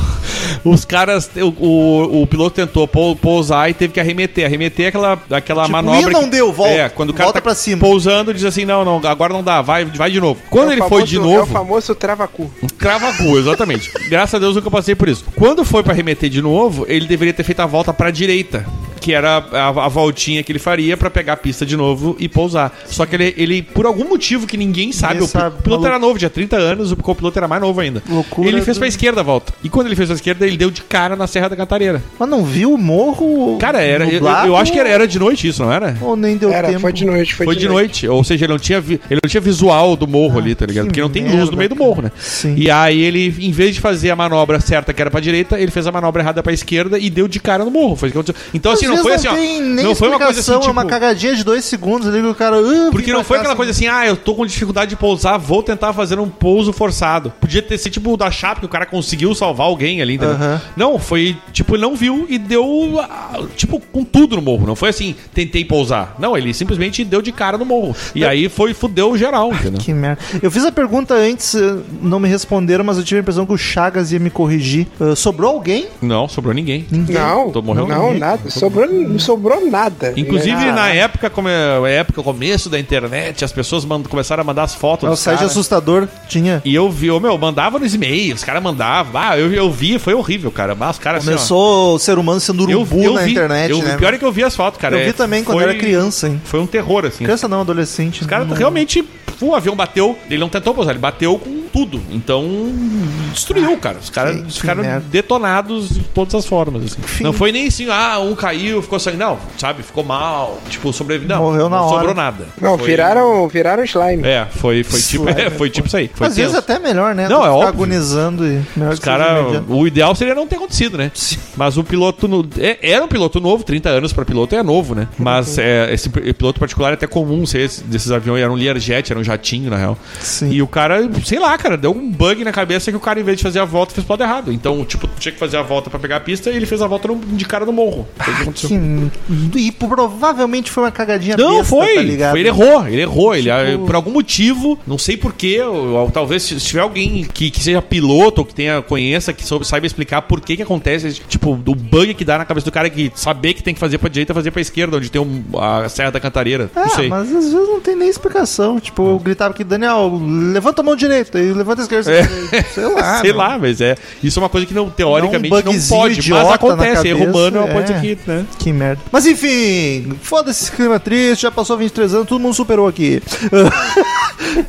os caras. O, o, o piloto tentou pou- pousar e teve que arremeter. Arremeter é aquela, aquela Tipo, manobra. "Ih, não que- deu, volta. É, quando o cara Volta tá pra cima." pousando, diz assim: não, não, agora não dá, vai, vai de novo. Quando É o ele foi famoso- de É o novo. famoso trava-cu. Crava cu, exatamente. Graças a Deus nunca passei por isso. Quando foi pra remeter de novo, ele deveria ter feito a volta pra direita. que era a, a voltinha que ele faria pra pegar a pista de novo e pousar. Só que ele, ele por algum motivo que ninguém sabe, o sabe, pi- piloto maluco. era novo, tinha 30 anos, o copiloto era mais novo ainda. Loucura ele fez do- pra esquerda a volta. E quando ele fez pra esquerda, ele deu de cara na Serra da Cantareira. Mas não viu o morro? Cara, era, eu, nublado? eu acho que era, era de noite isso, não era? Ou nem deu Era, tempo? foi de noite, foi, Foi de noite. Ou seja, ele não tinha, vi- ele não tinha visual do morro ali, tá ligado? que Porque não tem luz merda, no meio do morro, né? é, Sim. E aí ele, em vez de fazer a manobra certa que era pra direita, ele fez a manobra errada pra esquerda e deu de cara no morro. Foi isso que aconteceu. Então, assim, Às não vezes foi assim, ó. tem nem Não foi uma coisa assim, explicação, tipo, É uma cagadinha de dois segundos ali que o cara... "Ah, Porque vim não pra foi cá, aquela assim, coisa assim, ah, eu tô com dificuldade de pousar, vou tentar fazer um pouso forçado. Podia ter sido tipo o da chapa que o cara conseguiu salvar alguém ali, entendeu? Aham. Não, foi tipo, ele não viu e deu, ah, tipo, com tudo no morro. Não foi assim, tentei pousar. Não, ele simplesmente deu de cara no morro. E aí foi, fudeu geral, entendeu? Que merda. Eu fiz a pergunta antes, eh, não me responderam, mas eu tive a impressão que o Chagas ia me corrigir. Ah, sobrou alguém? Não, sobrou ninguém. Não, Tô morrendo. não, nada. Sobrou, não sobrou nada. Inclusive, Né? na época, como é, época, começo da internet, as pessoas mand- começaram a mandar as fotos É o dos site caras. assustador. Tinha. E eu vi, eu, meu, mandava nos e-mails, os caras mandavam. Ah, eu, eu vi, foi horrível, cara. Mas os caras assim, ó, Começou o ser humano sendo urubu na vi, internet, eu, né? O pior é que eu vi as fotos, cara. Eu vi É, também quando foi- era criança, hein? Foi um terror, assim. Criança não, adolescente. Os caras realmente. O avião bateu, ele não tentou pousar, ele bateu com tudo. Então, destruiu, cara. Os caras que ficaram Ah, merda. detonados de todas as formas. assim. Não foi nem assim, ah, um caiu, ficou sangue. Não, sabe, ficou mal. Tipo, sobreviveu. Não, Morreu na não hora. sobrou nada. Não, Foi- viraram, viraram slime. É, foi, foi, tipo, é, foi tipo isso aí. Foi Às vezes tenso. até melhor, né? Não, Tu é ficar óbvio. agonizando e melhor Os cara, o ideal seria não ter acontecido, né? Sim. Mas o piloto. No, é- era um piloto novo, 30 anos pra piloto é novo, né? Mas é, esse p- piloto particular é até comum ser esse- desses aviões. Era um Learjet, era um jatinho, na real. Sim. E o cara, sei lá, cara, deu um bug na cabeça que o cara, em vez de fazer a volta, fez pro lado errado. Então, tipo, tinha que fazer a volta pra pegar a pista e ele fez a volta no- de cara no morro. Foi o que aconteceu. Que- E provavelmente foi uma cagadinha Não, besta, foi. tá ligado? Tipo, Foi, Ele errou, ele errou. Ele, ah, por algum motivo, não sei porquê, ou, ou talvez se se tiver alguém que, que seja piloto ou que tenha, conheça, que soube- saiba explicar por que que acontece, esse, tipo, do bug que dá na cabeça do cara que saber que tem que fazer pra direita fazer pra esquerda, onde tem um- a Serra da Cantareira. Ah, não sei. mas às vezes não tem nem explicação. Tipo, eu gritava que Daniel, levanta a mão direita e levanta a esquerda. Sei lá. sei né? lá, mas é. Isso é uma coisa que não, teoricamente, Dá um não bugzinho pode, mas idiota na acontece. Erro cabeça, humano é uma coisa é. que, né? Que merda. Mas enfim, foda-se esse clima triste, já passou 23 anos, todo mundo superou aqui.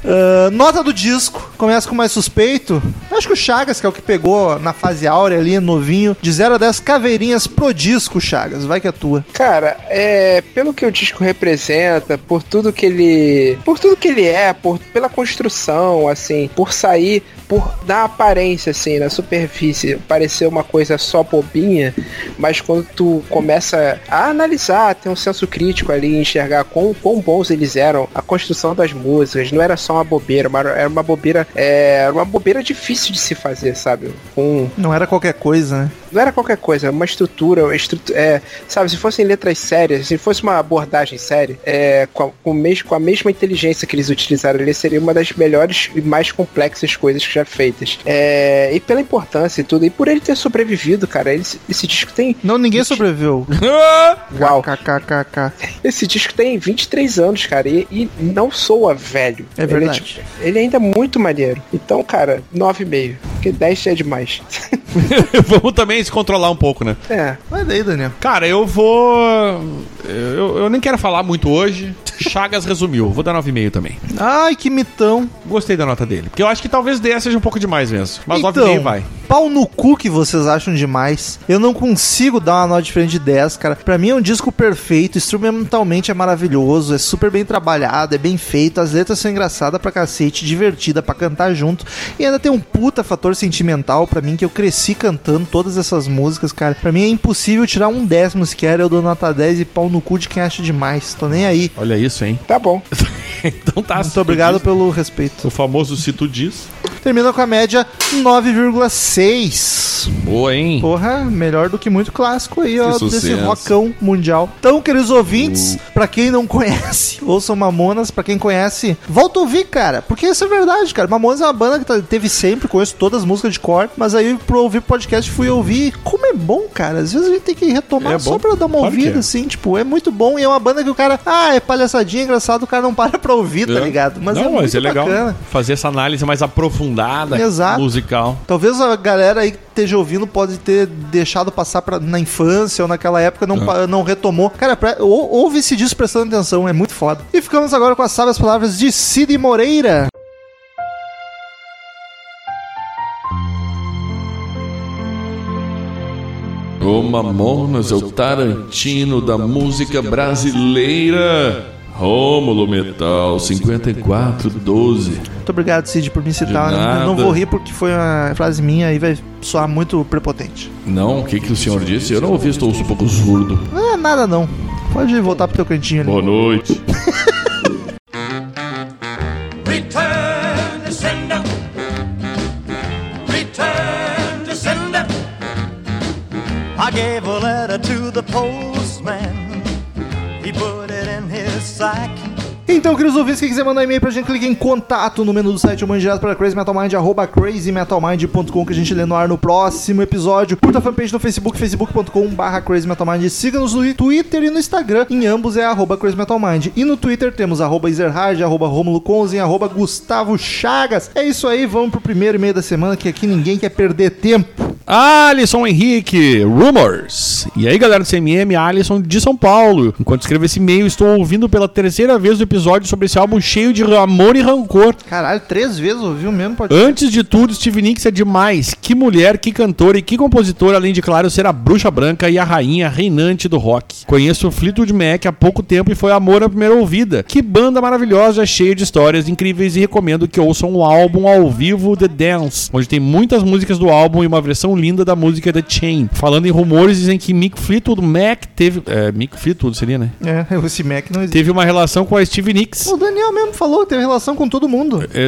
Ah, nota do disco, começa com o mais suspeito. Acho que o Chagas, que é o que pegou na fase áurea ali, novinho, de 0 a 10 caveirinhas pro disco, Chagas, vai que é tua. Cara, é, pelo que o disco representa, por tudo que ele. Por tudo que ele é, por, pela construção, assim, por sair, por dar aparência, assim, na superfície, parecer uma coisa só bobinha, mas quando tu começa a analisar, ter um senso crítico ali, enxergar quão, quão bons eles eram, a construção das músicas, não era só uma bobeira, mas era uma bobeira. É, era uma bobeira difícil de se fazer, sabe? Com Não era qualquer coisa, né? não era qualquer coisa, era uma estrutura, uma estrutu- é, sabe, se fossem letras sérias, se fosse uma abordagem séria, é, com, a, com, o mes- com a mesma inteligência que eles utilizaram ali, seria uma das melhores e mais complexas coisas já feitas. É, e pela importância e tudo, e por ele ter sobrevivido, cara, ele- esse disco tem. Não, ninguém sobreviveu. Uau! KKKK. Esse disco tem 23 anos, cara, e, e não soa velho. É Ele verdade. tipo- Ele, ainda é muito maneiro. Então, cara, 9,5. Porque 10 é demais. Vamos também se controlar um pouco, né? é. Vai daí, Daniel. Cara, eu vou. Eu, eu nem quero falar muito hoje. Chagas resumiu. Vou dar 9,5 também. Ai, que mitão. Gostei da nota dele. Porque eu acho que talvez 10 seja um pouco demais mesmo. Mas então, 9,5 vai. Pau no cu que vocês acham demais. Eu não consigo dar uma nota diferente de 10, cara. Pra mim é um disco perfeito, instrumentalmente é maravilhoso, é super bem trabalhado, é bem feito, as letras são engraçadas pra cacete, divertida pra cantar junto. E ainda tem um puta fator sentimental pra mim, que eu cresci cantando todas essas músicas, cara. Pra mim é impossível tirar um décimo sequer, eu dou nota 10 e pau no cu de quem acha demais. Tô nem aí. Olha isso, hein? Tá bom. então tá. se Muito tu obrigado diz. pelo respeito. O famoso se tu diz. Termina com a média 9,6. Boa, hein? Porra, melhor do que muito clássico aí, ó, desse sucesso. Uh. rockão mundial. Então, queridos ouvintes, pra quem não conhece, ouçam Mamonas, pra quem conhece, volta a ouvir, cara, porque isso é verdade, cara. Mamonas é uma banda que tá- teve sempre, conheço todas as músicas de cor, mas aí pra ouvir podcast fui ouvir, e como é bom, cara. Às vezes a gente tem que retomar É só bom. pra dar uma Claro que ouvida, é. assim, tipo, é muito bom e é uma banda que o cara, ah, é palhaçadinha engraçadinha, engraçado, o cara não para pra ouvir, tá ligado? Mas não, é muito mas é legal bacana. fazer essa análise mais aprofundada Exato. musical. Talvez a galera aí que esteja ouvindo pode ter deixado passar pra- na infância ou naquela época, não, pa- não retomou. Cara, pra, ou- ouve esse disco prestando atenção, é muito foda. E ficamos agora com as sábias palavras de Cid Moreira. O Mamonas é o Tarantino da música brasileira. Rômulo Metal 5412. Muito obrigado, Cid, por me citar. De Eu Não nada. vou rir porque foi uma frase minha e vai soar muito prepotente. Não, o que, que o senhor disse? Eu não ouvi, estou um pouco surdo. Não é nada não. Pode voltar pro teu cantinho ali. Boa noite. Return to sender. Return to sender. I gave a letter to the postman. He put it in his sack. Então, queridos ouvintes, quem quiser mandar e-mail pra gente, clique em contato no menu do site ou mande direto para crazymetalmind, arroba crazymetalmind.com que a gente lê no ar no próximo episódio. Curta a fanpage no Facebook, facebook.com barra crazymetalmind. Siga-nos no Twitter e no Instagram, em ambos é arroba crazymetalmind. E no Twitter temos arroba Ezerhard, arroba Romulo Conzen, arroba Gustavo Chagas. É isso aí, vamos pro primeiro e-mail da semana que aqui ninguém quer perder tempo. Alisson Henrique, Rumors. E aí, galera do CMM, Alisson de São Paulo. Enquanto escrevo esse e-mail, estou ouvindo pela terceira vez o episódio sobre esse álbum cheio de amor e rancor. Caralho, três vezes ouviu mesmo, pode Antes de tudo, Steve Nicks é demais. Que mulher, que cantora e que compositora, além de, claro, ser a bruxa branca e a rainha reinante do rock. Conheço o Fleetwood Mac há pouco tempo e foi amor à primeira ouvida. Que banda maravilhosa, cheia de histórias incríveis e recomendo que ouçam o álbum ao vivo The Dance, onde tem muitas músicas do álbum e uma versão linda da música The Chain. Falando em rumores, dizem que Mick Fleetwood Mac teve... É, Mick Fleetwood seria, né? É, esse Mac não existe. Teve uma relação com a Steve Nicks. O Daniel mesmo falou, tem relação com todo mundo. É,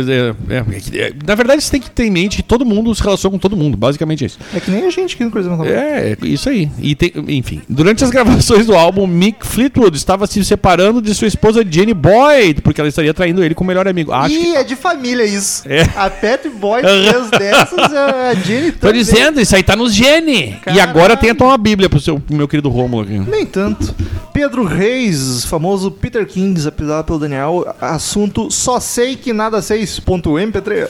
é, é, é que- é, na verdade, você tem que ter em mente que todo mundo se relaciona com todo mundo, basicamente é isso. É que nem a gente aqui no Crazy Metal Mind. É, é isso aí. E tem- enfim, durante as gravações do álbum, Mick Fleetwood estava se separando de sua esposa Jenny Boyd, porque ela estaria traindo ele com o melhor amigo. Acho Ih, que. é de família isso. É. A Pet Boy fez dessas, é a Jenny Tô também. dizendo, isso aí tá nos Jenny. E agora tenta uma Bíblia pro, seu, pro meu querido Rômulo aqui. Nem tanto. Pedro Reis, famoso Peter King, apelidado pelo Daniel, assunto só sei que nada sei.mp3.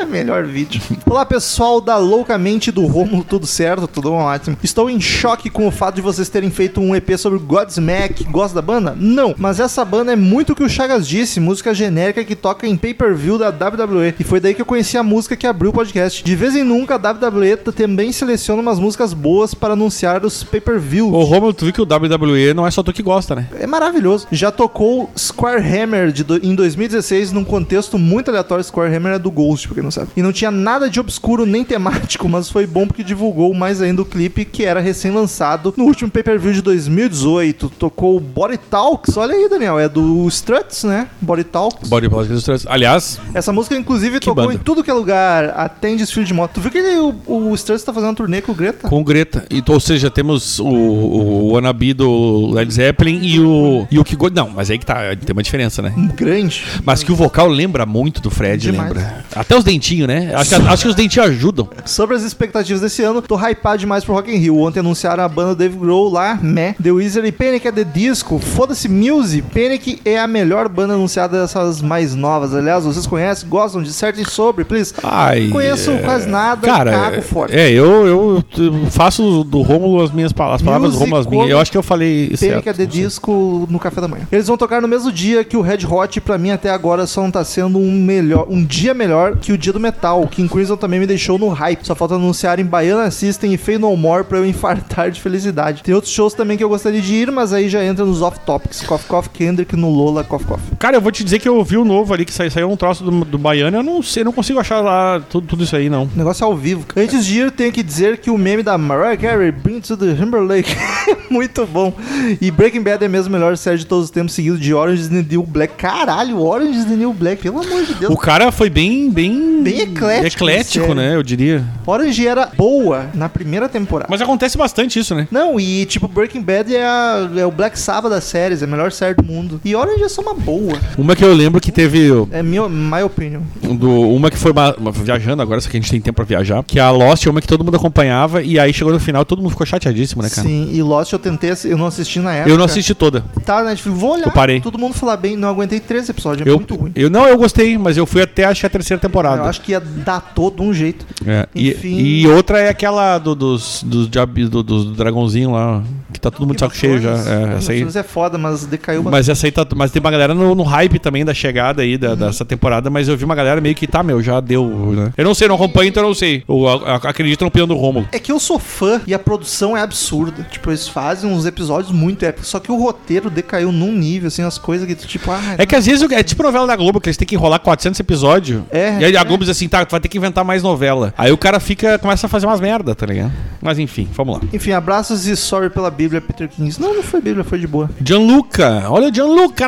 É, Melhor vídeo. Olá, pessoal da Loucamente do Rômulo, tudo certo? Tudo ótimo. Estou em choque com o fato de vocês terem feito um EP sobre Godsmack. Gosta da banda? Não, mas essa banda é muito o que o Chagas disse, música genérica que toca em pay-per-view da WWE. E foi daí que eu conheci a música que abriu o podcast. De vez em nunca, a WWE também seleciona umas músicas boas para anunciar os pay-per-view. Ô, Rômulo, tu viu que o WWE não é só tu que gosta, né? É maravilhoso. Já tocou Square Hammer de do- em 2016 num contexto muito aleatório. Square Hammer é do Ghost, pra quem não sabe. E não tinha nada de obscuro nem temático, mas foi bom porque divulgou mais ainda o clipe que era recém-lançado no último pay-per-view de 2018. Tocou Body Talks. Olha aí, Daniel. É do Struts, né? Body Talks. Body Positive Stress. Aliás, Essa música, inclusive, Que tocou banda. em tudo que é lugar. Até em desfile de moto. Tu viu que ele- o, o Struts tá fazendo uma turnê com o Greta? Com Greta. E, ou seja, temos o, o, o Wannabe do Led Zeppelin e o, e o que. go- Não, mas aí que tá. Tem uma diferença, né? Grande. Mas que o vocal lembra muito do Fred, Demais. lembra? Até os dentinhos, né? Acho que, acho que os dentinhos ajudam. Sobre as expectativas desse ano, tô hypado demais pro Rock in Rio. Ontem anunciaram a banda Dave Grohl lá, meh. The Wizard e Panic! é The Disco. Foda-se Music. Panic! é a melhor banda anunciada dessas mais novas. Aliás, vocês conhecem, gostam, dissertem sobre, please. Ai, Não conheço é, quase nada, Cara, cago forte. é, eu, eu faço do Rômulo as minhas palavras, as palavras do Rômulo as minhas. Eu acho que eu falei Panic! é certo. The Disco no café da manhã. Eles vão tocar no mesmo dia que o Red Hot, pra mim até agora só não tá sendo um melhor, um dia melhor que o dia do metal, que em Crimson também me deixou no hype. Só falta anunciarem Baiana System e Fey No More pra eu infartar de felicidade. Tem outros shows também que eu gostaria de ir, mas aí já entra nos off topics. Cough Cough Kendrick no Lola Cough Cough. Cara, eu vou te dizer que eu ouvi o novo ali, que saiu, saiu um troço do, do Baiano. Eu não sei, eu não consigo achar lá tudo, tudo isso aí, não. O negócio é ao vivo. Antes de ir, tenho que dizer que o meme da Mariah Carey, Bring to the Timberlake, é muito bom. E Breaking Bad é mesmo a melhor série de todos os tempos, seguido de Orange is the New Black. Caralho, Orange is the New Black, pelo amor de Deus. O cara foi bem, bem bem eclético. Eclético, sério. né? Eu diria. Orange era boa na primeira temporada. Mas acontece bastante isso, né? Não, e tipo, Breaking Bad é, a- é o Black Sabbath das séries, é a melhor série do mundo. E Orange é só uma boa. Uma que eu lembro que teve É minha, my opinion. do- uma que foi ba- uma- viajando agora, só que a gente tem tempo pra viajar, que a Lost é uma que todo mundo acompanhava e aí chegou no final todo mundo ficou chateadíssimo, né, cara? Sim, e Lost eu tentei, assi- eu não assisti na época. Eu não assisti toda. Tá, na Netflix, vou olhar. Eu parei. Todo mundo falar bem, não aguentei três episódios, é Eu, muito ruim. eu não, eu gostei, mas eu fui até acho, que a terceira temporada. Eu acho que ia dar todo um jeito. É, e- Enfim. E, outra é aquela do, dos, dos, diabi- do- dos dragãozinho lá, que tá todo mundo de saco cheio já. É, essa aí. Thrones é foda, mas decaiu bastante. Mas essa aí tá. Mas tem uma galera no, no hype também da chegada aí da- dessa temporada, mas eu vi uma galera meio que tá, meu, já deu, né? Eu não sei, não acompanho, então eu não sei. Eu, a- a- acredito na opinião do Romulo. É que eu sou fã e a produção é absurda. Tipo, eles fazem uns episódios muito épicos. Só que o roteiro decaiu num nível, assim, as coisas que tu, tipo, ah. É que às vezes eu- é tipo novela da Globo, que eles têm que enrolar 400 episódios. É, e aí a é. Globo diz assim, tá, tu vai ter que inventar mais novela. Aí o cara fica, começa a fazer umas merda, tá ligado? Mas enfim, vamos lá. Enfim, abraços e sorry pela Bíblia, Peter Kings. Não, não foi Bíblia, foi de boa. Gianluca, olha o Gianluca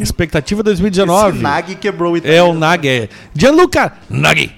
Expectativa 2019. Esse Nag quebrou o É Itaú. o Nag, é. Gianluca Nag.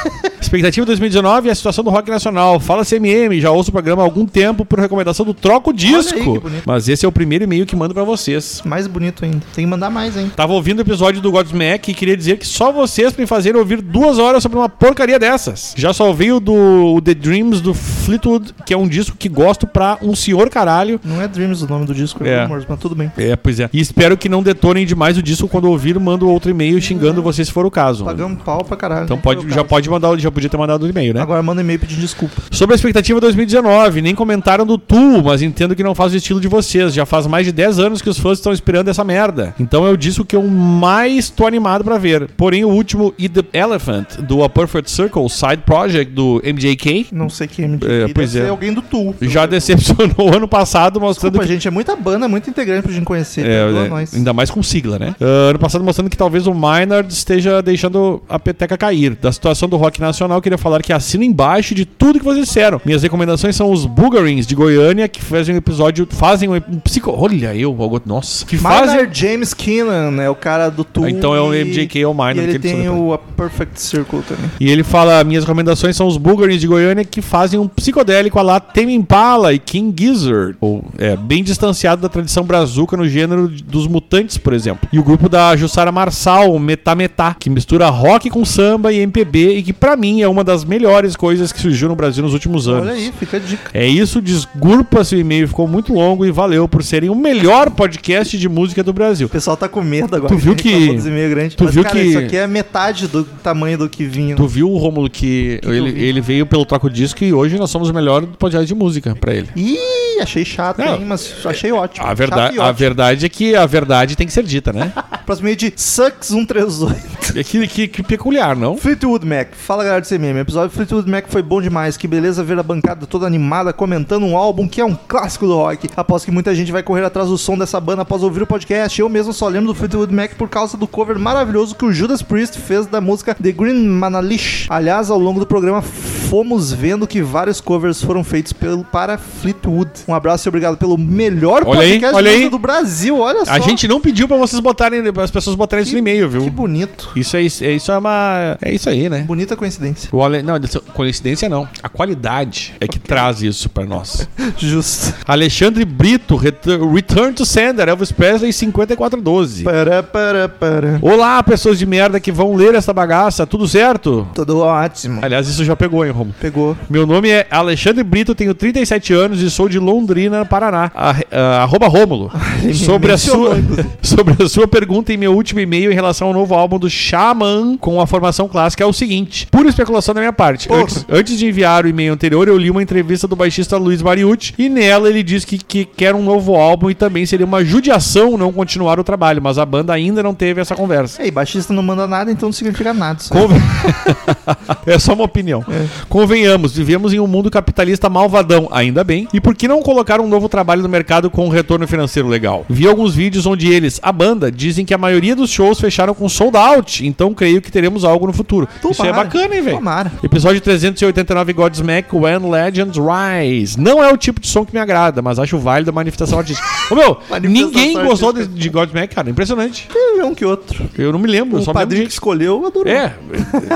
Expectativa 2019 é a situação do rock nacional. Fala CMM, já ouço o programa há algum tempo por recomendação do Troco aí que Disco. bonito. Mas esse é o primeiro e-mail que mando pra vocês. Mais bonito ainda. Tem que mandar mais, hein? Tava ouvindo o episódio do Godsmack e queria dizer que só vocês me fazeram ouvir duas horas sobre uma porcaria dessas. Já só ouvi o do o The Dreams do Fleetwood, que é um disco que gosto pra um senhor caralho. Não é Dreams o nome do disco, é É. Rumors, mas tudo bem. É, pois é. E espero que não detonem demais o disco quando ouvir, mando outro e-mail xingando vocês se for o caso. Pagamos pau pra caralho. Então né? pode, Foi o já caso. pode mandar, já podia ter mandado o e-mail, né? Agora manda um e-mail pedindo desculpa. Sobre a expectativa 2019, nem comentaram do Tu, mas entendo que não faz o estilo de vocês. Já faz mais de 10 anos que os fãs estão esperando essa merda. Então é o disco que eu mais tô animado pra ver. Porém, o último E The Elephant, do A Perfect Circle Side Project do MJK, Não sei quem me É, deve pois ser é. alguém do Tu. já decepcionou ano passado, mostrando Desculpa, que. gente, é muita banda, é muito integrante pra gente conhecer. É, perdoa né? nós. ainda mais com sigla, né? Ah, ano passado mostrando que talvez o Minard esteja deixando a peteca cair. Da situação do rock nacional, queria falar que assino embaixo de tudo que vocês disseram. Minhas recomendações são os Bulgarins de Goiânia, que fazem um episódio. Fazem um, um psico. Olha eu, Algot- nossa. Que fazem. Minor James Keenan é o cara do Tu. Ah, então é o e- MJK ou Minor né? E ele que ele tem sobrepõe. o A Perfect Circle também. E ele fala: minhas recomendações são os Bulgarins de Goiânia que fazem um psicodélico a lá Tame Impala e King Gizzard, ou é, bem distanciado da tradição brazuca no gênero de- dos mutantes, por exemplo. E o grupo da Jussara Marçal, Metá Metá, que mistura rock com samba e MPB e que pra mim é uma das melhores coisas que surgiu no Brasil nos últimos anos. Olha aí, fica a dica. É isso, desculpa se o e-mail ficou muito longo e valeu por serem o melhor podcast de música do Brasil. O pessoal tá com medo agora. Tu viu Ele reclamou que- dos e-mail grande. tu Mas, viu cara, que- Isso aqui é metade do tamanho do que vinha. Tu viu, Romulo, que, eu ele, vi? ele veio pelo Troco Disco e hoje nós somos o melhor podcast de música pra ele. Ih, achei chato, Não. hein? Mas achei ótimo. A Chato e verdade, a ótimo. verdade é que a verdade tem que ser dita, né? Próximo e-mail de Sucks138. É que, que, que peculiar, não? Fleetwood Mac. Fala galera do CMM. O episódio do Fleetwood Mac foi bom demais. Que beleza ver a bancada toda animada comentando um álbum que é um clássico do rock. Após que muita gente vai correr atrás do som dessa banda após ouvir o podcast. Eu mesmo só lembro do Fleetwood Mac por causa do cover maravilhoso que o Judas Priest fez da música The Green Manalish. Aliás, ao longo do programa fomos vendo que vários covers foram feitos pelo, para Fleetwood. Um abraço e obrigado pelo melhor Olha aí, de olha aí. música do Brasil. Olha só. A gente não pediu pra vocês botarem, as pessoas botarem isso no e-mail, Que viu? bonito. Isso é isso é isso é uma é isso aí, né? Bonita coincidência. O Ale... Não, coincidência não. A qualidade é que traz isso pra nós. Justo. Alexandre Brito, Retu- Return to Sender, Elvis Presley 5412. Para, para, para. Olá, pessoas de merda que vão ler essa bagaça, tudo certo? Tudo ótimo. Aliás, isso já pegou, hein, Romo? Pegou. Meu nome é Alexandre Brito, tenho 37 anos e sou de Londrina, Paraná. A- a- Arroba Rômulo. Ele Sobre a, mencionou, sua, inclusive. sobre a sua pergunta em meu último e-mail em relação ao novo álbum do Xamã com a formação clássica é o seguinte. Pura especulação da minha parte. Porra. Antes, antes de enviar o e-mail anterior, eu li uma entrevista do baixista Luiz Mariucci e nela ele diz que, que quer um novo álbum e também seria uma judiação não continuar o trabalho, mas a banda ainda não teve essa conversa. Tá. Ei, baixista não manda nada, então não significa nada. isso aí. Conver- é só uma opinião. Convenhamos, vivemos em um mundo capitalista malvadão, ainda bem. E por que não colocar um novo trabalho no mercado com um retorno financeiro legal? Vi alguns vídeos onde eles, a banda, dizem que a maioria dos shows fecharam com sold out, então creio que teremos algo no futuro. Isso é Tomara. bacana, hein, velho? Tomara. Episódio 389 Godsmack When Legends Rise. Não é o tipo de som que me agrada, mas acho válido a manifestação artística. Ô meu, ninguém gostou de, de Godsmack, cara. Impressionante. Teve um que outro. Eu não me lembro. O só me lembro padrinho de- que escolheu adorou. é.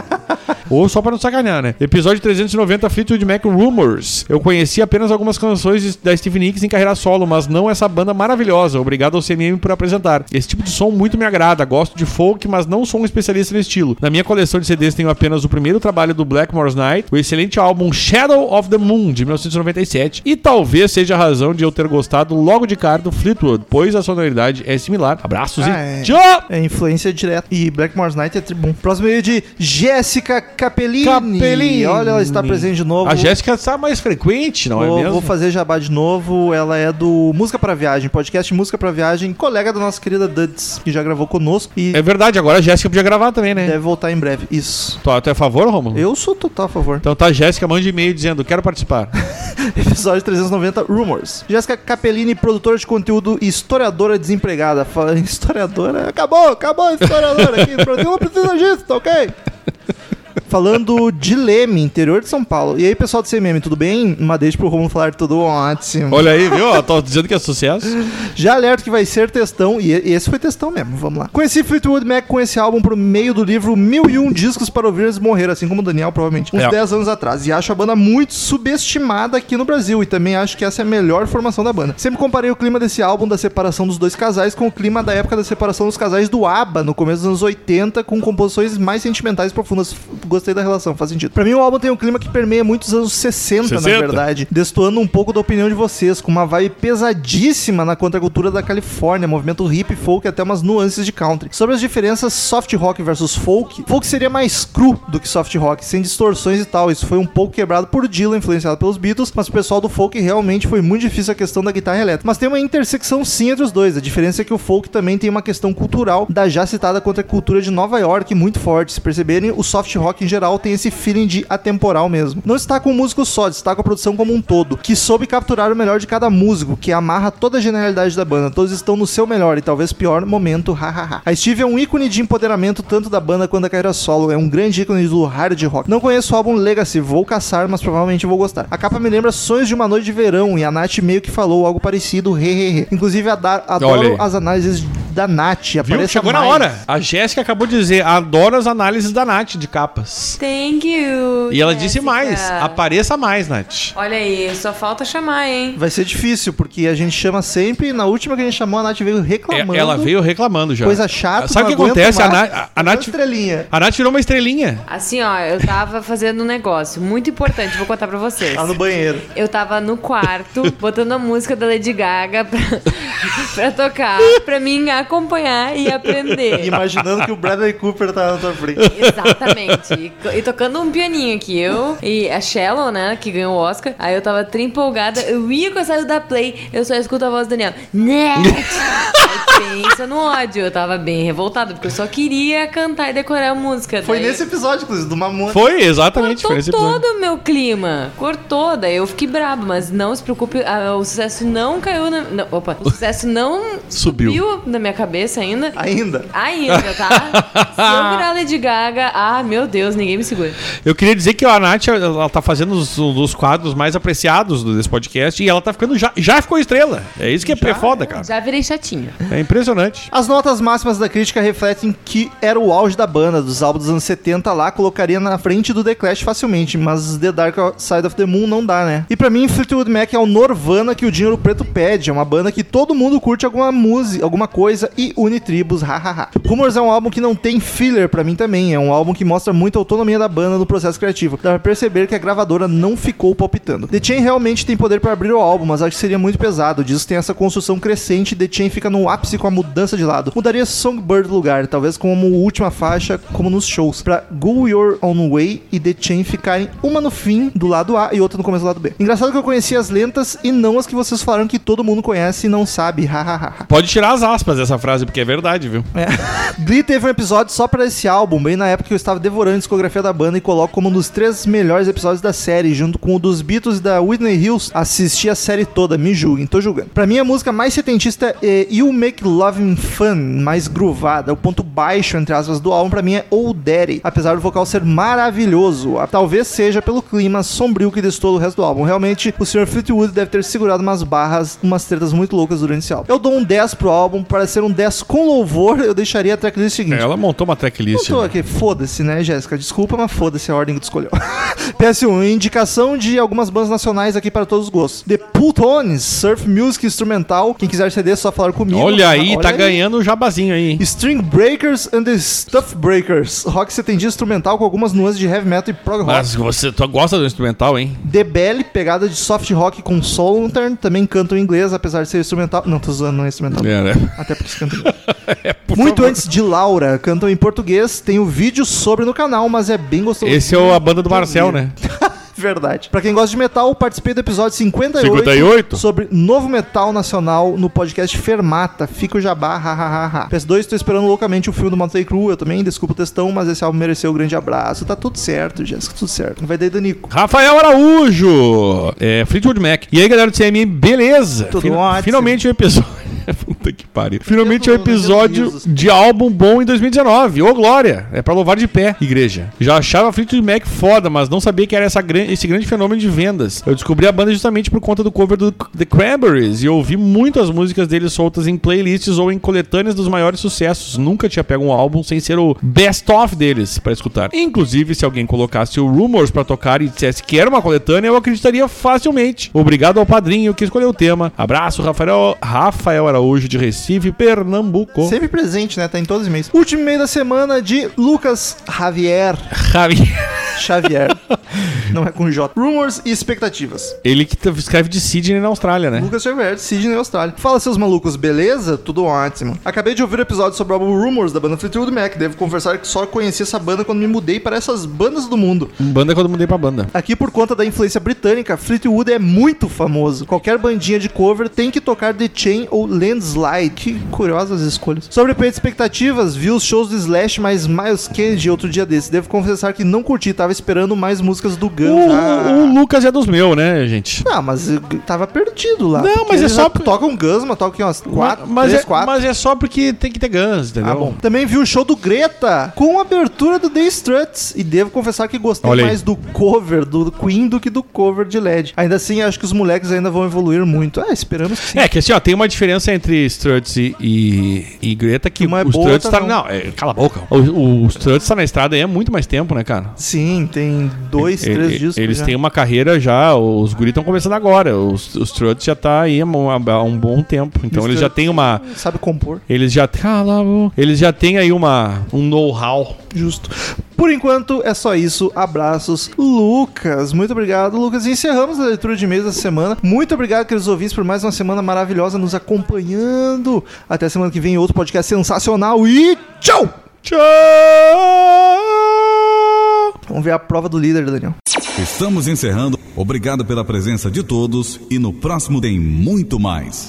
Ou só pra não sacanear, né? Episódio 390, Fleetwood Mac Rumors. Eu conheci apenas algumas canções de- da Steve Nicks em carreira solo, mas não essa banda maravilhosa. Obrigado ao CMM por apresentar. Esse tipo de som muito me agrada. Gosto de folk, mas não sou um especialista no estilo. Na minha coleção de CDs tenho apenas o primeiro trabalho do Blackmore's Night, o excelente álbum Shadow of the Moon, de 1997. E talvez seja a razão de eu ter gostado logo de cara do Fleetwood, pois a sonoridade é similar. Abraços Ah, e é. tchau! É influência direta. E Blackmore's Night é tribum. Próximo meio de Jéssica Capellini. Capellini. Olha, ela está presente de novo. A Jéssica está mais frequente, não Vou, é mesmo? vou fazer jabá de novo. Ela é do Música pra Viagem, podcast Música pra Viagem, colega da nossa querida Duds, que já gravou conosco e É verdade, agora a Jéssica podia gravar também, né? deve voltar em breve. Isso. Tu, tu é a favor, Romulo? Eu sou total a favor. Então tá, Jéssica, mande e-mail dizendo, quero participar. Episódio 390, Rumors. Jéssica Capellini, produtora de conteúdo e historiadora desempregada. Fala, historiadora? Acabou, acabou a historiadora aqui. O Brasil não precisa disso, tá ok? Falando de Leme, interior de São Paulo. E aí, pessoal do CMM, tudo bem? Uma deixa pro Romulo falar tudo ótimo. Olha aí, viu? Eu Tô dizendo que é sucesso. Já alerto que vai ser textão, e e esse foi textão mesmo, vamos lá. Conheci Fleetwood Mac com esse álbum por meio do livro 1001 Discos para Ouvir Eles Morrer, assim como o Daniel, provavelmente, uns É. 10 anos atrás. E acho a banda muito subestimada aqui no Brasil, e também acho que essa é a melhor formação da banda. Sempre comparei o clima desse álbum da separação dos dois casais com o clima da época da separação dos casais do ABBA, no começo dos anos 80, com composições mais sentimentais e profundas. F- Gostei da relação, faz sentido. Pra mim, o álbum tem um clima que permeia muitos anos 60, 60? na verdade, destoando um pouco da opinião de vocês, com uma vibe pesadíssima na contracultura da Califórnia, movimento hip, folk e até umas nuances de country. Sobre as diferenças soft rock versus folk, folk seria mais cru do que soft rock, sem distorções e tal. Isso foi um pouco quebrado por Dylan, influenciado pelos Beatles, mas o pessoal do folk realmente foi muito difícil a questão da guitarra elétrica. Mas tem uma intersecção sim entre os dois. A diferença é que o folk também tem uma questão cultural da já citada contracultura de Nova York muito forte. Se perceberem, o soft rock em geral tem esse feeling de atemporal mesmo. Não está com o músico só, destaca a produção como um todo, que soube capturar o melhor de cada músico, que amarra toda a genialidade da banda. Todos estão no seu melhor e talvez pior momento, hahaha. a Steve é um ícone de empoderamento tanto da banda quanto da carreira solo, é um grande ícone do hard rock. Não conheço o álbum Legacy, vou caçar, mas provavelmente vou gostar. A capa me lembra Sonhos de uma Noite de Verão e a Nath meio que falou algo parecido, hehehe. Inclusive, adar- Olha aí. adoro as análises da Nath, Viu? apareça Chegou na mais. hora. A Jéssica acabou de dizer, adoro as análises da Nath de capas. Thank you. E ela disse Jéssica. mais, apareça mais, Nath. Olha aí, só falta chamar, hein? Vai ser difícil, porque a gente chama sempre, e na última que a gente chamou, a Nath veio É, reclamando. ela veio reclamando já. Coisa chata, Sabe o que não aguento acontece? A, mais. Na- a- a Nath, estrelinha. a Nath virou uma estrelinha. Assim, ó, eu tava fazendo um negócio muito importante, vou contar pra vocês. Lá Tá no banheiro. Eu tava no quarto, botando a música da Lady Gaga pra, pra tocar, pra mim acompanhar e aprender. Imaginando que o Bradley Cooper tá na tua frente. Exatamente. E co- E tocando um pianinho aqui, eu e a Shallow, né, que ganhou o Oscar. Aí eu tava tri empolgada, eu ia com a saída da Play, eu só escuto a voz do Daniel. Net! Aí pensa no ódio, eu tava bem revoltada, porque eu só queria cantar e decorar a música. Foi Daí- nesse episódio, inclusive, do Mamona. Foi, exatamente. Cortou foi nesse episódio. todo o meu clima. Cortou, daí eu fiquei brabo, mas não se preocupe, ah, o sucesso não caiu na. não, opa, o sucesso não Subiu. subiu na minha cabeça ainda. Ainda. Ainda, tá? Se eu virar Lady Gaga, ah, meu Deus, ninguém me segura. Eu queria dizer que a Nath, ela tá fazendo os- um dos quadros mais apreciados do- desse podcast e ela tá ficando. Já, já ficou estrela. É isso que é, é foda, cara. Já virei chatinha. É impressionante. As notas máximas da crítica refletem que era o auge da banda, dos álbuns dos anos 70 lá, colocaria na frente do The Clash facilmente, mas The Dark Side of the Moon não dá, né? E pra mim, Fleetwood Mac é o Norvana que o Dinheiro Preto pede, é uma banda que todo mundo curte alguma música, alguma coisa e une tribos, hahaha. Rumors é um álbum que não tem filler pra mim também, é um álbum que mostra muita autonomia da banda no processo criativo. Dá pra perceber que a gravadora não ficou palpitando. The Chain realmente tem poder pra abrir o álbum, mas acho que seria muito pesado. O disco tem essa construção crescente e The Chain fica no ápice com a mudança de lado. Mudaria Songbird lugar, talvez como última faixa, como nos shows, pra Go Your Own Way e The Chain ficarem uma no fim do lado A e outra no começo do lado B. Engraçado que eu conheci as lentas e não as que vocês falaram que todo mundo conhece e não sabe sabe, hahaha. Pode tirar as aspas dessa frase, porque é verdade, viu? Glee teve um episódio só pra esse álbum, bem na época que eu estava devorando a discografia da banda e coloco como um dos três melhores episódios da série, junto com o dos Beatles e da Whitney Hills. Assisti a série toda, me julguem, tô julgando. Pra mim, a música mais setentista é You Make Loving Fun, mais groovada. O ponto baixo, entre aspas, do álbum pra mim é Old Daddy, apesar do vocal ser maravilhoso. Ah, Talvez seja pelo clima sombrio que destoa o resto do álbum. Realmente, o Sr. Fleetwood deve ter segurado umas barras, umas tretas muito loucas durante esse álbum. Eu dou um 10 pro álbum, para ser um 10 com louvor, eu deixaria a tracklist seguinte. Ela montou uma tracklist. Tô aqui, foda-se, né, Jéssica? Desculpa, mas foda-se a ordem que tu escolheu. PS1, indicação de algumas bandas nacionais aqui para todos os gostos. The Putones, Surf Music Instrumental. Quem quiser CD, é só falar comigo. Olha aí, Olha tá ganhando o jabazinho aí. hein? String Breakers and the Stuff Breakers. Rock setendia instrumental com algumas nuances de heavy metal e prog rock. Mas você tu gosta do instrumental, hein? DBL, pegada de soft rock com Solentern, também cantam em inglês, apesar de ser instrumental. Não, tô zoando, não é instrumental. É, né? Até porque eles cantam em inglês. Muito antes de Laura, cantam em português, tem o vídeo sobre no canal, mas é bem gostoso. Esse é a banda do Marcel, né? Verdade. Pra quem gosta de metal, participei do episódio 58, 58? sobre novo metal nacional no podcast Fermata. Fica o jabá, hahaha. PS2, tô esperando loucamente o filme do Motley Crue, eu também, desculpa o textão, mas esse álbum mereceu um grande abraço. Tá tudo certo, Jéssica, tudo certo. Vai daí, Danico. Rafael Araújo, é, Fleetwood Mac. E aí, galera do CMM, beleza? Tudo Fina- ótimo. Finalmente o episódio. Puta que pariu. Finalmente o Dedo- episódio dedo liso. de álbum bom em 2019. Ô, Glória! É pra louvar de pé, igreja. Já achava Fleetwood Mac foda, mas não sabia que era essa gran- esse grande fenômeno de vendas. Eu descobri a banda justamente por conta do cover do The Cranberries e ouvi muitas músicas deles soltas em playlists ou em coletâneas dos maiores sucessos. Nunca tinha pego um álbum sem ser o best of deles pra escutar. Inclusive, se alguém colocasse o Rumors pra tocar e dissesse que era uma coletânea, eu acreditaria facilmente. Obrigado ao padrinho que escolheu o tema. Abraço, Rafael, Rafael Araújo de Recife, Pernambuco. Sempre presente, né? Tá em todos os meses. Último e-mail da semana de Lucas Javier. Javi- Xavier. Não é com J. Rumors e expectativas. Ele que t- escreve de Sydney na Austrália, né? Lucas Xavier, Sidney, Austrália. Fala, seus malucos, beleza? Tudo ótimo. Acabei de ouvir o episódio sobre o álbum Rumors da banda Fleetwood Mac. Devo confessar que só conheci essa banda quando me mudei para essas bandas do mundo. Banda quando eu mudei pra banda. Aqui, por conta da influência britânica, Fleetwood é muito famoso. Qualquer bandinha de cover tem que tocar The Chain ou Landslide. Que curiosas escolhas. Sobre o peito de expectativas, vi os shows do Slash mais Miles Kennedy outro dia desse. Devo confessar que não curti, tava esperando mais músicas do O, Guns. o- Ah. o Lucas é dos meus, né, gente? Não, Ah, mas eu tava perdido lá. Não, mas Porque é eles só já um por- Tocam Guns, mas tocam umas quatro, mas, três, é, quatro. mas é só porque tem que ter Guns, entendeu? Ah, bom. Também vi o show do Greta com a abertura do The Struts e devo confessar que gostei Olha aí. mais do cover do Queen do que do cover de LED. Ainda assim, acho que os moleques ainda vão evoluir muito. Ah, esperamos que sim. É que assim, ó, tem uma diferença entre Struts e, e, e Greta que Uma é o boa, Struts outra tá. não. Não, é, cala a boca. O, o, o Struts tá na estrada aí há muito mais tempo, né, cara? Sim, tem dois, E- três e- discos. Eles já. têm uma carreira já, os guris estão começando agora. Os, os Struts já tá aí há um, há um bom tempo. Então Os eles já Struts- têm uma. Sabe compor. Eles já. Cala a boca. Eles já têm aí uma, um know-how. Justo. Por enquanto é só isso. Abraços, Lucas. Muito obrigado, Lucas. E encerramos a leitura de e-mails da semana. Muito obrigado, queridos ouvintes, por mais uma semana maravilhosa nos acompanhando. Até semana que vem, outro podcast sensacional. E tchau! Tchau! Vamos ver a prova do líder, Daniel. Estamos encerrando. Obrigado pela presença de todos e no próximo tem muito mais.